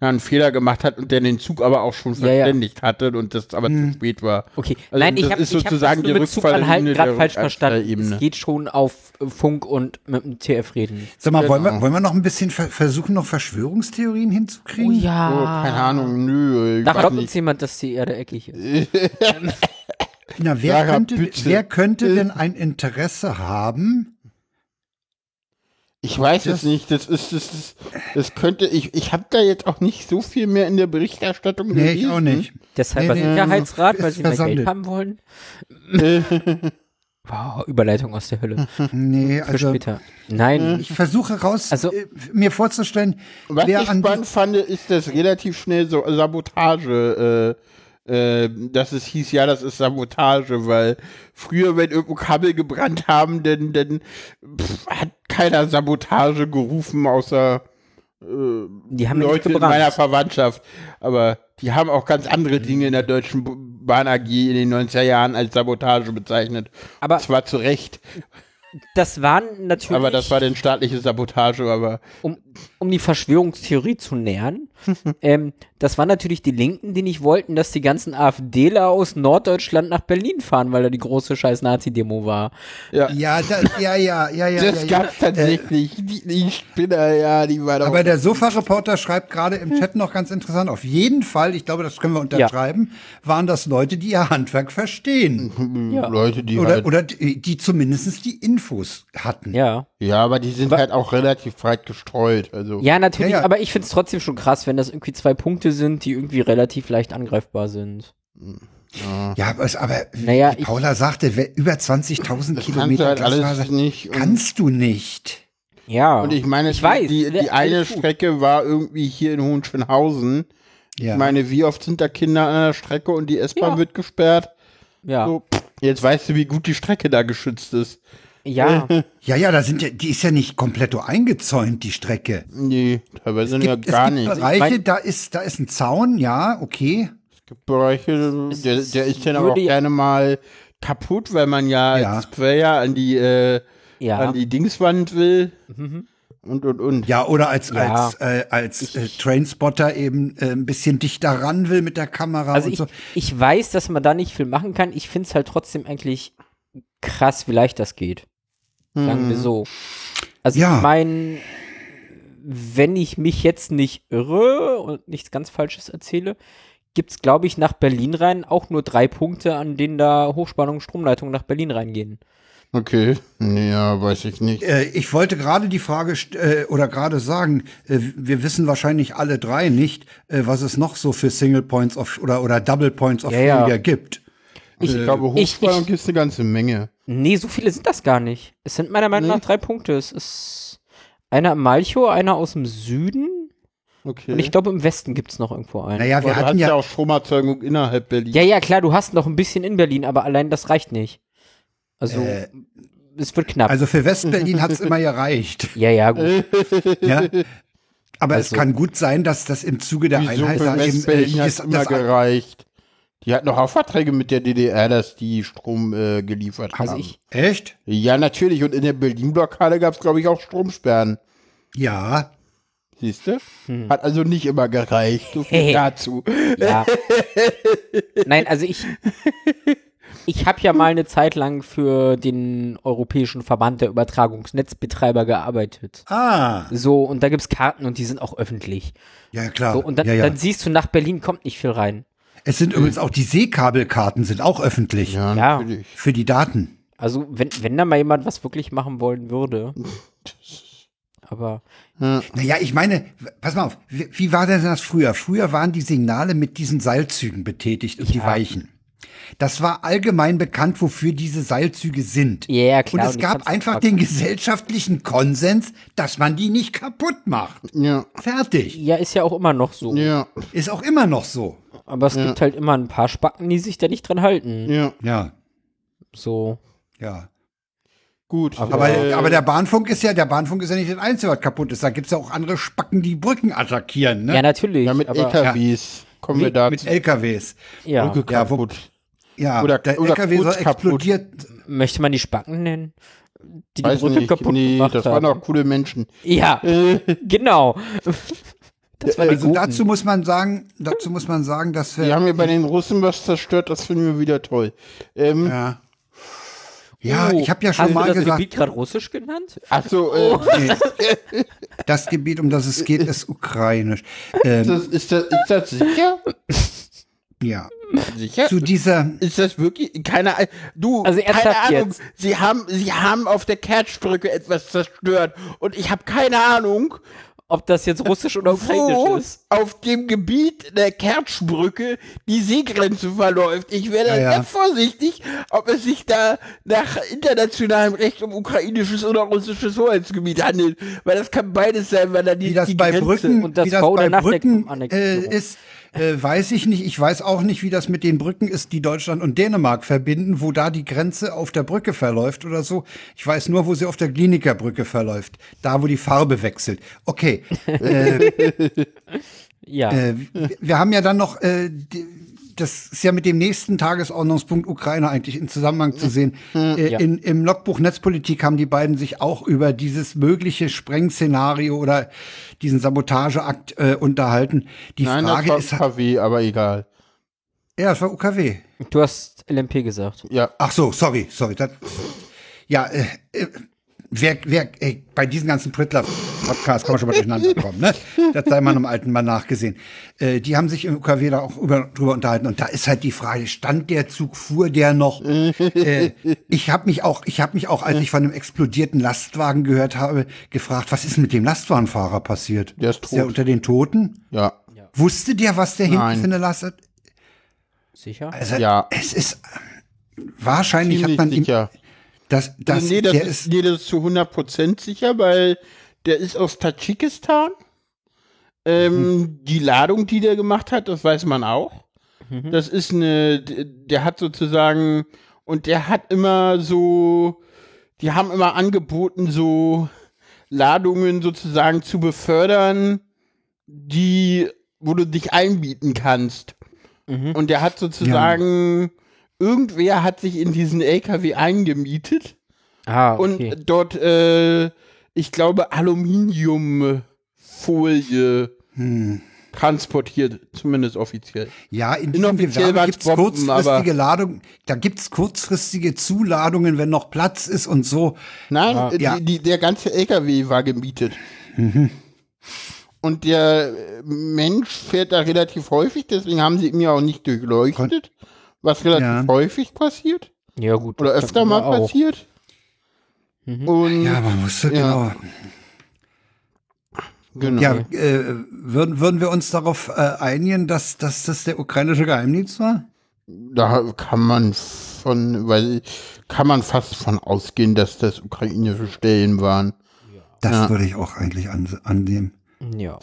Speaker 3: einen Fehler gemacht hat und der den Zug aber auch schon
Speaker 2: Ja, ja.
Speaker 3: verständigt hatte und das aber zu spät war.
Speaker 2: Okay,
Speaker 3: Also
Speaker 2: nein, ich
Speaker 3: das
Speaker 2: habe
Speaker 3: ist
Speaker 2: ich hab das
Speaker 3: sozusagen
Speaker 2: nur
Speaker 3: die
Speaker 2: mit Zug
Speaker 3: Rückfallebene
Speaker 2: anhalten gerade
Speaker 3: der Äh,
Speaker 2: falsch verstanden.
Speaker 3: Rückfallebene.
Speaker 2: Es geht schon auf äh, Funk und mit dem TF reden.
Speaker 1: Sag mal, wollen,
Speaker 3: genau.
Speaker 1: wir, wollen wir noch ein bisschen ver versuchen, noch Verschwörungstheorien hinzukriegen?
Speaker 3: Oh, keine Ahnung, nö. Ich
Speaker 2: Da
Speaker 3: weiß
Speaker 2: glaubt
Speaker 3: nicht.
Speaker 2: uns jemand, dass die Erde eckig ist.
Speaker 1: Na, wer
Speaker 3: Sarah,
Speaker 1: könnte,
Speaker 3: bitte. Äh.
Speaker 1: wer könnte denn ein Interesse haben?
Speaker 3: Ich weiß
Speaker 1: Das-
Speaker 3: es nicht. Das ist, das ist, das könnte, ich, ich habe da jetzt auch nicht so viel mehr in der Berichterstattung
Speaker 1: Nee, ich auch nicht.
Speaker 2: Deshalb
Speaker 1: Nee,
Speaker 2: war
Speaker 1: nee,
Speaker 2: Sicherheitsrat,
Speaker 1: ist
Speaker 2: halt weil sie mehr
Speaker 1: versandet.
Speaker 2: Geld haben wollen. wow, Überleitung aus der Hölle. Für
Speaker 3: Hm?
Speaker 1: Nee, also hm?
Speaker 2: später. Nein,
Speaker 1: ich versuche raus,
Speaker 2: Also-
Speaker 1: äh, mir vorzustellen,
Speaker 3: Was
Speaker 1: wer
Speaker 3: ich
Speaker 1: an die-
Speaker 3: spannend fand, ist, dass relativ schnell so Sabotage, äh, äh, dass es hieß, ja, das ist Sabotage, weil früher, wenn irgendwo Kabel gebrannt haben, dann, dann pff, hat keiner Sabotage gerufen, außer
Speaker 2: die haben ja nicht
Speaker 3: Leute in meiner
Speaker 2: gebrannt.
Speaker 3: Verwandtschaft. Aber die haben auch ganz
Speaker 1: Mhm.
Speaker 3: andere Dinge in der deutschen B- Bahn AG in den 90er Jahren als Sabotage bezeichnet.
Speaker 2: Aber-
Speaker 3: Und zwar zu Recht.
Speaker 2: Das waren natürlich,
Speaker 3: Aber das war denn staatliche Sabotage, aber
Speaker 2: um, um die Verschwörungstheorie zu nähern, ähm, das waren natürlich die Linken, die nicht wollten, dass die ganzen AfDler aus Norddeutschland nach Berlin fahren, weil da die große scheiß Nazi-Demo war.
Speaker 3: ja.
Speaker 1: Ja, da, ja, ja, ja, ja.
Speaker 3: das
Speaker 1: ja, ja. Äh,
Speaker 3: gab's tatsächlich. die, die Spinner, ja, die war doch.
Speaker 1: Aber der Sofa-Reporter schreibt gerade im Chat noch ganz interessant. Auf jeden Fall, ich glaube, das können wir unterschreiben, waren das Leute, die ihr Handwerk verstehen.
Speaker 3: Leute, Mhm. die
Speaker 1: Oder,
Speaker 3: halt,
Speaker 1: oder die die zumindest die Infos hatten.
Speaker 2: Ja.
Speaker 3: ja, aber die sind halt auch relativ breit gestreut. Also
Speaker 2: Ja, natürlich,
Speaker 1: Ja, ja.
Speaker 2: aber ich find's trotzdem schon krass, wenn das irgendwie zwei Punkte sind, die irgendwie relativ leicht angreifbar sind.
Speaker 1: Ja, aber, es- aber
Speaker 2: Naja,
Speaker 1: wie
Speaker 2: ich-
Speaker 1: Paula sagte, wer über 20.000
Speaker 3: das kannst du
Speaker 1: Kilometer
Speaker 3: halt alles
Speaker 1: Glasfaser-
Speaker 3: nicht. Und,
Speaker 1: kannst du nicht.
Speaker 2: Ja.
Speaker 3: und ich meine,
Speaker 2: ich weiß.
Speaker 3: die,
Speaker 2: ne,
Speaker 3: die eine
Speaker 2: alles gut.
Speaker 3: Strecke war irgendwie hier in Hohenschönhausen.
Speaker 1: Ja.
Speaker 3: Ich meine, wie oft sind da Kinder an der Strecke und die S-Bahn
Speaker 2: Ja.
Speaker 3: wird gesperrt?
Speaker 2: Ja.
Speaker 3: So, jetzt weißt du, wie gut die Strecke da geschützt ist.
Speaker 2: ja.
Speaker 1: ja, ja, da sind ja, die ist ja nicht komplett eingezäunt, die Strecke.
Speaker 3: Nee, teilweise ja
Speaker 1: Gibt,
Speaker 3: gar
Speaker 1: es gibt
Speaker 3: nicht.
Speaker 1: Bereiche,
Speaker 2: mein-
Speaker 1: da ist, da ist ein Zaun, ja, okay.
Speaker 3: Es gibt Bereiche, der, der ist dann aber auch
Speaker 2: würde ja-
Speaker 3: gerne mal kaputt, weil man ja,
Speaker 1: Ja.
Speaker 3: als Sprayer an die, äh,
Speaker 2: Ja. Mhm,
Speaker 3: an die Dingswand will. Und, und, und.
Speaker 1: Ja, oder als,
Speaker 2: Ja.
Speaker 1: als, äh, als äh, Trainspotter eben äh, ein bisschen dichter ran will mit der Kamera
Speaker 2: Also
Speaker 1: und
Speaker 2: ich,
Speaker 1: so.
Speaker 2: ich weiß, dass man da nicht viel machen kann. Ich finde es halt trotzdem eigentlich krass, wie leicht das geht. Sagen wir so. Also
Speaker 1: Ja.
Speaker 2: ich meine, wenn ich mich jetzt nicht irre und nichts ganz Falsches erzähle, gibt es, glaube ich, nach Berlin rein auch nur drei Punkte, an denen da Hochspannung, Stromleitungen nach Berlin reingehen.
Speaker 3: Okay. Ja, weiß ich nicht.
Speaker 1: Äh, ich wollte gerade die Frage st- äh, oder gerade sagen, äh, wir wissen wahrscheinlich alle drei nicht, äh, was es noch so für Single Points of oder, oder Double Points of
Speaker 2: Ja, ja.
Speaker 1: Failure gibt.
Speaker 2: Ich,
Speaker 3: Ich glaube,
Speaker 2: ich,
Speaker 3: Hochspannung
Speaker 2: ich,
Speaker 3: gibt es eine ganze Menge.
Speaker 2: nee, so viele sind das gar nicht. Es sind meiner Meinung
Speaker 3: Nee.
Speaker 2: nach drei Punkte. Es ist einer im Malchow, einer aus dem Süden,
Speaker 3: Okay.
Speaker 2: Und ich glaube, im Westen gibt es noch irgendwo einen.
Speaker 1: Äh. Naja,
Speaker 3: Aber
Speaker 1: wir
Speaker 3: du
Speaker 1: hatten
Speaker 3: hast ja
Speaker 1: ja,
Speaker 3: auch Stromerzeugung innerhalb Berlin.
Speaker 2: Ja, ja, klar, du hast noch ein bisschen in Berlin, aber allein das reicht nicht. Also,
Speaker 1: Äh.
Speaker 2: es wird knapp.
Speaker 1: also äh, für Westberlin hat's immer gereicht.
Speaker 2: ja, ja, gut.
Speaker 1: Ja? Aber
Speaker 2: Also-
Speaker 1: es kann gut sein, dass das im Zuge der
Speaker 3: Wieso
Speaker 1: Einheit
Speaker 3: für
Speaker 1: da eben äh,
Speaker 3: Westberlin hat
Speaker 1: das,
Speaker 3: immer
Speaker 1: das,
Speaker 3: gereicht? Die hatten noch auch Verträge mit der DDR, dass die Strom äh, geliefert
Speaker 2: Also
Speaker 3: haben.
Speaker 2: ich,
Speaker 1: echt?
Speaker 3: Ja, natürlich. Und in der Berlin-Blockade gab es, glaube ich, auch Stromsperren.
Speaker 1: Ja.
Speaker 3: Siehst du? Hat also nicht immer gereicht. So viel
Speaker 2: Hey.
Speaker 3: dazu.
Speaker 2: ja. Nein, also ich, ich habe ja mal eine Zeit lang für den Europäischen Verband der Übertragungsnetzbetreiber gearbeitet.
Speaker 1: Ah,
Speaker 2: So, und da gibt es Karten und die sind auch öffentlich.
Speaker 1: ja klar.
Speaker 2: So, und dann,
Speaker 1: ja, ja.
Speaker 2: dann siehst du, nach Berlin kommt nicht viel rein.
Speaker 1: es sind übrigens auch die Seekabelkarten sind auch öffentlich
Speaker 3: Ja,
Speaker 2: Ja.
Speaker 3: natürlich.
Speaker 1: für die Daten.
Speaker 2: Also, wenn, wenn da mal jemand was wirklich machen wollen würde. Aber
Speaker 1: Naja, ich meine, w- pass mal auf, wie, wie war denn das früher? Früher waren die Signale mit diesen Seilzügen betätigt und die
Speaker 2: Ja.
Speaker 1: Weichen. Das war allgemein bekannt, wofür diese Seilzüge sind.
Speaker 2: Ja, klar,
Speaker 1: Und es
Speaker 2: und die
Speaker 1: gab
Speaker 2: kannst du
Speaker 1: einfach
Speaker 2: verpacken.
Speaker 1: den gesellschaftlichen Konsens, dass man die nicht kaputt macht.
Speaker 3: Ja,
Speaker 1: Fertig.
Speaker 2: ja, ist ja auch immer noch so.
Speaker 3: ja,
Speaker 1: Ist auch immer noch so.
Speaker 2: Aber es gibt halt immer ein paar Spacken, die sich da nicht dran halten.
Speaker 3: ja.
Speaker 1: Ja,
Speaker 2: So.
Speaker 1: ja.
Speaker 3: Gut.
Speaker 1: Aber,
Speaker 3: äh,
Speaker 1: aber der Bahnfunk ist ja, der Bahnfunk ist ja nicht das Einzige, was kaputt ist. Da gibt's ja auch andere Spacken, die Brücken attackieren, ne?
Speaker 2: Ja, natürlich.
Speaker 3: ja, mit
Speaker 2: aber,
Speaker 3: LKWs kommen wir da
Speaker 1: mit
Speaker 3: zu
Speaker 1: LKWs.
Speaker 2: ja.
Speaker 3: Brücke
Speaker 1: Ja, wo-
Speaker 3: kaputt.
Speaker 1: Ja,
Speaker 3: Oder-
Speaker 1: der
Speaker 3: oder
Speaker 1: LKW soll
Speaker 3: kurz kaputt.
Speaker 1: explodiert.
Speaker 2: Möchte man die Spacken nennen? Die die
Speaker 3: Weiß
Speaker 2: Brücke
Speaker 3: nicht.
Speaker 2: kaputt
Speaker 3: nee,
Speaker 2: gemacht
Speaker 3: das
Speaker 2: haben.
Speaker 3: waren auch coole Menschen.
Speaker 2: Ja, genau. Das war
Speaker 1: Also
Speaker 2: die
Speaker 1: dazu
Speaker 2: dazu
Speaker 1: muss man sagen, dazu muss man sagen, dass wir
Speaker 3: Die haben mir bei den Russen was zerstört, das finden wir wieder toll. Ähm,
Speaker 1: ja, ja
Speaker 3: Oh,
Speaker 1: ich habe ja schon
Speaker 2: hast
Speaker 1: mal
Speaker 2: du das
Speaker 1: gesagt,
Speaker 2: Gebiet gerade russisch genannt?
Speaker 3: Achso, äh,
Speaker 2: Oh.
Speaker 1: das Gebiet, um das es geht, ist ukrainisch. Ähm,
Speaker 3: das, ist, das, ist das sicher?
Speaker 1: ja,
Speaker 3: Sicher?
Speaker 1: zu dieser
Speaker 3: Ist das wirklich? Keine Ahnung. Du,
Speaker 2: Also
Speaker 3: keine
Speaker 2: ernsthaft
Speaker 3: Ahnung.
Speaker 2: jetzt?
Speaker 3: Sie haben, sie haben auf der Kertschbrücke etwas zerstört und ich habe keine Ahnung,
Speaker 2: Ob das jetzt russisch oder
Speaker 3: wo
Speaker 2: ukrainisch ist?
Speaker 3: auf dem Gebiet der Kertschbrücke die Seegrenze verläuft. Ich werde
Speaker 1: Ja, ja.
Speaker 3: sehr vorsichtig, ob es sich da nach internationalem Recht um ukrainisches oder russisches Hoheitsgebiet handelt, weil das kann beides sein, weil da die,
Speaker 1: wie das
Speaker 3: die
Speaker 1: bei
Speaker 3: Grenze
Speaker 1: Brücken,
Speaker 2: und das
Speaker 1: wie das
Speaker 2: Bau
Speaker 1: bei
Speaker 2: der
Speaker 1: Brücken
Speaker 3: um
Speaker 1: äh,
Speaker 2: Nachdeckungsannektierung.
Speaker 1: ist, äh, weiß ich nicht. Ich weiß auch nicht, wie das mit den Brücken ist, die Deutschland und Dänemark verbinden, wo da die Grenze auf der Brücke verläuft oder so. Ich weiß nur, wo sie auf der Kliniker Brücke verläuft, da wo die Farbe wechselt. Okay,
Speaker 2: Ja.
Speaker 1: äh, wir- wir haben ja dann noch äh, die, das ist ja mit dem nächsten Tagesordnungspunkt Ukraine eigentlich in Zusammenhang zu sehen.
Speaker 3: Hm,
Speaker 1: Äh,
Speaker 2: Ja.
Speaker 1: in, Im Logbuch Netzpolitik haben die beiden sich auch über dieses mögliche Sprengszenario oder diesen Sabotageakt äh, unterhalten. Die
Speaker 3: Nein,
Speaker 1: Frage
Speaker 3: das
Speaker 1: ist,
Speaker 3: war KW, aber egal.
Speaker 1: ja, es war UKW.
Speaker 2: du hast LMP gesagt.
Speaker 3: Ja.
Speaker 1: Ach so, sorry, sorry. Das, ja, äh, äh, wer, wer, ey, bei diesen ganzen Prittler-Podcasts kann man schon mal durcheinander kommen, ne? Das sei mal einem alten Mann nachgesehen. Äh, die haben sich im UKW da auch über, drüber unterhalten und da ist halt die Frage, stand der Zug, fuhr der noch? äh, ich habe mich auch, ich habe mich auch, als ich von einem explodierten Lastwagen gehört habe, gefragt, was ist mit dem Lastwagenfahrer passiert?
Speaker 3: Der ist
Speaker 1: der
Speaker 3: tot.
Speaker 1: unter den Toten?
Speaker 3: Ja.
Speaker 1: Wusste der, was der
Speaker 3: Nein.
Speaker 1: hinten für eine Last hat?
Speaker 2: Sicher?
Speaker 1: Also,
Speaker 3: Ja.
Speaker 1: es ist, wahrscheinlich
Speaker 3: Ziemlich
Speaker 1: hat man ihm,
Speaker 3: sicher.
Speaker 1: das, das,
Speaker 3: Also nee, das
Speaker 1: der
Speaker 3: ist, nee, das ist zu 100% sicher, weil der ist aus Tadschikistan. Ähm,
Speaker 1: Mhm.
Speaker 3: Die Ladung, die der gemacht hat, das weiß man auch.
Speaker 1: Mhm.
Speaker 3: Das ist eine, d- der hat sozusagen, und der hat immer so, die haben immer angeboten, so Ladungen sozusagen zu befördern,
Speaker 1: Mhm.
Speaker 3: die, wo du dich einbieten kannst. Und der hat sozusagen irgendwer hat sich in diesen LKW eingemietet
Speaker 2: Ah, okay.
Speaker 3: und dort, äh, ich glaube, Aluminiumfolie
Speaker 1: Hm.
Speaker 3: transportiert, zumindest offiziell.
Speaker 1: Ja, in diesem Gewerbe
Speaker 3: Inoffiziell waren's
Speaker 1: gibt's
Speaker 3: Bomben, aber-
Speaker 1: kurzfristige Ladung, da gibt's kurzfristige Zuladungen, wenn noch Platz ist und so.
Speaker 3: Nein, äh,
Speaker 1: Ah, Ja. Mhm.
Speaker 3: die, die, der ganze LKW war gemietet. Und der äh, Mensch fährt da relativ häufig, deswegen haben sie ihn ja auch nicht durchleuchtet, was relativ
Speaker 1: Ja.
Speaker 3: häufig passiert
Speaker 2: ja, gut.
Speaker 3: oder
Speaker 2: das
Speaker 3: öfter
Speaker 2: hatten
Speaker 3: mal
Speaker 2: wir auch. Mhm.
Speaker 3: passiert. Und
Speaker 1: Ja, man muss ja. genau.
Speaker 3: genau.
Speaker 1: Ja, äh, würden, würden wir uns darauf äh, einigen, dass, dass das der ukrainische Geheimdienst war?
Speaker 3: da kann man von, weil kann man fast von ausgehen, dass das ukrainische Stellen waren.
Speaker 1: Das
Speaker 3: Ja.
Speaker 1: würde ich auch eigentlich an, annehmen.
Speaker 2: Ja.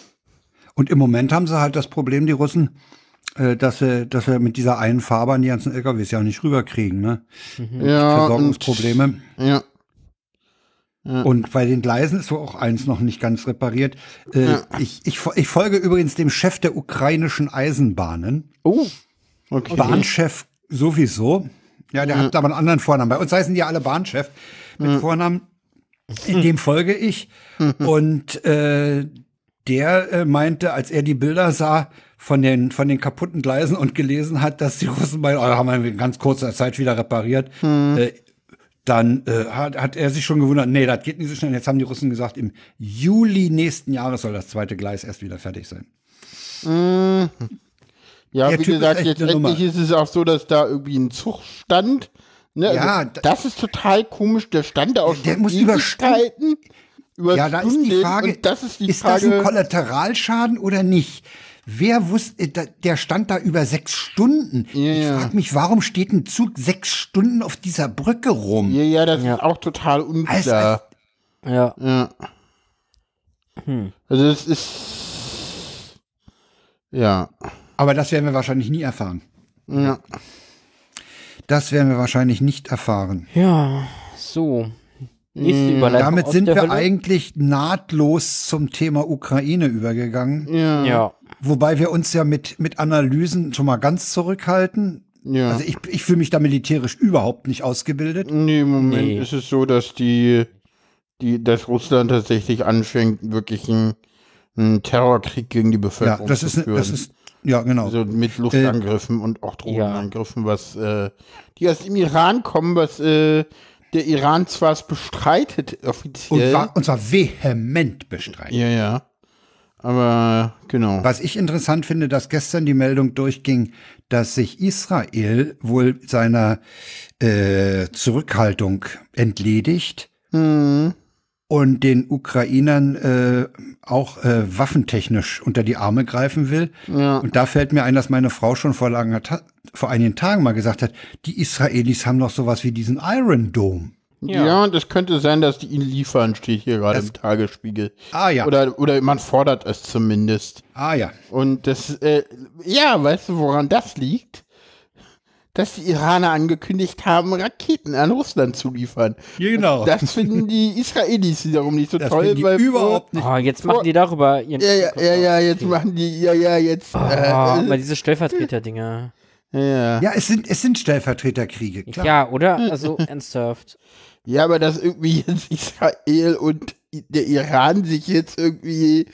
Speaker 1: Und im Moment haben sie halt das Problem, die Russen, äh, dass sie, dass sie mit dieser einen Fahrbahn die ganzen LKWs ja nicht rüberkriegen, ne?
Speaker 3: Ja,
Speaker 1: Versorgungsprobleme.
Speaker 3: Und, ja,
Speaker 1: Und bei den Gleisen ist wohl auch eins noch nicht ganz repariert. Äh, ich, ich, fo- ich folge übrigens dem Chef der ukrainischen Eisenbahnen,
Speaker 2: Oh,
Speaker 3: okay.
Speaker 1: Bahnchef sowieso. Ja, der hat aber einen anderen Vornamen. Bei uns heißen die alle Bahnchef mit Vornamen. In dem folge ich. Und äh, der äh, meinte, als er die Bilder sah von den, von den kaputten Gleisen und gelesen hat, dass die Russen bei, oh, haben wir in ganz kurzer Zeit wieder repariert, äh, dann äh, hat, hat er sich schon gewundert, nee, das geht nicht so schnell. Jetzt haben die Russen gesagt, im Juli nächsten Jahres soll das zweite Gleis erst wieder fertig sein.
Speaker 3: Ja,
Speaker 1: Der
Speaker 3: wie
Speaker 1: Typ ist echt
Speaker 3: gesagt,
Speaker 1: eine Nummer.
Speaker 3: letztendlich ist es auch so, dass da irgendwie ein Zug stand. Ne?
Speaker 1: Ja,
Speaker 3: also,
Speaker 1: da-
Speaker 3: das ist total komisch. Der stand da auch
Speaker 1: Der
Speaker 3: schon
Speaker 1: muss über
Speaker 3: Ewigkeiten, über
Speaker 1: Ja, da ist die
Speaker 3: Stunden,
Speaker 1: Frage,
Speaker 3: Äh, und das ist die
Speaker 1: ist das ein
Speaker 3: Frage.
Speaker 1: Kollateralschaden oder nicht? Wer wusste, da- der stand da über sechs Stunden. ich
Speaker 3: ja.
Speaker 1: frage mich, warum steht ein Zug sechs Stunden auf dieser Brücke rum? Also,
Speaker 3: ja, ja, das ist auch total unklar.
Speaker 1: Als- als-
Speaker 2: ja.
Speaker 3: Ja. Also es ist. Ja.
Speaker 1: Aber das werden wir wahrscheinlich nie erfahren.
Speaker 3: Ja.
Speaker 1: Das werden wir wahrscheinlich nicht erfahren.
Speaker 2: Ja, so. Nächste Überleitung.
Speaker 1: Damit
Speaker 2: aus
Speaker 1: sind
Speaker 2: der
Speaker 1: wir
Speaker 2: Hölle.
Speaker 1: eigentlich nahtlos zum Thema Ukraine übergegangen.
Speaker 3: Mhm.
Speaker 2: Ja.
Speaker 1: Wobei wir uns ja mit, mit Analysen schon mal ganz zurückhalten.
Speaker 3: Ja.
Speaker 1: Also ich, ich fühle mich da militärisch überhaupt nicht ausgebildet.
Speaker 3: Nee, im Moment
Speaker 2: Nee.
Speaker 3: ist es so, dass die, die, dass Russland tatsächlich anfängt, wirklich einen, einen Terrorkrieg gegen die
Speaker 1: Ja,
Speaker 3: Bevölkerung
Speaker 1: das
Speaker 3: zu
Speaker 1: ist,
Speaker 3: führen.
Speaker 1: das ist, ja, genau.
Speaker 3: also mit Luftangriffen und auch Drohnenangriffen, was äh, die aus dem Iran kommen, was äh, der Iran zwar es bestreitet
Speaker 1: Und,
Speaker 3: offiziell.
Speaker 1: zwar, und zwar vehement bestreiten.
Speaker 3: ja, ja. Aber genau.
Speaker 1: Was ich interessant finde, dass gestern die Meldung durchging, dass sich Israel wohl seiner äh, Zurückhaltung entledigt
Speaker 3: Mhm.
Speaker 1: und den Ukrainern äh, auch äh, waffentechnisch unter die Arme greifen will. Und da fällt mir ein, dass meine Frau schon vor, langer Ta vor einigen Tagen mal gesagt hat, die Israelis haben noch sowas wie diesen Iron Dome.
Speaker 3: Ja. und es könnte sein, dass die ihn liefern, steht hier gerade im Tagesspiegel.
Speaker 1: Ah, ja.
Speaker 3: Oder, oder man fordert es zumindest.
Speaker 1: Ah ja.
Speaker 3: Und das, äh, ja, weißt du, woran das liegt? Dass die Iraner angekündigt haben, Raketen an Russland zu liefern.
Speaker 1: Genau.
Speaker 3: Das finden die Israelis wiederum nicht so
Speaker 1: Das
Speaker 3: toll,
Speaker 1: finden die
Speaker 3: weil
Speaker 1: überhaupt nicht.
Speaker 2: Ah, jetzt machen die darüber ihren.
Speaker 3: Oh. Ja, ja, ja, ja, jetzt machen die, ja, ja, jetzt.
Speaker 2: Ah,
Speaker 3: Äh,
Speaker 2: immer diese Stellvertreter-Dinger.
Speaker 3: ja.
Speaker 1: Ja, es sind, es sind Stellvertreterkriege, klar.
Speaker 2: Ja, oder?
Speaker 3: Mhm.
Speaker 2: Also ernsthaft.
Speaker 3: ja, aber dass irgendwie jetzt Israel und i- der Iran sich jetzt irgendwie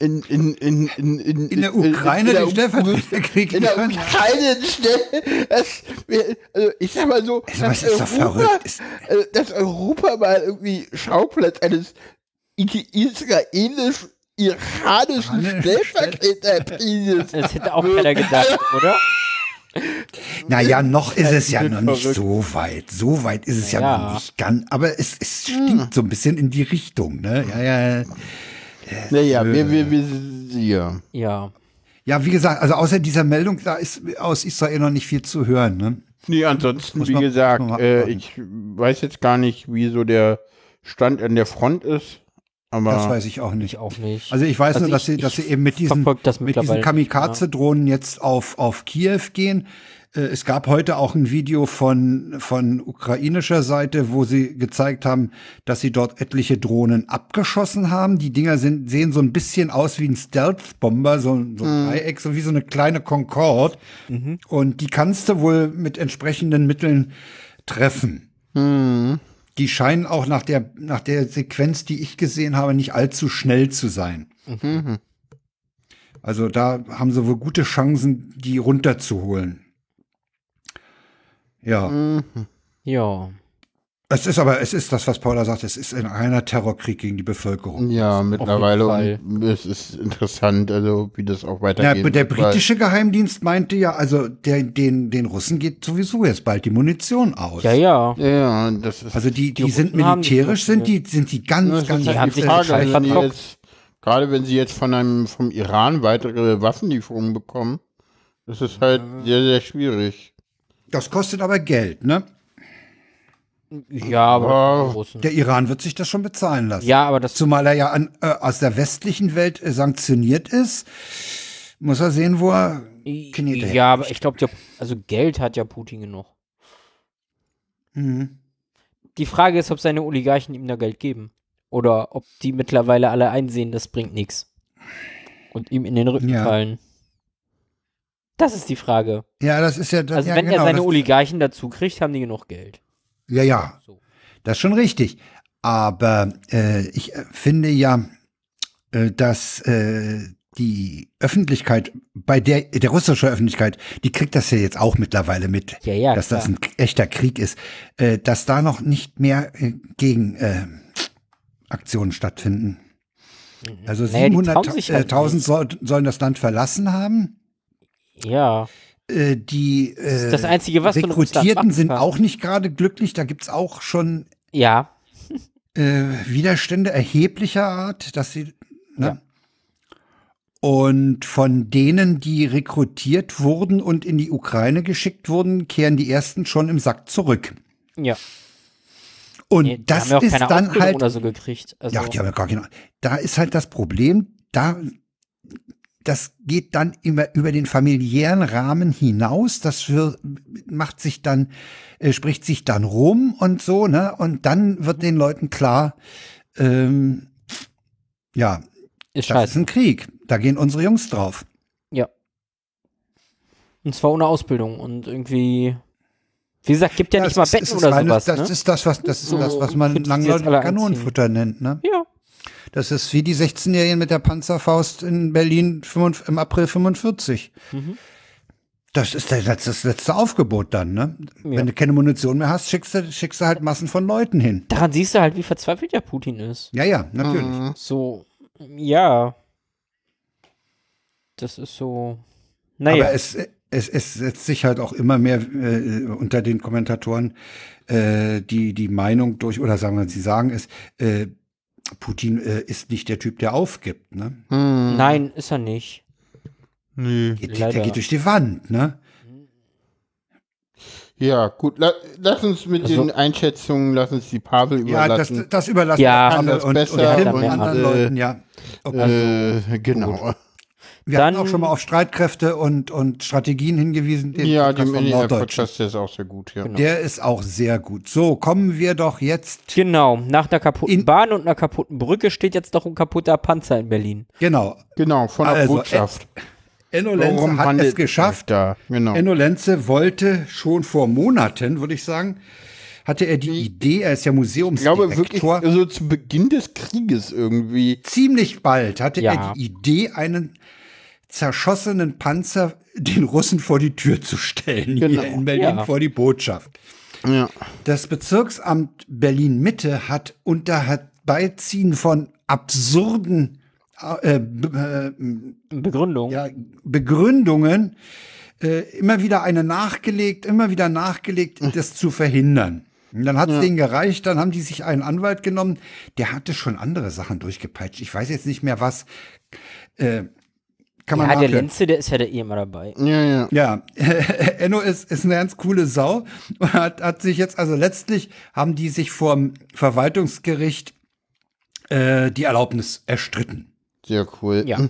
Speaker 3: in, in, in, in, in,
Speaker 1: In der Ukraine
Speaker 3: in der
Speaker 1: den Stellvertreterkrieg
Speaker 3: In der
Speaker 1: liefern.
Speaker 3: Ukraine schnell. Das, wir- also ich sag mal so,
Speaker 1: Also, was ist doch verrückt ist.
Speaker 3: äh, dass Europa mal irgendwie Schauplatz eines i- israelisch-iranischen
Speaker 1: Iranischen
Speaker 3: Stellvertreterkrieges
Speaker 2: Das hätte auch keiner gedacht, oder?
Speaker 1: Naja, noch ist es ja noch nicht
Speaker 3: verrückt.
Speaker 1: so weit. So weit ist es ja,
Speaker 2: Ja.
Speaker 1: noch nicht ganz. Aber es, es stinkt so ein bisschen in die Richtung. Ne? Ja, ja, ja.
Speaker 3: Naja, wir, wir, wir sind hier.
Speaker 2: Ja.
Speaker 1: ja, wie gesagt, also außer dieser Meldung, da ist aus Israel noch nicht viel zu hören. Ne?
Speaker 3: Nee, ansonsten,
Speaker 1: Muss
Speaker 3: wie
Speaker 1: man- muss
Speaker 3: gesagt,
Speaker 1: man
Speaker 3: äh,
Speaker 1: abwarten.
Speaker 3: ich weiß jetzt gar nicht, wie so der Stand an der Front ist. Aber
Speaker 1: Das weiß ich auch nicht.
Speaker 2: Ich auch nicht.
Speaker 1: Also ich weiß
Speaker 2: Also
Speaker 1: nur, dass
Speaker 2: ich-
Speaker 1: sie, dass
Speaker 2: ich
Speaker 1: sie eben mit diesen,
Speaker 2: verfolg das ne?
Speaker 1: mit diesen
Speaker 2: mittlerweile nicht,
Speaker 1: Kamikaze-Drohnen jetzt auf, auf Kiew gehen. Äh, Es gab heute auch ein Video von, von ukrainischer Seite, wo sie gezeigt haben, dass sie dort etliche Drohnen abgeschossen haben. Die Dinger sind, sehen so ein bisschen aus wie ein Stealth-Bomber, so, ein- so ein Dreieck, so wie so eine kleine Concorde.
Speaker 2: Mhm.
Speaker 1: Und die kannst du wohl mit entsprechenden Mitteln treffen.
Speaker 3: Mhm.
Speaker 1: Die scheinen auch nach der, nach der Sequenz, die ich gesehen habe, nicht allzu schnell zu sein.
Speaker 2: Mhm.
Speaker 1: Also da haben sie wohl gute Chancen, die runterzuholen. Ja,
Speaker 2: Mhm. Ja.
Speaker 1: es ist aber, es ist das, was Paula sagt, es ist ein reiner Terrorkrieg gegen die
Speaker 2: Mhm.
Speaker 1: Bevölkerung.
Speaker 3: Ja, mittlerweile.
Speaker 2: Fall.
Speaker 3: Und es ist interessant, also wie das auch
Speaker 1: Na,
Speaker 3: weitergeht.
Speaker 1: der
Speaker 3: weil-
Speaker 1: britische Geheimdienst meinte ja, also der, den, den Russen geht sowieso jetzt bald die Munition aus.
Speaker 2: Ja, ja.
Speaker 3: Ja, das ist.
Speaker 1: Also die, die,
Speaker 2: Die
Speaker 1: sind
Speaker 2: Russen haben die
Speaker 1: militärisch, sind die, sind die
Speaker 3: das
Speaker 1: ganz,
Speaker 3: ist
Speaker 1: ganz
Speaker 2: halt die haben sich
Speaker 1: äh,
Speaker 3: Frage,
Speaker 2: Scheiß
Speaker 3: wenn die
Speaker 2: verkauft.
Speaker 3: jetzt, gerade wenn sie jetzt von einem, vom Iran weitere Waffenlieferungen bekommen, das ist halt sehr, sehr schwierig.
Speaker 1: Das kostet aber Geld, ne?
Speaker 2: Ja, aber. die Russen.
Speaker 1: Der Iran wird sich das schon bezahlen lassen.
Speaker 2: Ja, aber das.
Speaker 1: Zumal er ja an, äh, aus der westlichen Welt äh, sanktioniert ist, muss er sehen, wo er Knete
Speaker 2: Ja, aber ich glaube, also Geld hat ja Putin genug.
Speaker 1: Mhm.
Speaker 2: Die Frage ist, ob seine Oligarchen ihm da Geld geben. Oder ob die mittlerweile alle einsehen, das bringt nichts. Und ihm in den Rücken
Speaker 1: Ja.
Speaker 2: fallen. Das ist die Frage.
Speaker 1: Ja, das ist ja. Das,
Speaker 2: Also
Speaker 1: ja,
Speaker 2: wenn
Speaker 1: genau,
Speaker 2: er seine
Speaker 1: das,
Speaker 2: Oligarchen dazu kriegt, haben die genug Geld.
Speaker 1: Ja, ja,
Speaker 2: So.
Speaker 1: das ist schon richtig. Aber äh, ich äh, finde ja, äh, dass äh, die Öffentlichkeit, bei der, der russische Öffentlichkeit, die kriegt das ja jetzt auch mittlerweile mit,
Speaker 2: Ja, ja,
Speaker 1: dass das
Speaker 2: klar.
Speaker 1: ein echter Krieg ist, äh, dass da noch nicht mehr äh, gegen äh, Aktionen stattfinden. Also
Speaker 2: Mhm. Naja, die trauen
Speaker 1: 700.000
Speaker 2: sich halt
Speaker 1: äh,
Speaker 2: nicht.
Speaker 1: soll, sollen das Land verlassen haben.
Speaker 2: Ja.
Speaker 1: Äh, die äh,
Speaker 2: das Einzige, was du in Russland
Speaker 1: Rekrutierten
Speaker 2: machen
Speaker 1: sind
Speaker 2: kannst.
Speaker 1: auch nicht gerade glücklich. Da gibt's auch schon
Speaker 2: Ja.
Speaker 1: äh, Widerstände erheblicher Art, dass sie. Ne? Und von denen, die rekrutiert wurden und in die Ukraine geschickt wurden, kehren die ersten schon im Sack zurück.
Speaker 2: Ja.
Speaker 1: Und
Speaker 2: Nee, die
Speaker 1: das
Speaker 2: haben ja auch
Speaker 1: ist
Speaker 2: keine
Speaker 1: dann
Speaker 2: Ausbildung
Speaker 1: halt
Speaker 2: oder so gekriegt. Also,
Speaker 1: Ja, die haben ja gar keine Ahnung. Da ist halt das Problem, da, das geht dann immer über den familiären Rahmen hinaus. Das wir, macht sich dann, äh, spricht sich dann rum und so, ne? Und dann wird den Leuten klar, ähm, ja,
Speaker 2: ist
Speaker 1: das ist
Speaker 2: scheiße.
Speaker 1: ein Krieg. Da gehen unsere Jungs drauf.
Speaker 2: Ja. Und zwar ohne Ausbildung und irgendwie. Wie gesagt, gibt ja, nicht mal
Speaker 1: Das ist-
Speaker 2: Betten
Speaker 1: ist
Speaker 2: oder
Speaker 1: reines-
Speaker 2: sowas.
Speaker 1: Das
Speaker 2: ne?
Speaker 1: ist das, was, das ist das, was man
Speaker 2: Könntest du jetzt
Speaker 1: langläufig
Speaker 2: alle
Speaker 1: Kanonenfutter nennt, ne?
Speaker 2: ja.
Speaker 1: Das ist wie die 16-Jährigen mit der Panzerfaust in Berlin 45 im April 45. Das ist das, das, das letzte Aufgebot dann, ne? Wenn du keine Munition mehr hast, schickst du, schickst du halt Massen von Leuten hin.
Speaker 2: Daran siehst du halt, wie verzweifelt der Putin ist.
Speaker 1: Ja, ja, natürlich.
Speaker 2: Mhm. So, ja. Das ist so. Naja,
Speaker 1: Aber es, es, es setzt sich halt auch immer mehr äh, unter den Kommentatoren äh, die, die Meinung durch, oder sagen wir, sie sagen es, äh, Putin äh, ist nicht der Typ, der aufgibt, ne?
Speaker 2: nein, ist er nicht.
Speaker 3: Mhm. Nee.
Speaker 1: Geht, der
Speaker 2: Leider.
Speaker 1: geht durch die Wand, ne?
Speaker 3: Ja, gut. La lass uns mit
Speaker 2: Also-
Speaker 3: den Einschätzungen, lass uns die Pavel
Speaker 1: Ja, das,
Speaker 3: überlassen.
Speaker 1: das überlassen
Speaker 2: Ja,
Speaker 1: wir Pavel
Speaker 3: das
Speaker 1: und, und,
Speaker 3: besser
Speaker 1: Tim
Speaker 2: und,
Speaker 1: und anderen
Speaker 3: äh,
Speaker 1: Leuten, ja. Okay. Also,
Speaker 3: äh, genau.
Speaker 1: wir
Speaker 2: dann-
Speaker 1: hatten auch schon mal auf Streitkräfte und, und Strategien hingewiesen. Den
Speaker 3: ja,
Speaker 1: Podcast
Speaker 3: dem
Speaker 1: vom Norddeutschen.
Speaker 3: NDR-Podcast, der ist auch sehr gut,
Speaker 2: Genau.
Speaker 3: ja.
Speaker 1: Der ist auch sehr gut. So, kommen wir doch jetzt.
Speaker 2: Genau, nach einer kaputten
Speaker 1: In-
Speaker 2: Bahn und einer kaputten Brücke steht jetzt noch ein kaputter Panzer in Berlin.
Speaker 1: Genau.
Speaker 3: Genau, von der
Speaker 1: Also, äh,
Speaker 3: Botschaft.
Speaker 1: Enno Lenze hat
Speaker 3: handelt
Speaker 1: es geschafft.
Speaker 3: Da, genau.
Speaker 1: Enno Lenze wollte schon vor Monaten, würde ich sagen, hatte er die Idee, er ist ja
Speaker 3: ich glaube wirklich,
Speaker 1: Museumsdirektor.
Speaker 3: also zu Beginn des Krieges irgendwie.
Speaker 1: ziemlich bald hatte
Speaker 2: Ja.
Speaker 1: er die Idee, einen zerschossenen Panzer den Russen vor die Tür zu stellen,
Speaker 3: Genau.
Speaker 1: hier in Berlin
Speaker 2: Ja.
Speaker 1: vor die Botschaft.
Speaker 3: Ja.
Speaker 1: Das Bezirksamt Berlin Mitte hat unter Herbeiziehen von absurden äh, b- äh,
Speaker 2: Begründung.
Speaker 1: ja, Begründungen äh, immer wieder eine nachgelegt, immer wieder nachgelegt, das zu verhindern. Und dann hat es denen gereicht, dann haben die sich einen Anwalt genommen, der hatte schon andere Sachen durchgepeitscht. Ich weiß jetzt nicht mehr was. Äh, kann man
Speaker 2: Ja, der
Speaker 1: nachhören.
Speaker 2: Lenze, der ist ja der eh immer dabei.
Speaker 3: Ja, ja.
Speaker 1: Ja, Enno ist, ist eine ganz coole Sau und hat, hat sich jetzt, also letztlich haben die sich vom Verwaltungsgericht äh, die Erlaubnis erstritten.
Speaker 3: Sehr cool.
Speaker 2: Ja.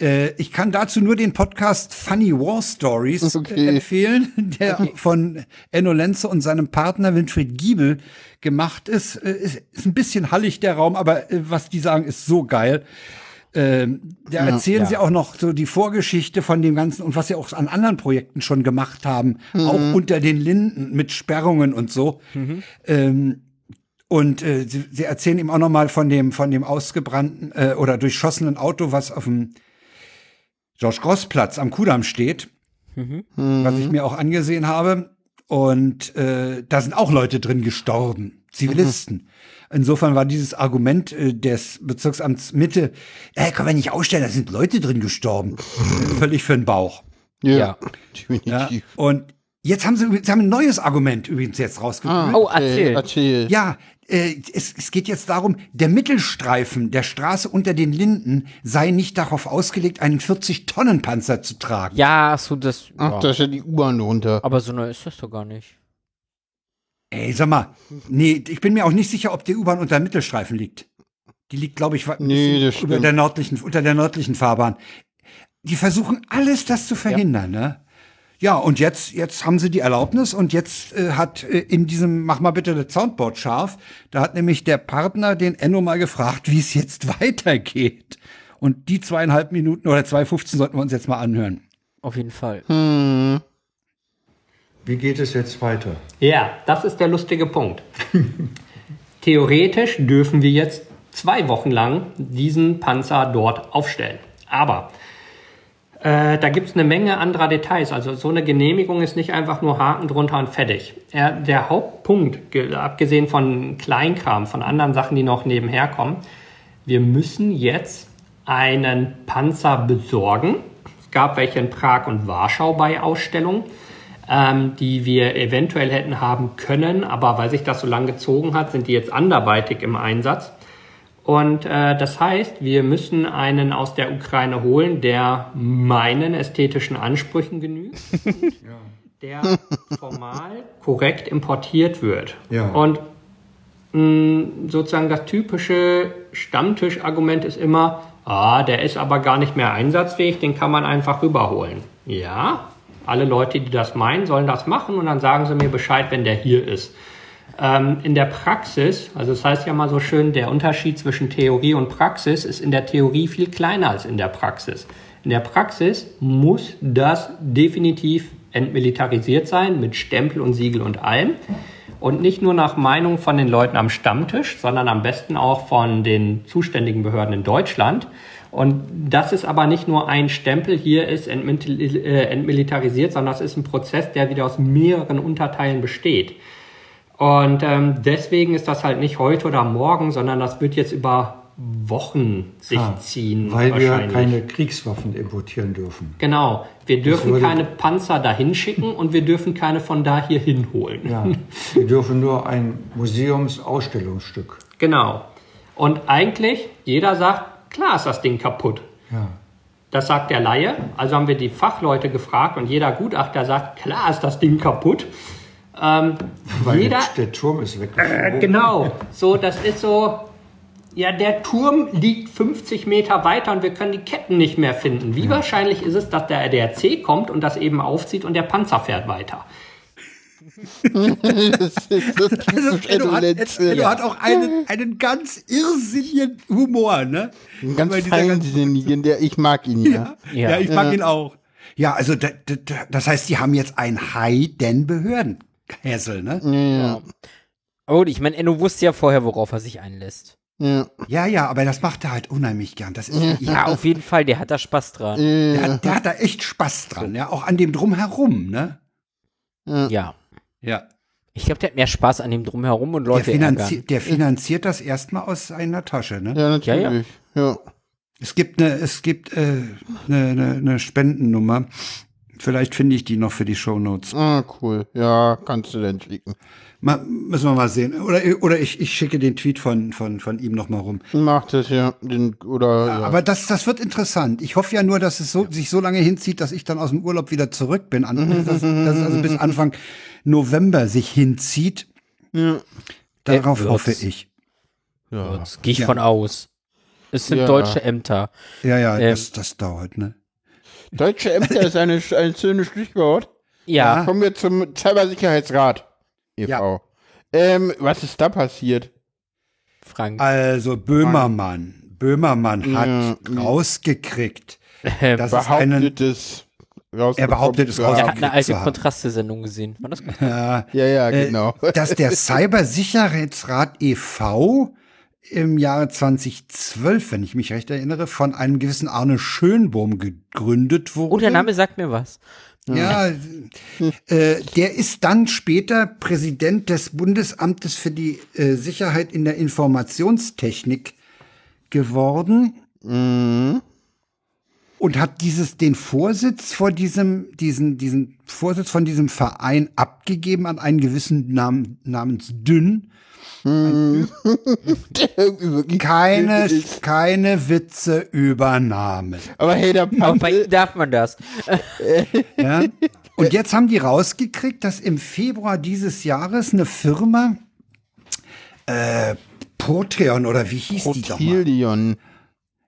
Speaker 1: Äh, ich kann dazu nur den Podcast Funny War Stories
Speaker 3: Okay.
Speaker 1: äh, empfehlen, der von Enno Lenze und seinem Partner Winfried Giebel gemacht ist. Äh, Ist, ist ein bisschen hallig der Raum, aber äh, was die sagen, ist so geil. Ähm, da erzählen sie auch noch so die Vorgeschichte von dem Ganzen und was sie auch an anderen Projekten schon gemacht haben, auch unter den Linden mit Sperrungen und so. Ähm, und äh, sie, sie erzählen ihm auch noch mal von dem von dem ausgebrannten äh, oder durchschossenen Auto, was auf dem George Gross Platz am Kudamm steht, was ich mir auch angesehen habe. Und äh, da sind auch Leute drin gestorben, Zivilisten. Insofern war dieses Argument äh, des Bezirksamts Mitte, äh, können wir nicht ausstellen, da sind Leute drin gestorben, völlig für den Bauch.
Speaker 2: Ja.
Speaker 1: Ja?
Speaker 3: definitiv.
Speaker 1: Und jetzt haben sie, übrigens- sie haben ein neues Argument übrigens jetzt rausgebracht.
Speaker 2: Oh, erzähl.
Speaker 3: Ah, erzähl.
Speaker 1: Ja, äh, es, es geht jetzt darum, der Mittelstreifen der Straße unter den Linden sei nicht darauf ausgelegt, einen 40-Tonnen-Panzer zu tragen.
Speaker 2: Ja, ach so das.
Speaker 3: Ach,
Speaker 2: ja.
Speaker 3: da steht die U-Bahn drunter.
Speaker 2: Aber so neu ist das doch gar nicht.
Speaker 1: Ey, sag mal, nee, ich bin mir auch nicht sicher, ob die U-Bahn unter dem Mittelstreifen liegt. Die liegt, glaube ich, wa- ein
Speaker 3: Nee,
Speaker 1: bisschen
Speaker 3: das
Speaker 1: über
Speaker 3: stimmt.
Speaker 1: der nördlichen, unter der nördlichen Fahrbahn. Die versuchen alles, das zu verhindern, ne? Ja, und jetzt, jetzt haben sie die Erlaubnis und jetzt äh, hat äh, in diesem, mach mal bitte das Soundboard scharf, da hat nämlich der Partner den Enno mal gefragt, wie es jetzt weitergeht. Und die zweieinhalb Minuten oder 2,15 sollten wir uns jetzt mal anhören.
Speaker 2: Auf jeden Fall.
Speaker 6: Wie geht es jetzt weiter?
Speaker 7: Ja, das ist der lustige Punkt. Theoretisch dürfen wir jetzt zwei Wochen lang diesen Panzer dort aufstellen. Aber äh, da gibt es eine Menge anderer Details. Also so eine Genehmigung ist nicht einfach nur Haken drunter und fertig. Er, der Hauptpunkt, ge- abgesehen von Kleinkram, von anderen Sachen, die noch nebenher kommen, wir müssen jetzt einen Panzer besorgen. Es gab welche in Prag und Warschau bei Ausstellungen ähm, die wir eventuell hätten haben können, aber weil sich das so lang gezogen hat, sind die jetzt anderweitig im Einsatz. Und äh, das heißt, wir müssen einen aus der Ukraine holen, der meinen ästhetischen Ansprüchen genügt, und der formal korrekt importiert wird.
Speaker 6: Ja.
Speaker 7: Und mh, sozusagen das typische Stammtischargument ist immer, ah, der ist aber gar nicht mehr einsatzfähig, den kann man einfach rüberholen. Ja, alle Leute, die das meinen, sollen das machen und dann sagen sie mir Bescheid, wenn der hier ist. Ähm, in der Praxis, also das heißt ja mal so schön, der Unterschied zwischen Theorie und Praxis ist in der Theorie viel kleiner als in der Praxis. In der Praxis muss das definitiv entmilitarisiert sein mit Stempel und Siegel und allem. Und nicht nur nach Meinung von den Leuten am Stammtisch, sondern am besten auch von den zuständigen Behörden in Deutschland. Und das ist aber nicht nur ein Stempel, hier ist entmil- äh, entmilitarisiert, sondern das ist ein Prozess, der wieder aus mehreren Unterteilen besteht. Und ähm, deswegen ist das halt nicht heute oder morgen, sondern das wird jetzt über Wochen sich ziehen.
Speaker 6: Ah, Weil wir
Speaker 7: wahrscheinlich.
Speaker 6: keine Kriegswaffen importieren dürfen.
Speaker 7: Genau. Wir dürfen
Speaker 6: würde-
Speaker 7: keine Panzer dahin schicken und wir dürfen keine von da hier hinholen.
Speaker 6: Ja. wir dürfen nur ein Museumsausstellungsstück.
Speaker 7: Genau. Und eigentlich, jeder sagt, klar ist das Ding kaputt.
Speaker 6: Ja.
Speaker 7: Das sagt der Laie. Also haben wir die Fachleute gefragt und jeder Gutachter sagt, klar ist das Ding kaputt. Ähm,
Speaker 6: Weil
Speaker 7: jeder,
Speaker 6: der Turm ist weggeflogen.
Speaker 7: genau. So, das ist so, ja, der Turm liegt 50 Meter weiter und wir können die Ketten nicht mehr finden. Wie wahrscheinlich ist es, dass der RDRC kommt und das eben aufzieht und der Panzer fährt weiter?
Speaker 3: das ist das
Speaker 1: Also,
Speaker 3: typische
Speaker 1: Enno hat,
Speaker 3: Letzte.
Speaker 1: Enno hat auch einen, einen ganz irrsinnigen Humor, ne?
Speaker 3: Einen ganz
Speaker 1: Bei dieser ganzen-
Speaker 3: feinsinnigen, der ich mag ihn ne? ja.
Speaker 1: Ja,
Speaker 2: Ja.
Speaker 1: ich mag ihn auch. Ja, also da, da, da- das heißt, die haben jetzt ein Heiden Behördenhässel,
Speaker 3: Mhm.
Speaker 1: ne?
Speaker 2: Aber gut, ich meine, Enno wusste ja vorher, worauf er sich einlässt.
Speaker 3: Ja,
Speaker 1: Ja, ja, aber das macht er halt unheimlich gern. Das ist
Speaker 3: Mhm.
Speaker 2: Ja,
Speaker 1: ja,
Speaker 2: auf jeden Fall, der hat da Spaß dran.
Speaker 1: der, hat, der hat da echt Spaß dran, ja, auch an dem drumherum, ne?
Speaker 2: Ja.
Speaker 1: Ja.
Speaker 2: Ich glaube, der hat mehr Spaß an dem Drumherum und
Speaker 1: Der,
Speaker 2: Leute
Speaker 1: finanzi
Speaker 2: ärgern.
Speaker 1: der finanziert das erstmal aus seiner Tasche, ne?
Speaker 3: ja
Speaker 2: Ja, ja.
Speaker 3: natürlich. Ja.
Speaker 1: Es gibt eine, es gibt äh, eine, eine, eine Spendennummer. Vielleicht finde ich die noch für die Shownotes.
Speaker 3: Ah, cool. Ja, kannst du dann schicken.
Speaker 1: Mal, müssen wir mal sehen. Oder, oder ich, ich schicke den Tweet von, von, von ihm noch mal rum.
Speaker 3: Mach das ja. Den, oder ja.
Speaker 1: Aber das, das wird interessant. Ich hoffe ja nur, dass es so, sich so lange hinzieht, dass ich dann aus dem Urlaub wieder zurück bin. An, dass, dass es also bis Anfang November sich hinzieht. Darauf
Speaker 2: Äh, wird's.
Speaker 1: hoffe ich.
Speaker 2: Gehe ich von aus. Es sind
Speaker 3: Ja.
Speaker 2: deutsche Ämter.
Speaker 1: Ja, ja,
Speaker 2: Ähm.
Speaker 1: das, das dauert, ne?
Speaker 3: Deutsche Ämter ist eine, ein schönes Stichwort.
Speaker 1: Ah.
Speaker 2: Ja,
Speaker 3: Kommen wir zum Cybersicherheitsrat e.V. Ähm, was ist da passiert?
Speaker 2: Frank.
Speaker 1: Also Böhmermann. Böhmermann hat
Speaker 3: Ja. Äh,
Speaker 1: rausgekriegt,
Speaker 2: Ähm,
Speaker 1: dass es einen
Speaker 3: Behauptet es.
Speaker 1: Er behauptet es
Speaker 2: Er
Speaker 1: rausgekommen.
Speaker 2: hat eine
Speaker 1: Krieg zu
Speaker 2: alte
Speaker 1: haben.
Speaker 2: Kontrastesendung gesehen. War das
Speaker 3: Ja, ja,
Speaker 1: Äh,
Speaker 3: genau.
Speaker 1: dass der Cybersicherheitsrat e.V. im Jahre 2012, wenn ich mich recht erinnere, von einem gewissen Arne Schönbohm gegründet wurde.
Speaker 2: oh, der Name sagt mir was.
Speaker 1: Ja, äh, der ist dann später Präsident des Bundesamtes für die äh, Sicherheit in der Informationstechnik geworden und hat dieses den Vorsitz vor diesem diesen diesen Vorsitz von diesem Verein abgegeben an einen gewissen Namen namens Dünn. Keine keine Witze über Namen.
Speaker 3: Aber hey, da
Speaker 2: Aber bei ihm darf man das.
Speaker 1: Ja?
Speaker 3: Äh,
Speaker 1: Und jetzt haben die rausgekriegt, dass im Februar dieses Jahres eine Firma äh, Proteon oder wie hieß die doch mal?
Speaker 3: Protilion.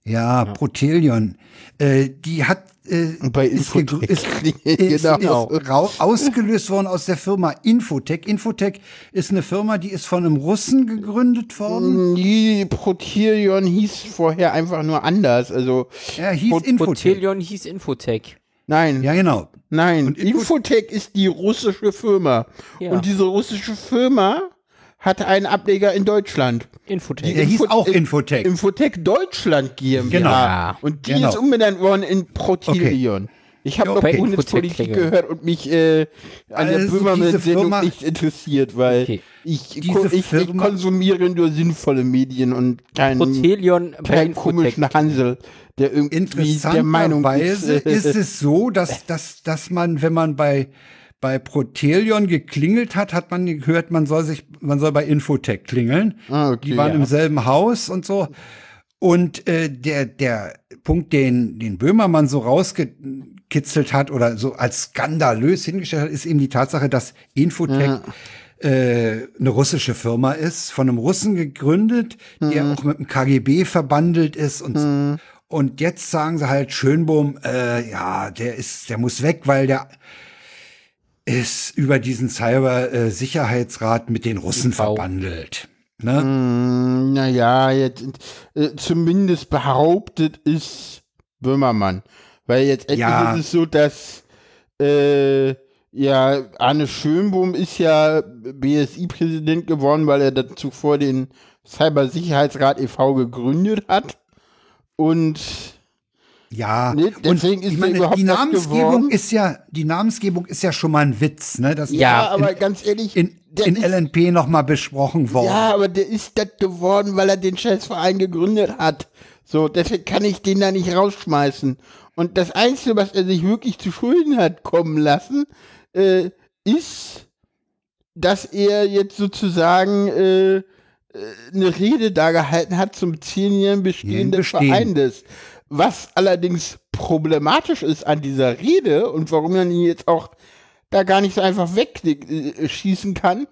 Speaker 1: Ja, Protelion. Äh, die hat äh,
Speaker 3: Bei
Speaker 1: ist, gegrü-
Speaker 3: Infotech.
Speaker 1: ist, ist,
Speaker 3: Genau.
Speaker 1: ist rau- ausgelöst worden aus der Firma Infotech. Infotech ist eine Firma, die ist von einem Russen gegründet worden.
Speaker 3: Mhm. Die Protilion hieß vorher einfach nur anders. Also,
Speaker 1: Er hieß Infotech.
Speaker 2: Protelion hieß Infotech.
Speaker 3: nein,
Speaker 1: Ja, genau.
Speaker 3: nein. Infotech ist die russische Firma.
Speaker 2: Ja.
Speaker 3: Und diese russische Firma hat einen Ableger in Deutschland.
Speaker 2: Infotech.
Speaker 1: Der hieß
Speaker 3: Info-
Speaker 1: auch
Speaker 3: in-
Speaker 1: Infotech.
Speaker 3: Infotech Deutschland GmbH.
Speaker 1: Genau.
Speaker 2: Ja.
Speaker 3: Und die
Speaker 1: Genau.
Speaker 3: ist umbenannt worden in Protilion. Ich habe
Speaker 1: Ja,
Speaker 3: noch
Speaker 2: okay.
Speaker 3: Bundespolitik
Speaker 2: Infotech-Klingel.
Speaker 3: gehört und mich äh, an der
Speaker 1: Also diese Firma-
Speaker 3: Böhmermann-Sendung nicht interessiert, weil
Speaker 2: Okay.
Speaker 3: ich,
Speaker 1: Diese
Speaker 3: ko- ich, ich
Speaker 1: Firma-
Speaker 3: konsumiere nur sinnvolle Medien und keinen,
Speaker 2: Protelion bei
Speaker 3: keinen komischen
Speaker 2: Infotech.
Speaker 3: Hansel, der irgendwie der Meinung
Speaker 1: Interessanterweise
Speaker 3: äh,
Speaker 1: ist es so, dass, dass, dass man, wenn man bei, bei Protelion geklingelt hat, hat man gehört, man soll sich, man soll bei Infotech klingeln.
Speaker 3: Ah, okay,
Speaker 1: Die waren
Speaker 3: ja.
Speaker 1: im selben Haus und so. Und äh, der, der Punkt, den, den Böhmermann so rausgekitzelt hat oder so als skandalös hingestellt hat, ist eben die Tatsache, dass Infotech äh, eine russische Firma ist, von einem Russen gegründet,
Speaker 3: Mhm.
Speaker 1: der auch mit dem KGB verbandelt ist und so. Und jetzt sagen sie halt Schönbohm, äh, ja, der ist, der muss weg, weil der ist über diesen Cyber-Sicherheitsrat mit den Russen
Speaker 2: Wow.
Speaker 1: verbandelt. Ne?
Speaker 3: Mm, Naja, jetzt äh, zumindest behauptet ist Böhmermann. Weil jetzt endlich
Speaker 1: Ja.
Speaker 3: ist es so, dass äh, ja, Arne Schönbohm ist ja BSI-Präsident geworden, weil er da zuvor den Cybersicherheitsrat e.V. gegründet hat. Und
Speaker 1: Ja.
Speaker 3: Nee, Ne, deswegen ist
Speaker 1: ich
Speaker 3: mir
Speaker 1: meine,
Speaker 3: überhaupt
Speaker 1: die
Speaker 3: was geworden.
Speaker 1: Namensgebung ist ja, die Namensgebung ist ja schon mal ein Witz, ne? Das
Speaker 3: ja,
Speaker 1: ist
Speaker 3: aber
Speaker 1: in,
Speaker 3: ganz ehrlich,
Speaker 1: in,
Speaker 3: der
Speaker 1: in
Speaker 3: ist-
Speaker 1: LNP noch mal besprochen worden.
Speaker 3: Ja, aber der ist das geworden, weil er den Scheißverein gegründet hat. So, deswegen kann ich den da nicht rausschmeißen. Und das Einzige, was er sich wirklich zu Schulden hat kommen lassen, äh, ist, dass er jetzt sozusagen äh, äh, eine Rede da gehalten hat zum zehnjährigen Bestehen des
Speaker 1: Bestehen.
Speaker 3: Vereines. Was allerdings problematisch ist an dieser Rede und warum man ihn jetzt auch da gar nicht so einfach wegschießen kann.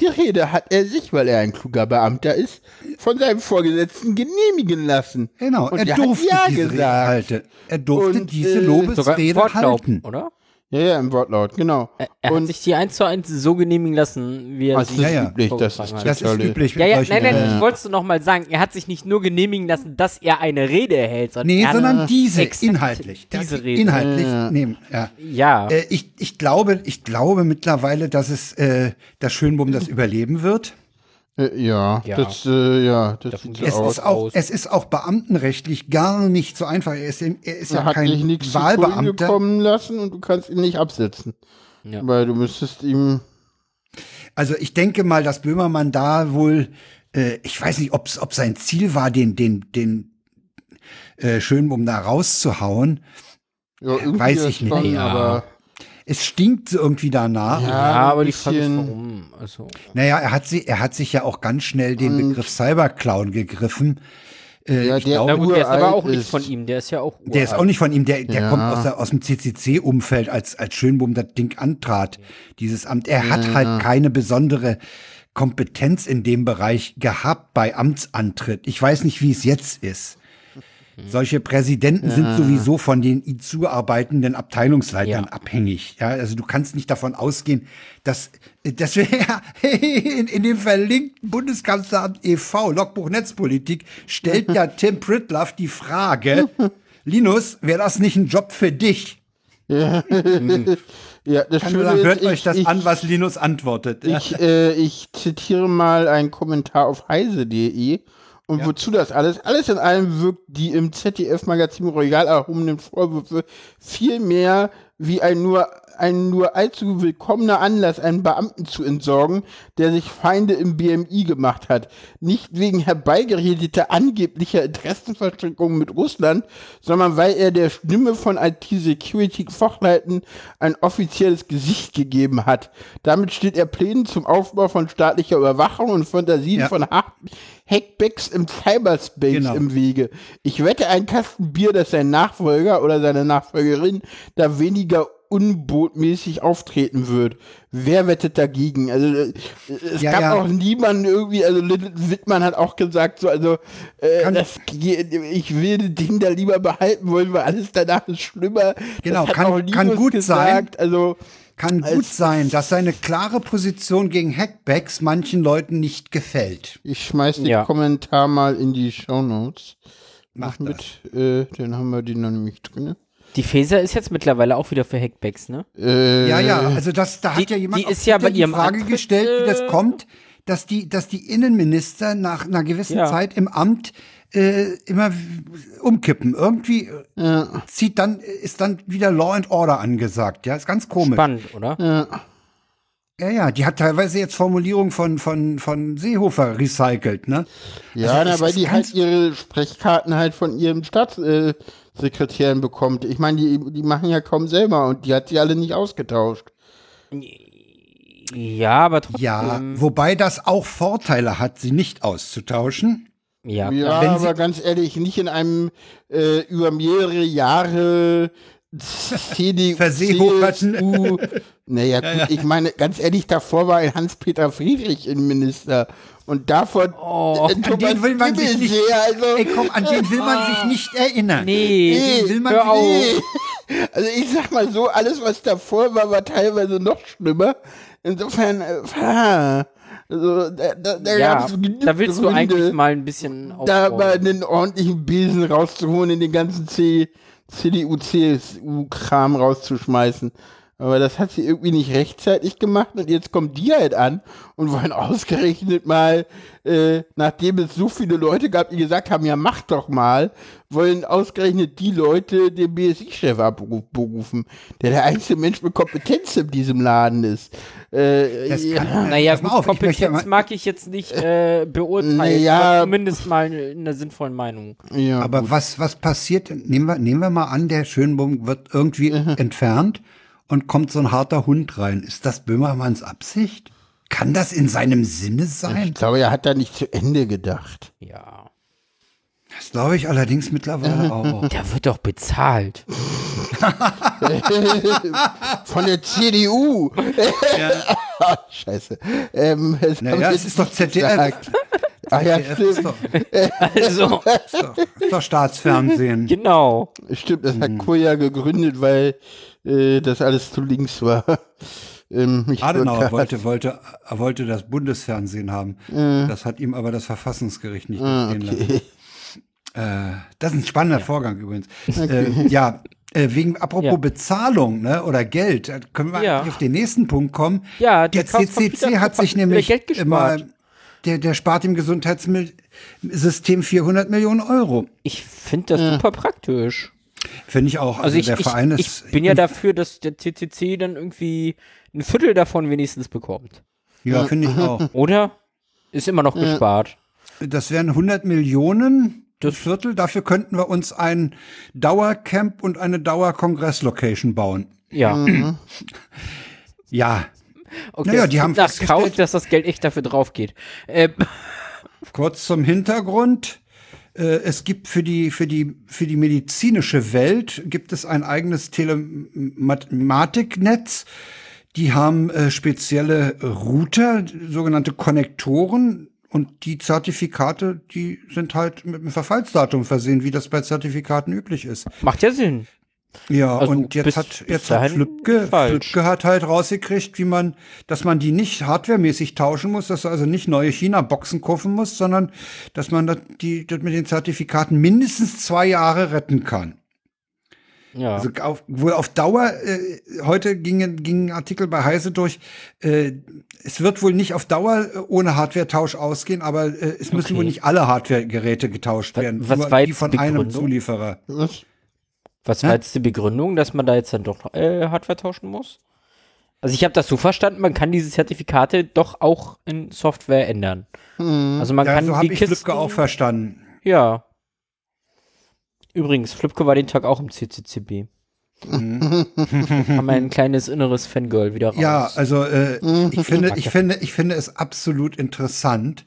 Speaker 3: Die Rede hat er sich, weil er ein kluger Beamter ist, von seinem Vorgesetzten genehmigen lassen.
Speaker 1: Genau,
Speaker 3: und
Speaker 1: er
Speaker 3: der
Speaker 1: durfte
Speaker 3: hat ja
Speaker 1: diese Rede
Speaker 3: gesagt.
Speaker 1: halten. Er durfte
Speaker 3: Und,
Speaker 1: diese
Speaker 3: äh,
Speaker 2: Sogar im
Speaker 1: Lobesrede
Speaker 2: Wortlaut,
Speaker 1: halten.
Speaker 2: oder?
Speaker 3: Ja, ja, im Wortlaut, genau.
Speaker 2: Er, er hat
Speaker 3: und
Speaker 2: sich die eins zu eins so genehmigen lassen, wie er
Speaker 3: das
Speaker 2: sie
Speaker 3: ist
Speaker 1: Ja, ja.
Speaker 3: üblich, das ist,
Speaker 2: vorgetragen hat.
Speaker 1: Das ist
Speaker 3: total-
Speaker 1: üblich. mit
Speaker 2: Ja, ja,
Speaker 1: solchen
Speaker 2: nein, nein,
Speaker 1: Reden.
Speaker 2: ich wollte es noch mal sagen. Er hat sich nicht nur genehmigen lassen, dass er eine Rede hält, sondern,
Speaker 1: Nee,
Speaker 2: er hat
Speaker 1: sondern diese,
Speaker 2: exakt
Speaker 1: inhaltlich. Der hat
Speaker 2: Diese
Speaker 1: sie
Speaker 2: Rede.
Speaker 1: Inhaltlich nehmen, ja.
Speaker 2: Ja,
Speaker 1: Äh, ich, ich, glaube, ich glaube mittlerweile, dass es, äh, dass Schönbohm das überleben wird.
Speaker 3: Äh, ja,
Speaker 2: Ja.
Speaker 3: das, äh, ja, das sieht so
Speaker 1: Es
Speaker 3: aus.
Speaker 1: ist, auch,
Speaker 2: aus.
Speaker 1: es ist auch beamtenrechtlich gar nicht so einfach. Er ist, eben- er ist ja
Speaker 3: Er hat
Speaker 1: kein
Speaker 3: dich nichts zu Schulden
Speaker 1: Wahlbeamter.
Speaker 3: kommen lassen und du kannst ihn nicht absetzen.
Speaker 2: Ja.
Speaker 3: Weil du müsstest ihm
Speaker 1: Also ich denke mal, dass Böhmermann da wohl, äh, ich weiß nicht, ob's, ob sein Ziel war, den, den, den äh, Schönbohm da rauszuhauen.
Speaker 3: ja, irgendwie
Speaker 1: weiß
Speaker 3: das
Speaker 1: ich nicht.
Speaker 3: schon,
Speaker 2: Ja.
Speaker 3: aber
Speaker 1: Es stinkt so irgendwie danach.
Speaker 2: ja,
Speaker 3: ein
Speaker 2: aber die Frage ist,
Speaker 3: bisschen-
Speaker 2: warum? Also,
Speaker 1: Naja, er hat, sie, er hat sich ja auch ganz schnell den Begriff Cyberclown gegriffen.
Speaker 3: ja, der,
Speaker 2: na gut, der ist aber
Speaker 3: uralt
Speaker 2: auch nicht
Speaker 3: ist.
Speaker 2: von ihm, der ist ja auch
Speaker 1: Der ist auch nicht von ihm, der, der
Speaker 3: Ja.
Speaker 1: kommt aus, der, aus dem CCC-Umfeld, als, als Schönbohm das Ding antrat, dieses Amt. Er hat halt keine besondere Kompetenz in dem Bereich gehabt bei Amtsantritt. Ich weiß nicht, wie es jetzt ist. Solche Präsidenten
Speaker 3: Ah.
Speaker 1: sind sowieso von den i- zuarbeitenden Abteilungsleitern
Speaker 2: Ja.
Speaker 1: abhängig. Ja, also du kannst nicht davon ausgehen, dass, dass wir ja, in, in dem verlinkten Bundeskanzleramt e.V. Logbuch Netzpolitik stellt ja Tim Pritloff die Frage, Linus, wäre das nicht ein Job für dich?
Speaker 3: Ja, das
Speaker 1: Kann nur
Speaker 3: ist,
Speaker 1: sagen, Mhm. hört
Speaker 3: ich-
Speaker 1: euch das
Speaker 3: ich,
Speaker 1: an, was Linus antwortet. Ja.
Speaker 3: Ich, äh, ich zitiere mal einen Kommentar auf heise.de. Und wozu das alles? Alles in allem wirkt die im ZDF-Magazin Royal erhobenen Vorwürfe viel mehr wie ein nur, ein nur allzu willkommener Anlass, einen Beamten zu entsorgen, der sich Feinde im BMI gemacht hat. Nicht wegen herbeigeredeter angeblicher Interessenverstrickungen mit Russland, sondern weil er der Stimme von IT-Security-Fachleuten ein offizielles Gesicht gegeben hat. Damit steht er Plänen zum Aufbau von staatlicher Überwachung und Fantasien
Speaker 1: Ja.
Speaker 3: von Hack- Hackbacks im Cyberspace
Speaker 1: Genau.
Speaker 3: im Wege. Ich wette einen Kasten Bier, dass sein Nachfolger oder seine Nachfolgerin da weniger unbotmäßig auftreten wird. Wer wettet dagegen? Also äh, es
Speaker 1: Ja,
Speaker 3: gab
Speaker 1: ja.
Speaker 3: auch niemanden irgendwie, also Little Wittmann hat auch gesagt, so, also äh,
Speaker 1: Kann-
Speaker 3: das, geht- ich will das Ding da lieber behalten wollen, weil alles danach ist schlimmer.
Speaker 1: Genau,
Speaker 3: das hat
Speaker 1: kann-
Speaker 3: auch
Speaker 1: kann
Speaker 3: Linus
Speaker 1: gut
Speaker 3: gesagt. Also
Speaker 1: Kann gut sein, dass seine klare Position gegen Hackbacks manchen Leuten nicht gefällt.
Speaker 3: ich schmeiß den
Speaker 2: Ja.
Speaker 3: Kommentar mal in die Shownotes.
Speaker 1: Macht das.
Speaker 3: mit, äh, dann haben wir den noch nämlich drin.
Speaker 2: Die Feser ist jetzt mittlerweile auch wieder für Hackbacks, ne?
Speaker 3: Äh,
Speaker 1: Ja, ja, also das, da hat
Speaker 2: die-
Speaker 1: ja jemand
Speaker 2: die
Speaker 1: auf
Speaker 2: ist ja
Speaker 1: Twitter
Speaker 2: bei ihrem
Speaker 1: die Frage
Speaker 2: Antritt,
Speaker 1: gestellt, wie das
Speaker 2: äh,
Speaker 1: kommt, dass die, dass die Innenminister nach einer gewissen
Speaker 2: Ja.
Speaker 1: Zeit im Amt äh, immer w- umkippen. Irgendwie äh, zieht dann, ist dann wieder Law and Order angesagt. Ja, ist ganz komisch.
Speaker 2: Spannend, oder?
Speaker 1: Ja, ja, die hat teilweise jetzt Formulierungen von, von, von Seehofer recycelt, ne?
Speaker 3: Ja,
Speaker 1: Also es
Speaker 3: na, weil
Speaker 1: ist
Speaker 3: die
Speaker 1: ganz-
Speaker 3: halt ihre Sprechkarten halt von ihrem Staatssekretären äh, Sekretären bekommt. Ich meine, die, die machen ja kaum selber und die hat sie alle nicht ausgetauscht.
Speaker 2: Ja, aber trotzdem.
Speaker 1: Ja, wobei das auch Vorteile hat, sie nicht auszutauschen.
Speaker 2: Ja,
Speaker 3: Ja,
Speaker 1: wenn sie-
Speaker 3: aber ganz ehrlich, nicht in einem äh, über mehrere Jahre CDU,
Speaker 1: Verseehoferten.
Speaker 3: CSU. Naja, gut, ich meine, ganz ehrlich, davor war ein Hans-Peter Friedrich Innenminister und davor
Speaker 2: Oh,
Speaker 3: äh,
Speaker 1: An den will man sich nicht,
Speaker 3: Himmelsseher, also,
Speaker 1: ey, komm, an den will man sich nicht erinnern.
Speaker 2: Ah. Nee,
Speaker 1: den will man
Speaker 2: hör
Speaker 1: sich-
Speaker 2: auf.
Speaker 3: Also ich sag mal so, alles was davor war, war teilweise noch schlimmer. Insofern, äh, ah, also, da, da, da
Speaker 2: Ja,
Speaker 3: gab's genügend
Speaker 2: da willst du
Speaker 3: Gründe,
Speaker 2: eigentlich mal ein bisschen
Speaker 3: da
Speaker 2: aufbauen.
Speaker 3: mal einen ordentlichen Besen rauszuholen, in den ganzen C, CDU, CSU-Kram rauszuschmeißen. Aber das hat sie irgendwie nicht rechtzeitig gemacht und jetzt kommen die halt an und wollen ausgerechnet mal, äh, nachdem es so viele Leute gab, die gesagt haben, ja mach doch mal, wollen ausgerechnet die Leute den BSI-Chef abberufen, der der einzige Mensch mit Kompetenz in diesem Laden ist. Äh,
Speaker 1: Das
Speaker 3: ja.
Speaker 1: kann,
Speaker 2: Naja,
Speaker 1: pass mal
Speaker 2: gut,
Speaker 1: auf, ich möchte
Speaker 2: Kompetenz
Speaker 1: mal,
Speaker 2: mag ich jetzt nicht äh, beurteilen,
Speaker 3: Naja.
Speaker 2: aber zumindest mal in einer sinnvollen Meinung.
Speaker 3: ja,
Speaker 1: Aber was, was passiert, nehmen wir, nehmen wir mal an, der Schönbohm wird irgendwie entfernt und kommt so ein harter Hund rein. Ist das Böhmermanns Absicht? Kann das in seinem Sinne sein?
Speaker 3: ich glaube, er hat da nicht zu Ende gedacht.
Speaker 2: Ja.
Speaker 1: Das glaube ich allerdings mittlerweile auch.
Speaker 2: Der wird doch bezahlt.
Speaker 3: Von der CDU. Scheiße. Ähm, das hab ich
Speaker 1: Naja, es
Speaker 3: jetzt
Speaker 1: ist doch
Speaker 3: nicht
Speaker 1: ZDF.
Speaker 3: gesagt. Ach ja,
Speaker 1: ZDF ist
Speaker 3: stimmt.
Speaker 1: doch,
Speaker 2: Also,
Speaker 1: ist doch, ist doch Staatsfernsehen.
Speaker 2: genau.
Speaker 3: Stimmt, das
Speaker 1: Hm.
Speaker 3: hat Koya gegründet, weil äh, das alles zu links war. Ähm, ich
Speaker 1: Adenauer
Speaker 3: wollte-
Speaker 1: wollte, wollte, er wollte das Bundesfernsehen haben. Das hat ihm aber das Verfassungsgericht nicht gestehen lassen. Das ist ein spannender Vorgang übrigens. Äh, ja, äh, wegen apropos
Speaker 2: Ja.
Speaker 1: Bezahlung ne, oder Geld, da können wir
Speaker 2: Ja.
Speaker 1: eigentlich auf den nächsten Punkt kommen.
Speaker 2: Ja, der
Speaker 1: der
Speaker 2: Chaos
Speaker 1: CCC
Speaker 2: Computer
Speaker 1: hat sich
Speaker 2: hat
Speaker 1: nämlich
Speaker 2: Geld
Speaker 1: immer
Speaker 2: gespart.
Speaker 1: der, der spart im Gesundheitssystem 400 Millionen Euro.
Speaker 2: Ich finde das super praktisch.
Speaker 1: Finde ich auch.
Speaker 2: Also, ich,
Speaker 1: der
Speaker 2: ich,
Speaker 1: Verein ist.
Speaker 2: ich bin ja dafür, dass der TTC dann irgendwie ein Viertel davon wenigstens bekommt.
Speaker 1: ja, finde ich auch.
Speaker 2: Oder? Ist immer noch gespart.
Speaker 1: Das wären 100 Millionen. Das Viertel, dafür könnten wir uns ein Dauercamp und eine Dauerkongresslocation bauen.
Speaker 2: Ja.
Speaker 1: Ja,
Speaker 2: Okay,
Speaker 1: Naja,
Speaker 2: das
Speaker 1: die haben
Speaker 2: klingt nach
Speaker 1: festgestellt-
Speaker 2: Chaos, dass das Geld echt dafür drauf geht. Ähm,
Speaker 1: Kurz zum Hintergrund. Äh, Es gibt für die, für die, für die medizinische Welt gibt es ein eigenes Telematiknetz. Die haben äh, spezielle Router, sogenannte Konnektoren. Und die Zertifikate, die sind halt mit einem Verfallsdatum versehen, wie das bei Zertifikaten üblich ist.
Speaker 2: Macht ja Sinn.
Speaker 1: Ja,
Speaker 2: Also
Speaker 1: und jetzt
Speaker 2: bis-
Speaker 1: hat
Speaker 2: bis
Speaker 1: jetzt hat
Speaker 2: dahin
Speaker 1: Flipke,
Speaker 2: falsch.
Speaker 1: Flipke hat halt rausgekriegt, wie man, dass man die nicht hardwaremäßig tauschen muss, dass du also nicht neue China-Boxen kaufen musst, sondern dass man das, die, das mit den Zertifikaten mindestens zwei Jahre retten kann.
Speaker 2: Ja.
Speaker 1: Also auf, wohl auf Dauer, äh, heute ging, ging ein Artikel bei Heise durch, äh, es wird wohl nicht auf Dauer äh, ohne Hardware-Tausch ausgehen, aber äh, es müssen
Speaker 2: Okay.
Speaker 1: wohl nicht alle Hardware-Geräte getauscht
Speaker 2: Wa-
Speaker 1: werden,
Speaker 2: was
Speaker 1: nur
Speaker 2: war
Speaker 1: die
Speaker 2: jetzt
Speaker 1: von einem
Speaker 2: Begründung?
Speaker 1: Zulieferer.
Speaker 3: Was?
Speaker 2: Was
Speaker 1: Hä?
Speaker 2: war jetzt die Begründung, dass man da jetzt dann doch äh, Hardware tauschen muss? Also ich habe das so verstanden, man kann diese Zertifikate doch auch in Software ändern. Also man
Speaker 1: Ja,
Speaker 2: kann
Speaker 1: so
Speaker 2: die
Speaker 1: habe ich
Speaker 2: Kisten,
Speaker 1: Flipke auch verstanden.
Speaker 2: Ja. Übrigens, Flipke war den Tag auch im CCCB. Haben wir ein kleines inneres Fangirl wieder raus.
Speaker 1: Mhm. Ja, also äh,
Speaker 3: Mhm.
Speaker 1: ich finde, ich finde, ich finde es absolut interessant.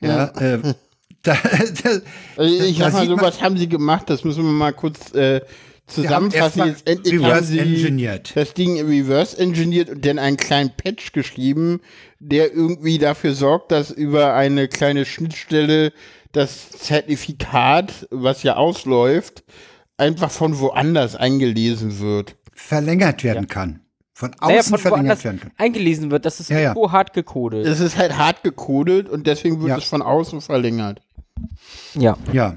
Speaker 1: Ja, äh, da, da,
Speaker 3: Also ich
Speaker 1: da
Speaker 3: sag mal
Speaker 1: sieht
Speaker 3: so,
Speaker 1: man-
Speaker 3: was haben sie gemacht? Das müssen wir mal kurz äh, zusammenfassen.
Speaker 1: erstmal
Speaker 3: Jetzt endlich haben
Speaker 1: reverse
Speaker 3: sie
Speaker 1: engineert.
Speaker 3: das Ding reverse engineert und dann einen kleinen Patch geschrieben, der irgendwie dafür sorgt, dass über eine kleine Schnittstelle das Zertifikat, was ja ausläuft, einfach von woanders eingelesen wird.
Speaker 1: verlängert werden kann. Von außen
Speaker 2: naja, von
Speaker 1: verlängert
Speaker 2: woanders
Speaker 1: werden kann.
Speaker 2: eingelesen wird, das ist
Speaker 1: Ja, ja.
Speaker 2: so hart gecodet.
Speaker 3: Es ist halt hart gekodet und deswegen wird
Speaker 1: Ja.
Speaker 3: es von außen verlängert.
Speaker 2: ja,
Speaker 1: Ja.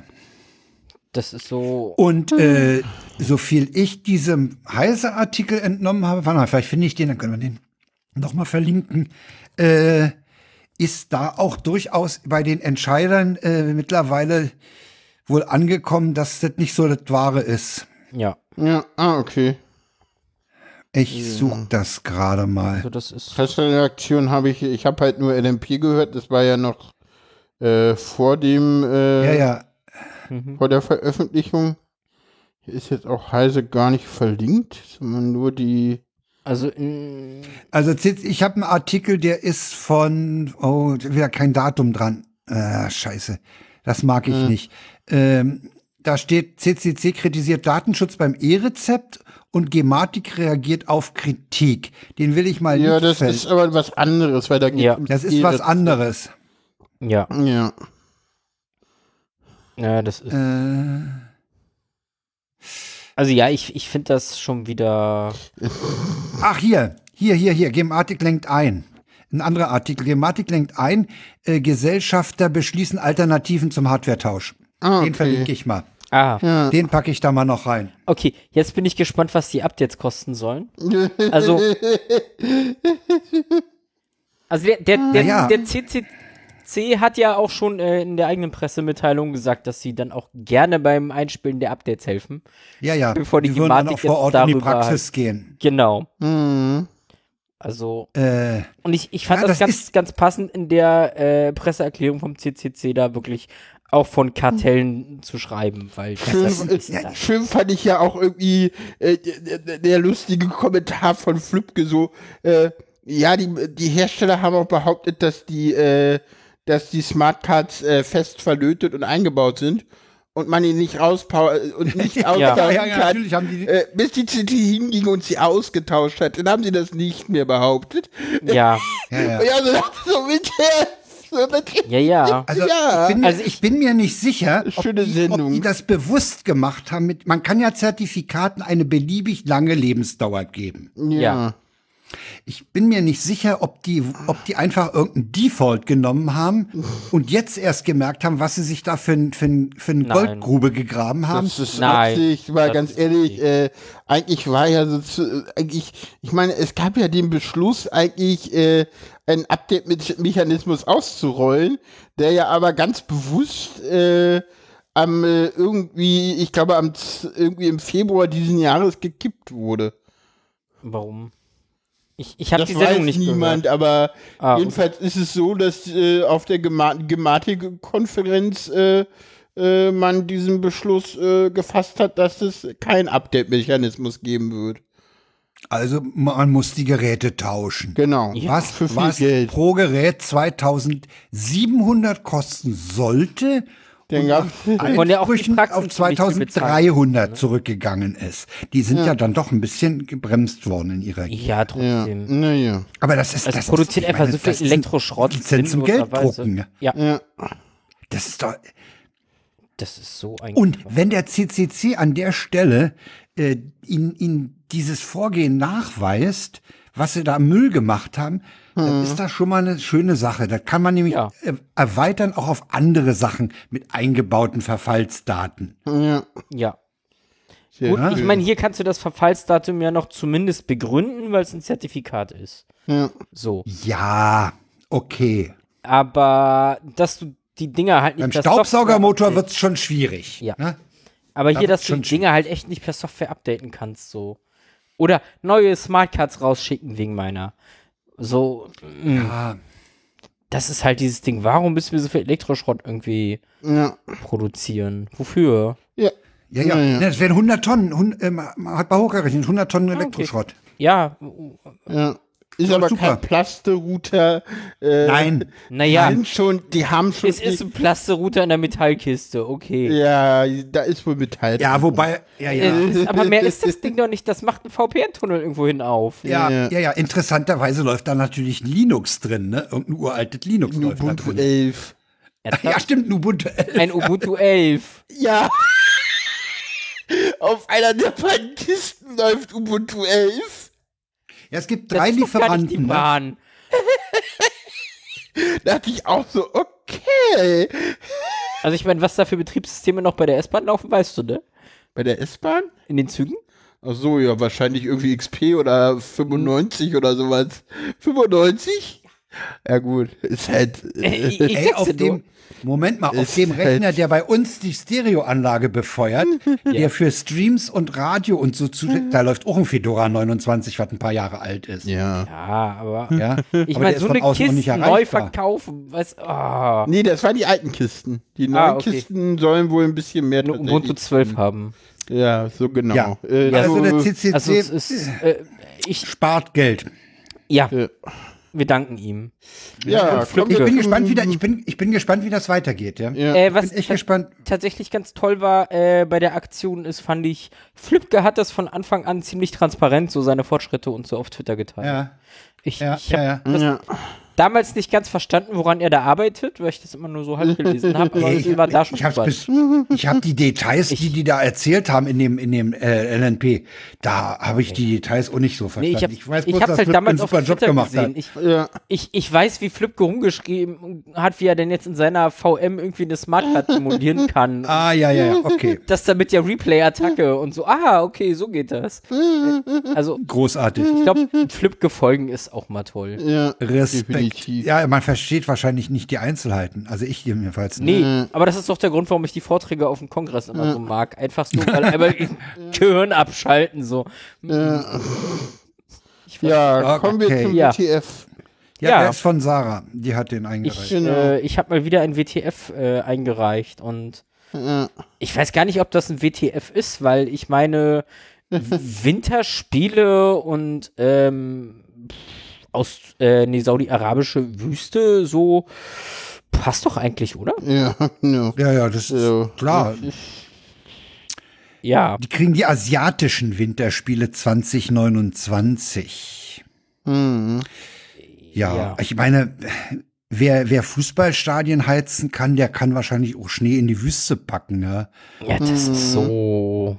Speaker 2: das ist so.
Speaker 1: Und
Speaker 3: Mhm.
Speaker 1: äh, so viel ich diesem heise Artikel entnommen habe, warte mal, vielleicht finde ich den, dann können wir den nochmal verlinken, äh, ist da auch durchaus bei den Entscheidern äh, mittlerweile wohl angekommen, dass das nicht so das Wahre ist.
Speaker 2: Ja,
Speaker 3: Ja, ah, okay.
Speaker 1: Ich suche das gerade mal.
Speaker 2: also das ist.
Speaker 3: Pressereaktion habe ich, ich habe halt nur LMP gehört, das war ja noch äh, vor dem,
Speaker 1: Ja,
Speaker 3: äh,
Speaker 1: ja.
Speaker 3: vor der Veröffentlichung. Hier ist jetzt auch Heise gar nicht verlinkt, sondern nur die,
Speaker 2: Also in,
Speaker 1: Also jetzt- ich habe einen Artikel, der ist von, oh, wieder kein Datum dran. Äh, scheiße, das mag ich
Speaker 3: Äh.
Speaker 1: nicht. Ähm, da steht, CCC kritisiert Datenschutz beim E-Rezept und Gematik reagiert auf Kritik. Den will ich mal
Speaker 3: ja,
Speaker 1: nicht
Speaker 3: das
Speaker 1: fällen.
Speaker 3: ist aber was anderes, weil da geht
Speaker 2: Ja.
Speaker 1: das ist was anderes.
Speaker 2: ja,
Speaker 3: Ja.
Speaker 2: ja, das ist.
Speaker 1: Äh,
Speaker 2: Also ja, ich, ich finde das schon wieder.
Speaker 1: Ach, hier, hier, hier, hier. Gematik lenkt ein. Ein anderer Artikel. Gematik lenkt ein. Äh, Gesellschafter beschließen Alternativen zum Hardwaretausch.
Speaker 3: Ah,
Speaker 1: Den verlinke
Speaker 3: okay.
Speaker 1: ich mal.
Speaker 2: Ah,
Speaker 1: Den packe ich da mal noch rein.
Speaker 2: okay. Jetzt bin ich gespannt, was die Updates kosten sollen. Also. Also der, der, der,
Speaker 1: Naja.
Speaker 2: der CCC hat ja auch schon äh, in der eigenen Pressemitteilung gesagt, dass sie dann auch gerne beim Einspielen der Updates helfen.
Speaker 1: Ja, ja.
Speaker 2: Bevor die
Speaker 1: Wir würden dann
Speaker 2: Gematik
Speaker 1: auch vor Ort
Speaker 2: jetzt
Speaker 1: in die
Speaker 2: darüber halt
Speaker 1: Praxis gehen.
Speaker 2: Genau.
Speaker 3: Mhm.
Speaker 2: Also.
Speaker 1: Äh,
Speaker 2: Und ich, ich fand
Speaker 1: Ja,
Speaker 2: das,
Speaker 1: das
Speaker 2: ganz,
Speaker 1: ist-
Speaker 2: ganz passend in der äh, Presseerklärung vom CCC da wirklich auch von Kartellen zu schreiben, weil das, das
Speaker 3: Schön,
Speaker 2: ist
Speaker 3: äh,
Speaker 2: das.
Speaker 3: schön fand ich ja auch irgendwie äh, der, der- der lustige Kommentar von Flipke so, äh, ja, die, die Hersteller haben auch behauptet, dass die, äh, dass die Smartcards äh, fest verlötet und eingebaut sind und man ihn nicht rauspower und nicht austauschen
Speaker 1: ja, ja,
Speaker 3: kann.
Speaker 1: natürlich haben die-
Speaker 3: äh, bis die CT hinging und sie ausgetauscht hat, dann haben sie das nicht mehr behauptet.
Speaker 2: Ja,
Speaker 1: ja, ja.
Speaker 3: Ja, ja so, so mit der, so mit der
Speaker 2: ja, ja.
Speaker 1: Also,
Speaker 3: Ja.
Speaker 1: ich bin, mir-
Speaker 2: Also ich-
Speaker 1: ich bin mir nicht sicher, ob
Speaker 3: Schöne
Speaker 1: die, ob
Speaker 3: Sendung.
Speaker 1: die das bewusst gemacht haben. Mit, man kann ja Zertifikaten eine beliebig lange Lebensdauer geben.
Speaker 2: Ja.
Speaker 1: Ich bin mir nicht sicher, ob die, ob die einfach irgendeinen Default genommen haben und jetzt erst gemerkt haben, was sie sich da für, ein- für, ein- für eine
Speaker 2: Nein.
Speaker 1: Goldgrube gegraben haben.
Speaker 3: Das ist
Speaker 2: Nein,
Speaker 3: Absicht, weil
Speaker 2: das
Speaker 3: ganz
Speaker 2: ist
Speaker 3: ehrlich,
Speaker 2: Absicht.
Speaker 3: äh, eigentlich war ja so zu, eigentlich, ich meine, es gab ja den Beschluss, eigentlich äh, einen Update-Mechanismus auszurollen, der ja aber ganz bewusst äh, am äh, irgendwie, ich glaube, am z- irgendwie im Februar diesen Jahres gekippt wurde.
Speaker 2: Warum? Ich, ich habe
Speaker 3: Das
Speaker 2: die
Speaker 3: weiß
Speaker 2: Sendung nicht
Speaker 3: niemand,
Speaker 2: gehört.
Speaker 3: aber
Speaker 2: Ah, okay.
Speaker 3: jedenfalls ist es so, dass äh, auf der Gema- Gematik-Konferenz äh, äh, man diesen Beschluss äh, gefasst hat, dass es keinen Update-Mechanismus geben wird.
Speaker 1: Also man muss die Geräte tauschen.
Speaker 3: Genau.
Speaker 1: Was,
Speaker 3: Für viel
Speaker 1: was
Speaker 3: Geld.
Speaker 1: pro Gerät 2700 kosten sollte
Speaker 3: Den gab's.
Speaker 2: Und ja auch die
Speaker 1: Einsprüchen
Speaker 2: Praxis
Speaker 1: auf
Speaker 2: nicht bezahlt, ne?
Speaker 1: 2300 zurückgegangen ist. Die sind ja. dann doch ein bisschen gebremst worden in ihrer.
Speaker 2: Ja,
Speaker 3: Ja,
Speaker 2: trotzdem.
Speaker 3: naja.
Speaker 1: Aber das ist
Speaker 2: Also
Speaker 1: Mhm. das
Speaker 2: produziert
Speaker 1: ist, ich
Speaker 2: einfach so viel
Speaker 1: das sind
Speaker 2: Elektroschrott
Speaker 1: Lizenz zum Geld
Speaker 2: sinnloserweise.
Speaker 1: drucken.
Speaker 2: Ja,
Speaker 3: Ja.
Speaker 1: Das ist doch
Speaker 2: das ist so ein.
Speaker 1: Und wenn der CCC an der Stelle äh, Ihnen Ihnen dieses Vorgehen nachweist, was Sie da am Müll gemacht haben, dann ist das schon mal eine schöne Sache. Das kann man nämlich
Speaker 2: Ja.
Speaker 1: äh, erweitern auch auf andere Sachen mit eingebauten Verfallsdaten.
Speaker 3: Ja.
Speaker 2: Ja.
Speaker 3: Sehr
Speaker 2: Gut, ich
Speaker 3: schön.
Speaker 2: meine, hier kannst du das Verfallsdatum ja noch zumindest begründen, weil es ein Zertifikat ist.
Speaker 3: Ja.
Speaker 2: So.
Speaker 1: Ja, okay.
Speaker 2: Aber dass du die Dinger halt nicht
Speaker 1: Beim
Speaker 2: per
Speaker 1: Staubsaugermotor
Speaker 2: Software-
Speaker 1: wird's schon schwierig.
Speaker 2: Ja.
Speaker 1: Ne?
Speaker 2: Aber
Speaker 1: da
Speaker 2: hier, dass
Speaker 1: wird's
Speaker 2: du
Speaker 1: schon
Speaker 2: die Dinger halt echt nicht per Software updaten kannst, so. Oder neue Smartcards rausschicken wegen meiner. So, mm,
Speaker 1: Ah,
Speaker 2: das ist halt dieses Ding. Warum müssen wir so viel Elektroschrott irgendwie
Speaker 3: Ja.
Speaker 2: produzieren? Wofür?
Speaker 3: Ja.
Speaker 1: ja, ja.
Speaker 3: Ja, ja.
Speaker 1: Ne, Das wären 100 Tonnen. Hun, äh, man hat mal hochgerechnet, 100 Tonnen Elektroschrott.
Speaker 2: Ja,
Speaker 3: ja. Ist aber
Speaker 1: super.
Speaker 3: kein Plasterouter. Äh,
Speaker 1: Nein,
Speaker 2: naja,
Speaker 3: Sind schon, die haben schon.
Speaker 2: es ist
Speaker 3: die,
Speaker 2: ein Plasterrouter in der Metallkiste, okay.
Speaker 3: ja, da ist wohl halt Metall.
Speaker 1: ja, wobei, ja, ja.
Speaker 2: Äh, ist- Aber mehr ist das Ding doch nicht. Das macht einen VPN-Tunnel irgendwo hin auf.
Speaker 1: Ja, ja,
Speaker 3: Ja.
Speaker 1: ja, Interessanterweise läuft da natürlich ein Linux drin, ne? Irgendein uraltes Linux läuft da
Speaker 3: Ubuntu
Speaker 1: drin.
Speaker 3: 11.
Speaker 1: Ja, stimmt, ein Ubuntu 11.
Speaker 2: Ein Ubuntu 11.
Speaker 3: Ja. Auf einer der beiden Kisten läuft Ubuntu 11.
Speaker 1: Ja, es gibt
Speaker 2: Das
Speaker 1: drei
Speaker 2: ist doch gar nicht die
Speaker 1: Lieferanten. Ne?
Speaker 2: Bahn.
Speaker 3: Da dachte ich auch so, okay.
Speaker 2: Also ich meine, was da für Betriebssysteme noch bei der S-Bahn laufen, weißt du, ne?
Speaker 3: Bei der S-Bahn?
Speaker 2: In den Zügen?
Speaker 3: Ach so, ja, wahrscheinlich irgendwie XP oder 95 oder sowas. 95? Ja, gut. Ist halt.
Speaker 2: Ich, ich
Speaker 1: Ey,
Speaker 2: sag's
Speaker 1: auf
Speaker 2: dir
Speaker 1: dem,
Speaker 2: nur.
Speaker 1: Moment mal, auf
Speaker 3: Ist
Speaker 1: dem Rechner,
Speaker 3: halt-
Speaker 1: der bei uns die Stereoanlage befeuert, der für Streams und Radio und so zu, da läuft auch ein Fedora 29, was ein paar Jahre alt ist.
Speaker 3: ja.
Speaker 2: Ja, Ah, aber
Speaker 1: Ja? Aber
Speaker 2: ich
Speaker 1: der
Speaker 2: meine,
Speaker 1: ist
Speaker 2: so
Speaker 1: von
Speaker 2: eine
Speaker 1: außen auch
Speaker 2: Kiste
Speaker 1: nicht
Speaker 2: neu
Speaker 1: erreichbar.
Speaker 2: verkaufen, was? ah.
Speaker 3: Nee, das waren die alten Kisten. Die neuen
Speaker 2: Ah, okay. um
Speaker 3: Kisten sollen wohl ein bisschen mehr.
Speaker 2: Eine Ubuntu
Speaker 3: tatsächlich-
Speaker 2: 12 haben.
Speaker 3: Ja, so genau.
Speaker 1: Ja.
Speaker 3: Äh,
Speaker 1: Also der CCC
Speaker 2: Also es ist, äh, ich,
Speaker 1: spart Geld.
Speaker 2: ja,
Speaker 3: äh,
Speaker 2: wir danken ihm.
Speaker 3: ja,
Speaker 1: Ich
Speaker 3: kommt,
Speaker 1: bin gespannt, wie da, ich bin, ich bin gespannt, wie das weitergeht. Ja?
Speaker 3: Ja.
Speaker 2: Äh,
Speaker 1: Ich
Speaker 2: was
Speaker 1: bin echt
Speaker 2: ta-
Speaker 1: gespannt.
Speaker 2: tatsächlich ganz toll war äh, bei der Aktion ist, fand ich, Flipke hat das von Anfang an ziemlich transparent, so seine Fortschritte und so auf Twitter geteilt.
Speaker 1: Ja,
Speaker 2: ich
Speaker 1: ja,
Speaker 2: ich habe
Speaker 1: ja, ja.
Speaker 3: ja.
Speaker 2: damals nicht ganz verstanden, woran er da arbeitet, weil ich das immer nur so halb gelesen habe, aber ich war da schon
Speaker 1: Ich hab's
Speaker 2: drüber.
Speaker 1: bis, ich habe die Details, die die da erzählt haben in dem in dem äh, LNP, da habe ich die Details auch nicht so
Speaker 2: Nee,
Speaker 1: verstanden.
Speaker 2: ich habe ich
Speaker 1: bloß,
Speaker 2: hab's halt
Speaker 1: Flip
Speaker 2: damals auf
Speaker 1: einen
Speaker 2: Twitter gesehen.
Speaker 1: hat.
Speaker 2: Ich,
Speaker 3: Ja.
Speaker 2: ich, ich weiß, wie Flip rumgeschrieben hat, wie er denn jetzt in seiner VM irgendwie eine Smartcard simulieren kann.
Speaker 1: Ah ja ja ja, okay,
Speaker 2: Das damit ja Replay-Attacke und so. Ah, okay, so geht das. Äh, Also,
Speaker 1: großartig,
Speaker 2: ich glaube, Flip folgen ist auch mal toll.
Speaker 3: Ja.
Speaker 1: Respekt.
Speaker 3: Definitiv.
Speaker 1: Ja, man versteht wahrscheinlich nicht die Einzelheiten, also ich jedenfalls. nicht.
Speaker 2: Nee, aber das ist doch der Grund, warum ich die Vorträge auf dem Kongress immer so mag. Einfach so, weil einmal Gehirn abschalten, so.
Speaker 3: Ja, kommen wir
Speaker 1: Okay.
Speaker 3: zum
Speaker 2: Ja.
Speaker 3: WTF.
Speaker 1: Ja,
Speaker 2: ja.
Speaker 1: der ist von Sarah, die hat den
Speaker 2: Ich,
Speaker 1: eingereicht.
Speaker 2: äh, ich habe mal wieder ein WTF äh, eingereicht und
Speaker 3: Ja.
Speaker 2: ich weiß gar nicht, ob das ein WTF ist, weil ich meine W- Winterspiele und ähm, pff, aus äh, nee, saudi-arabische Wüste so passt doch eigentlich, oder?
Speaker 3: Ja, no.
Speaker 1: ja ja, das ist
Speaker 3: Ja.
Speaker 1: klar.
Speaker 2: Ja.
Speaker 1: Die kriegen die asiatischen Winterspiele 2029. Ja,
Speaker 2: Ja.
Speaker 1: ich meine, wer, wer Fußballstadien heizen kann, der kann wahrscheinlich auch Schnee in die Wüste packen. Ne?
Speaker 2: Ja, das ist so.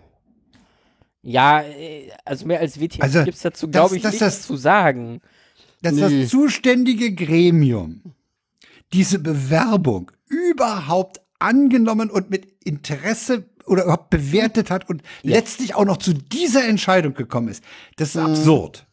Speaker 2: Ja, äh, also mehr als WTF
Speaker 1: Also,
Speaker 2: gibt's dazu,
Speaker 1: das-
Speaker 2: glaube ich,
Speaker 1: das-
Speaker 2: nichts
Speaker 1: das-
Speaker 2: zu sagen.
Speaker 1: Dass
Speaker 3: Nee.
Speaker 1: das zuständige Gremium diese Bewerbung überhaupt angenommen und mit Interesse oder überhaupt bewertet hat und letztlich auch noch zu dieser Entscheidung gekommen ist, das ist absurd.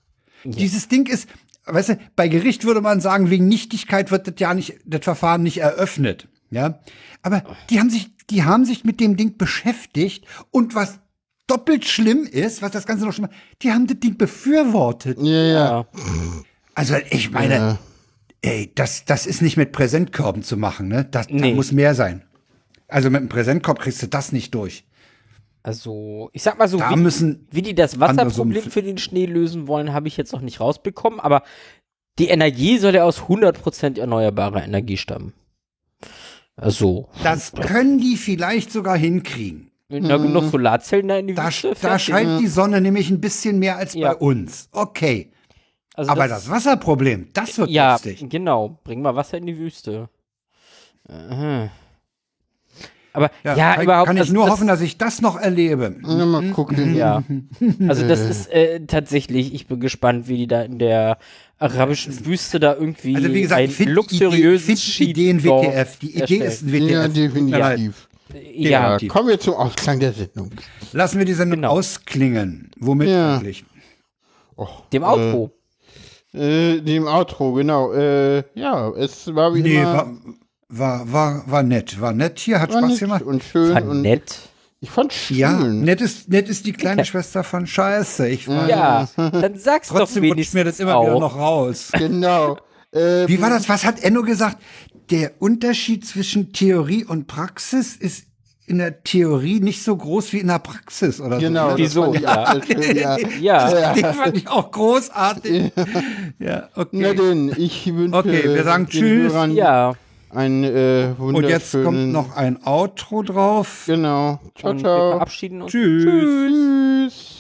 Speaker 1: Dieses Ding ist, weißt du, bei Gericht würde man sagen, wegen Nichtigkeit wird das ja nicht, das Verfahren nicht eröffnet. Ja. Aber die haben sich, die haben sich mit dem Ding beschäftigt und was doppelt schlimm ist, was das Ganze noch schlimmer, die haben das Ding befürwortet.
Speaker 3: Ja, ja.
Speaker 2: Ja.
Speaker 1: Also ich meine,
Speaker 3: Ja.
Speaker 1: ey, das, das ist nicht mit Präsentkörben zu machen, ne? Das,
Speaker 2: Nee.
Speaker 1: da muss mehr sein. Also mit einem Präsentkorb kriegst du das nicht durch.
Speaker 2: Also, ich sag mal so,
Speaker 1: Da
Speaker 2: wie,
Speaker 1: müssen
Speaker 2: wie die das
Speaker 1: andere
Speaker 2: Wasserproblem
Speaker 1: Sumpf-
Speaker 2: für den Schnee lösen wollen, habe ich jetzt noch nicht rausbekommen, aber die Energie soll ja aus 100% erneuerbarer Energie stammen. Also,
Speaker 1: Das können die vielleicht sogar hinkriegen.
Speaker 2: wenn da genug Solarzellen da in die
Speaker 1: Da,
Speaker 2: Wüste
Speaker 1: da
Speaker 2: fertig.
Speaker 1: scheint die Sonne nämlich ein bisschen mehr als
Speaker 2: Ja.
Speaker 1: bei uns. Okay.
Speaker 2: Also
Speaker 1: Aber das, Wasserproblem, das wird
Speaker 2: Ja,
Speaker 1: lustig.
Speaker 2: genau. Bring mal Wasser in die Wüste. Äh. Aber ja,
Speaker 1: kann,
Speaker 2: überhaupt
Speaker 1: kann ich
Speaker 2: also
Speaker 1: nur
Speaker 2: das,
Speaker 1: hoffen, dass ich das noch erlebe.
Speaker 3: Ja, mal gucken.
Speaker 2: Ja. Also das ist äh, tatsächlich, ich bin gespannt, wie die da in der arabischen Wüste da irgendwie
Speaker 1: Also wie
Speaker 2: ein
Speaker 1: gesagt, find
Speaker 2: luxuriösen
Speaker 1: Ideen
Speaker 2: Skidorf
Speaker 1: WTF. Die Idee
Speaker 2: erstellen.
Speaker 1: ist ein WTF.
Speaker 3: Ja,
Speaker 1: Tut mir leid.
Speaker 3: definitiv.
Speaker 2: ja,
Speaker 3: ja, kommen wir zum Ausklang der Sendung.
Speaker 1: Lassen wir die Sendung
Speaker 2: Genau.
Speaker 1: ausklingen. Womit
Speaker 3: Ja.
Speaker 1: eigentlich?
Speaker 2: dem Outro.
Speaker 3: Äh, dem Outro, genau. Äh, ja, es war wie
Speaker 1: Nee,
Speaker 3: immer
Speaker 1: war, war, war, war nett. War nett hier, hat
Speaker 3: war
Speaker 1: Spaß
Speaker 3: nett
Speaker 1: gemacht.
Speaker 3: und schön.
Speaker 2: War
Speaker 3: und
Speaker 2: Ah, nett.
Speaker 3: Ich fand schön.
Speaker 1: Ja, nett ist, nett ist die kleine Schwester von Scheiße. Ich weiß.
Speaker 2: Ja, dann sag's doch
Speaker 1: Trotzdem rutscht
Speaker 2: wenigstens
Speaker 1: mir das immer
Speaker 2: auch.
Speaker 1: wieder noch raus.
Speaker 3: Genau. Äh,
Speaker 1: Wie war das? Was hat Enno gesagt? Der Unterschied zwischen Theorie und Praxis ist in der Theorie nicht so groß wie in der Praxis oder
Speaker 3: Genau.
Speaker 1: so.
Speaker 3: das
Speaker 1: ne?
Speaker 2: Wieso?
Speaker 3: fand ich
Speaker 2: Ja.
Speaker 3: auch schön, ja.
Speaker 2: Ja,
Speaker 1: Das den fand ich auch großartig. Ja,
Speaker 3: Na
Speaker 1: okay.
Speaker 3: denn, ich wünsche
Speaker 1: Okay, wir sagen
Speaker 3: den
Speaker 1: Tschüss.
Speaker 3: Hörern
Speaker 2: ja.
Speaker 3: Einen äh, wunderschönen...
Speaker 1: Und jetzt kommt noch ein Outro drauf.
Speaker 3: Genau. Ciao,
Speaker 2: Und wir
Speaker 3: ciao.
Speaker 2: verabschieden uns.
Speaker 1: Tschüss.
Speaker 3: Tschüss.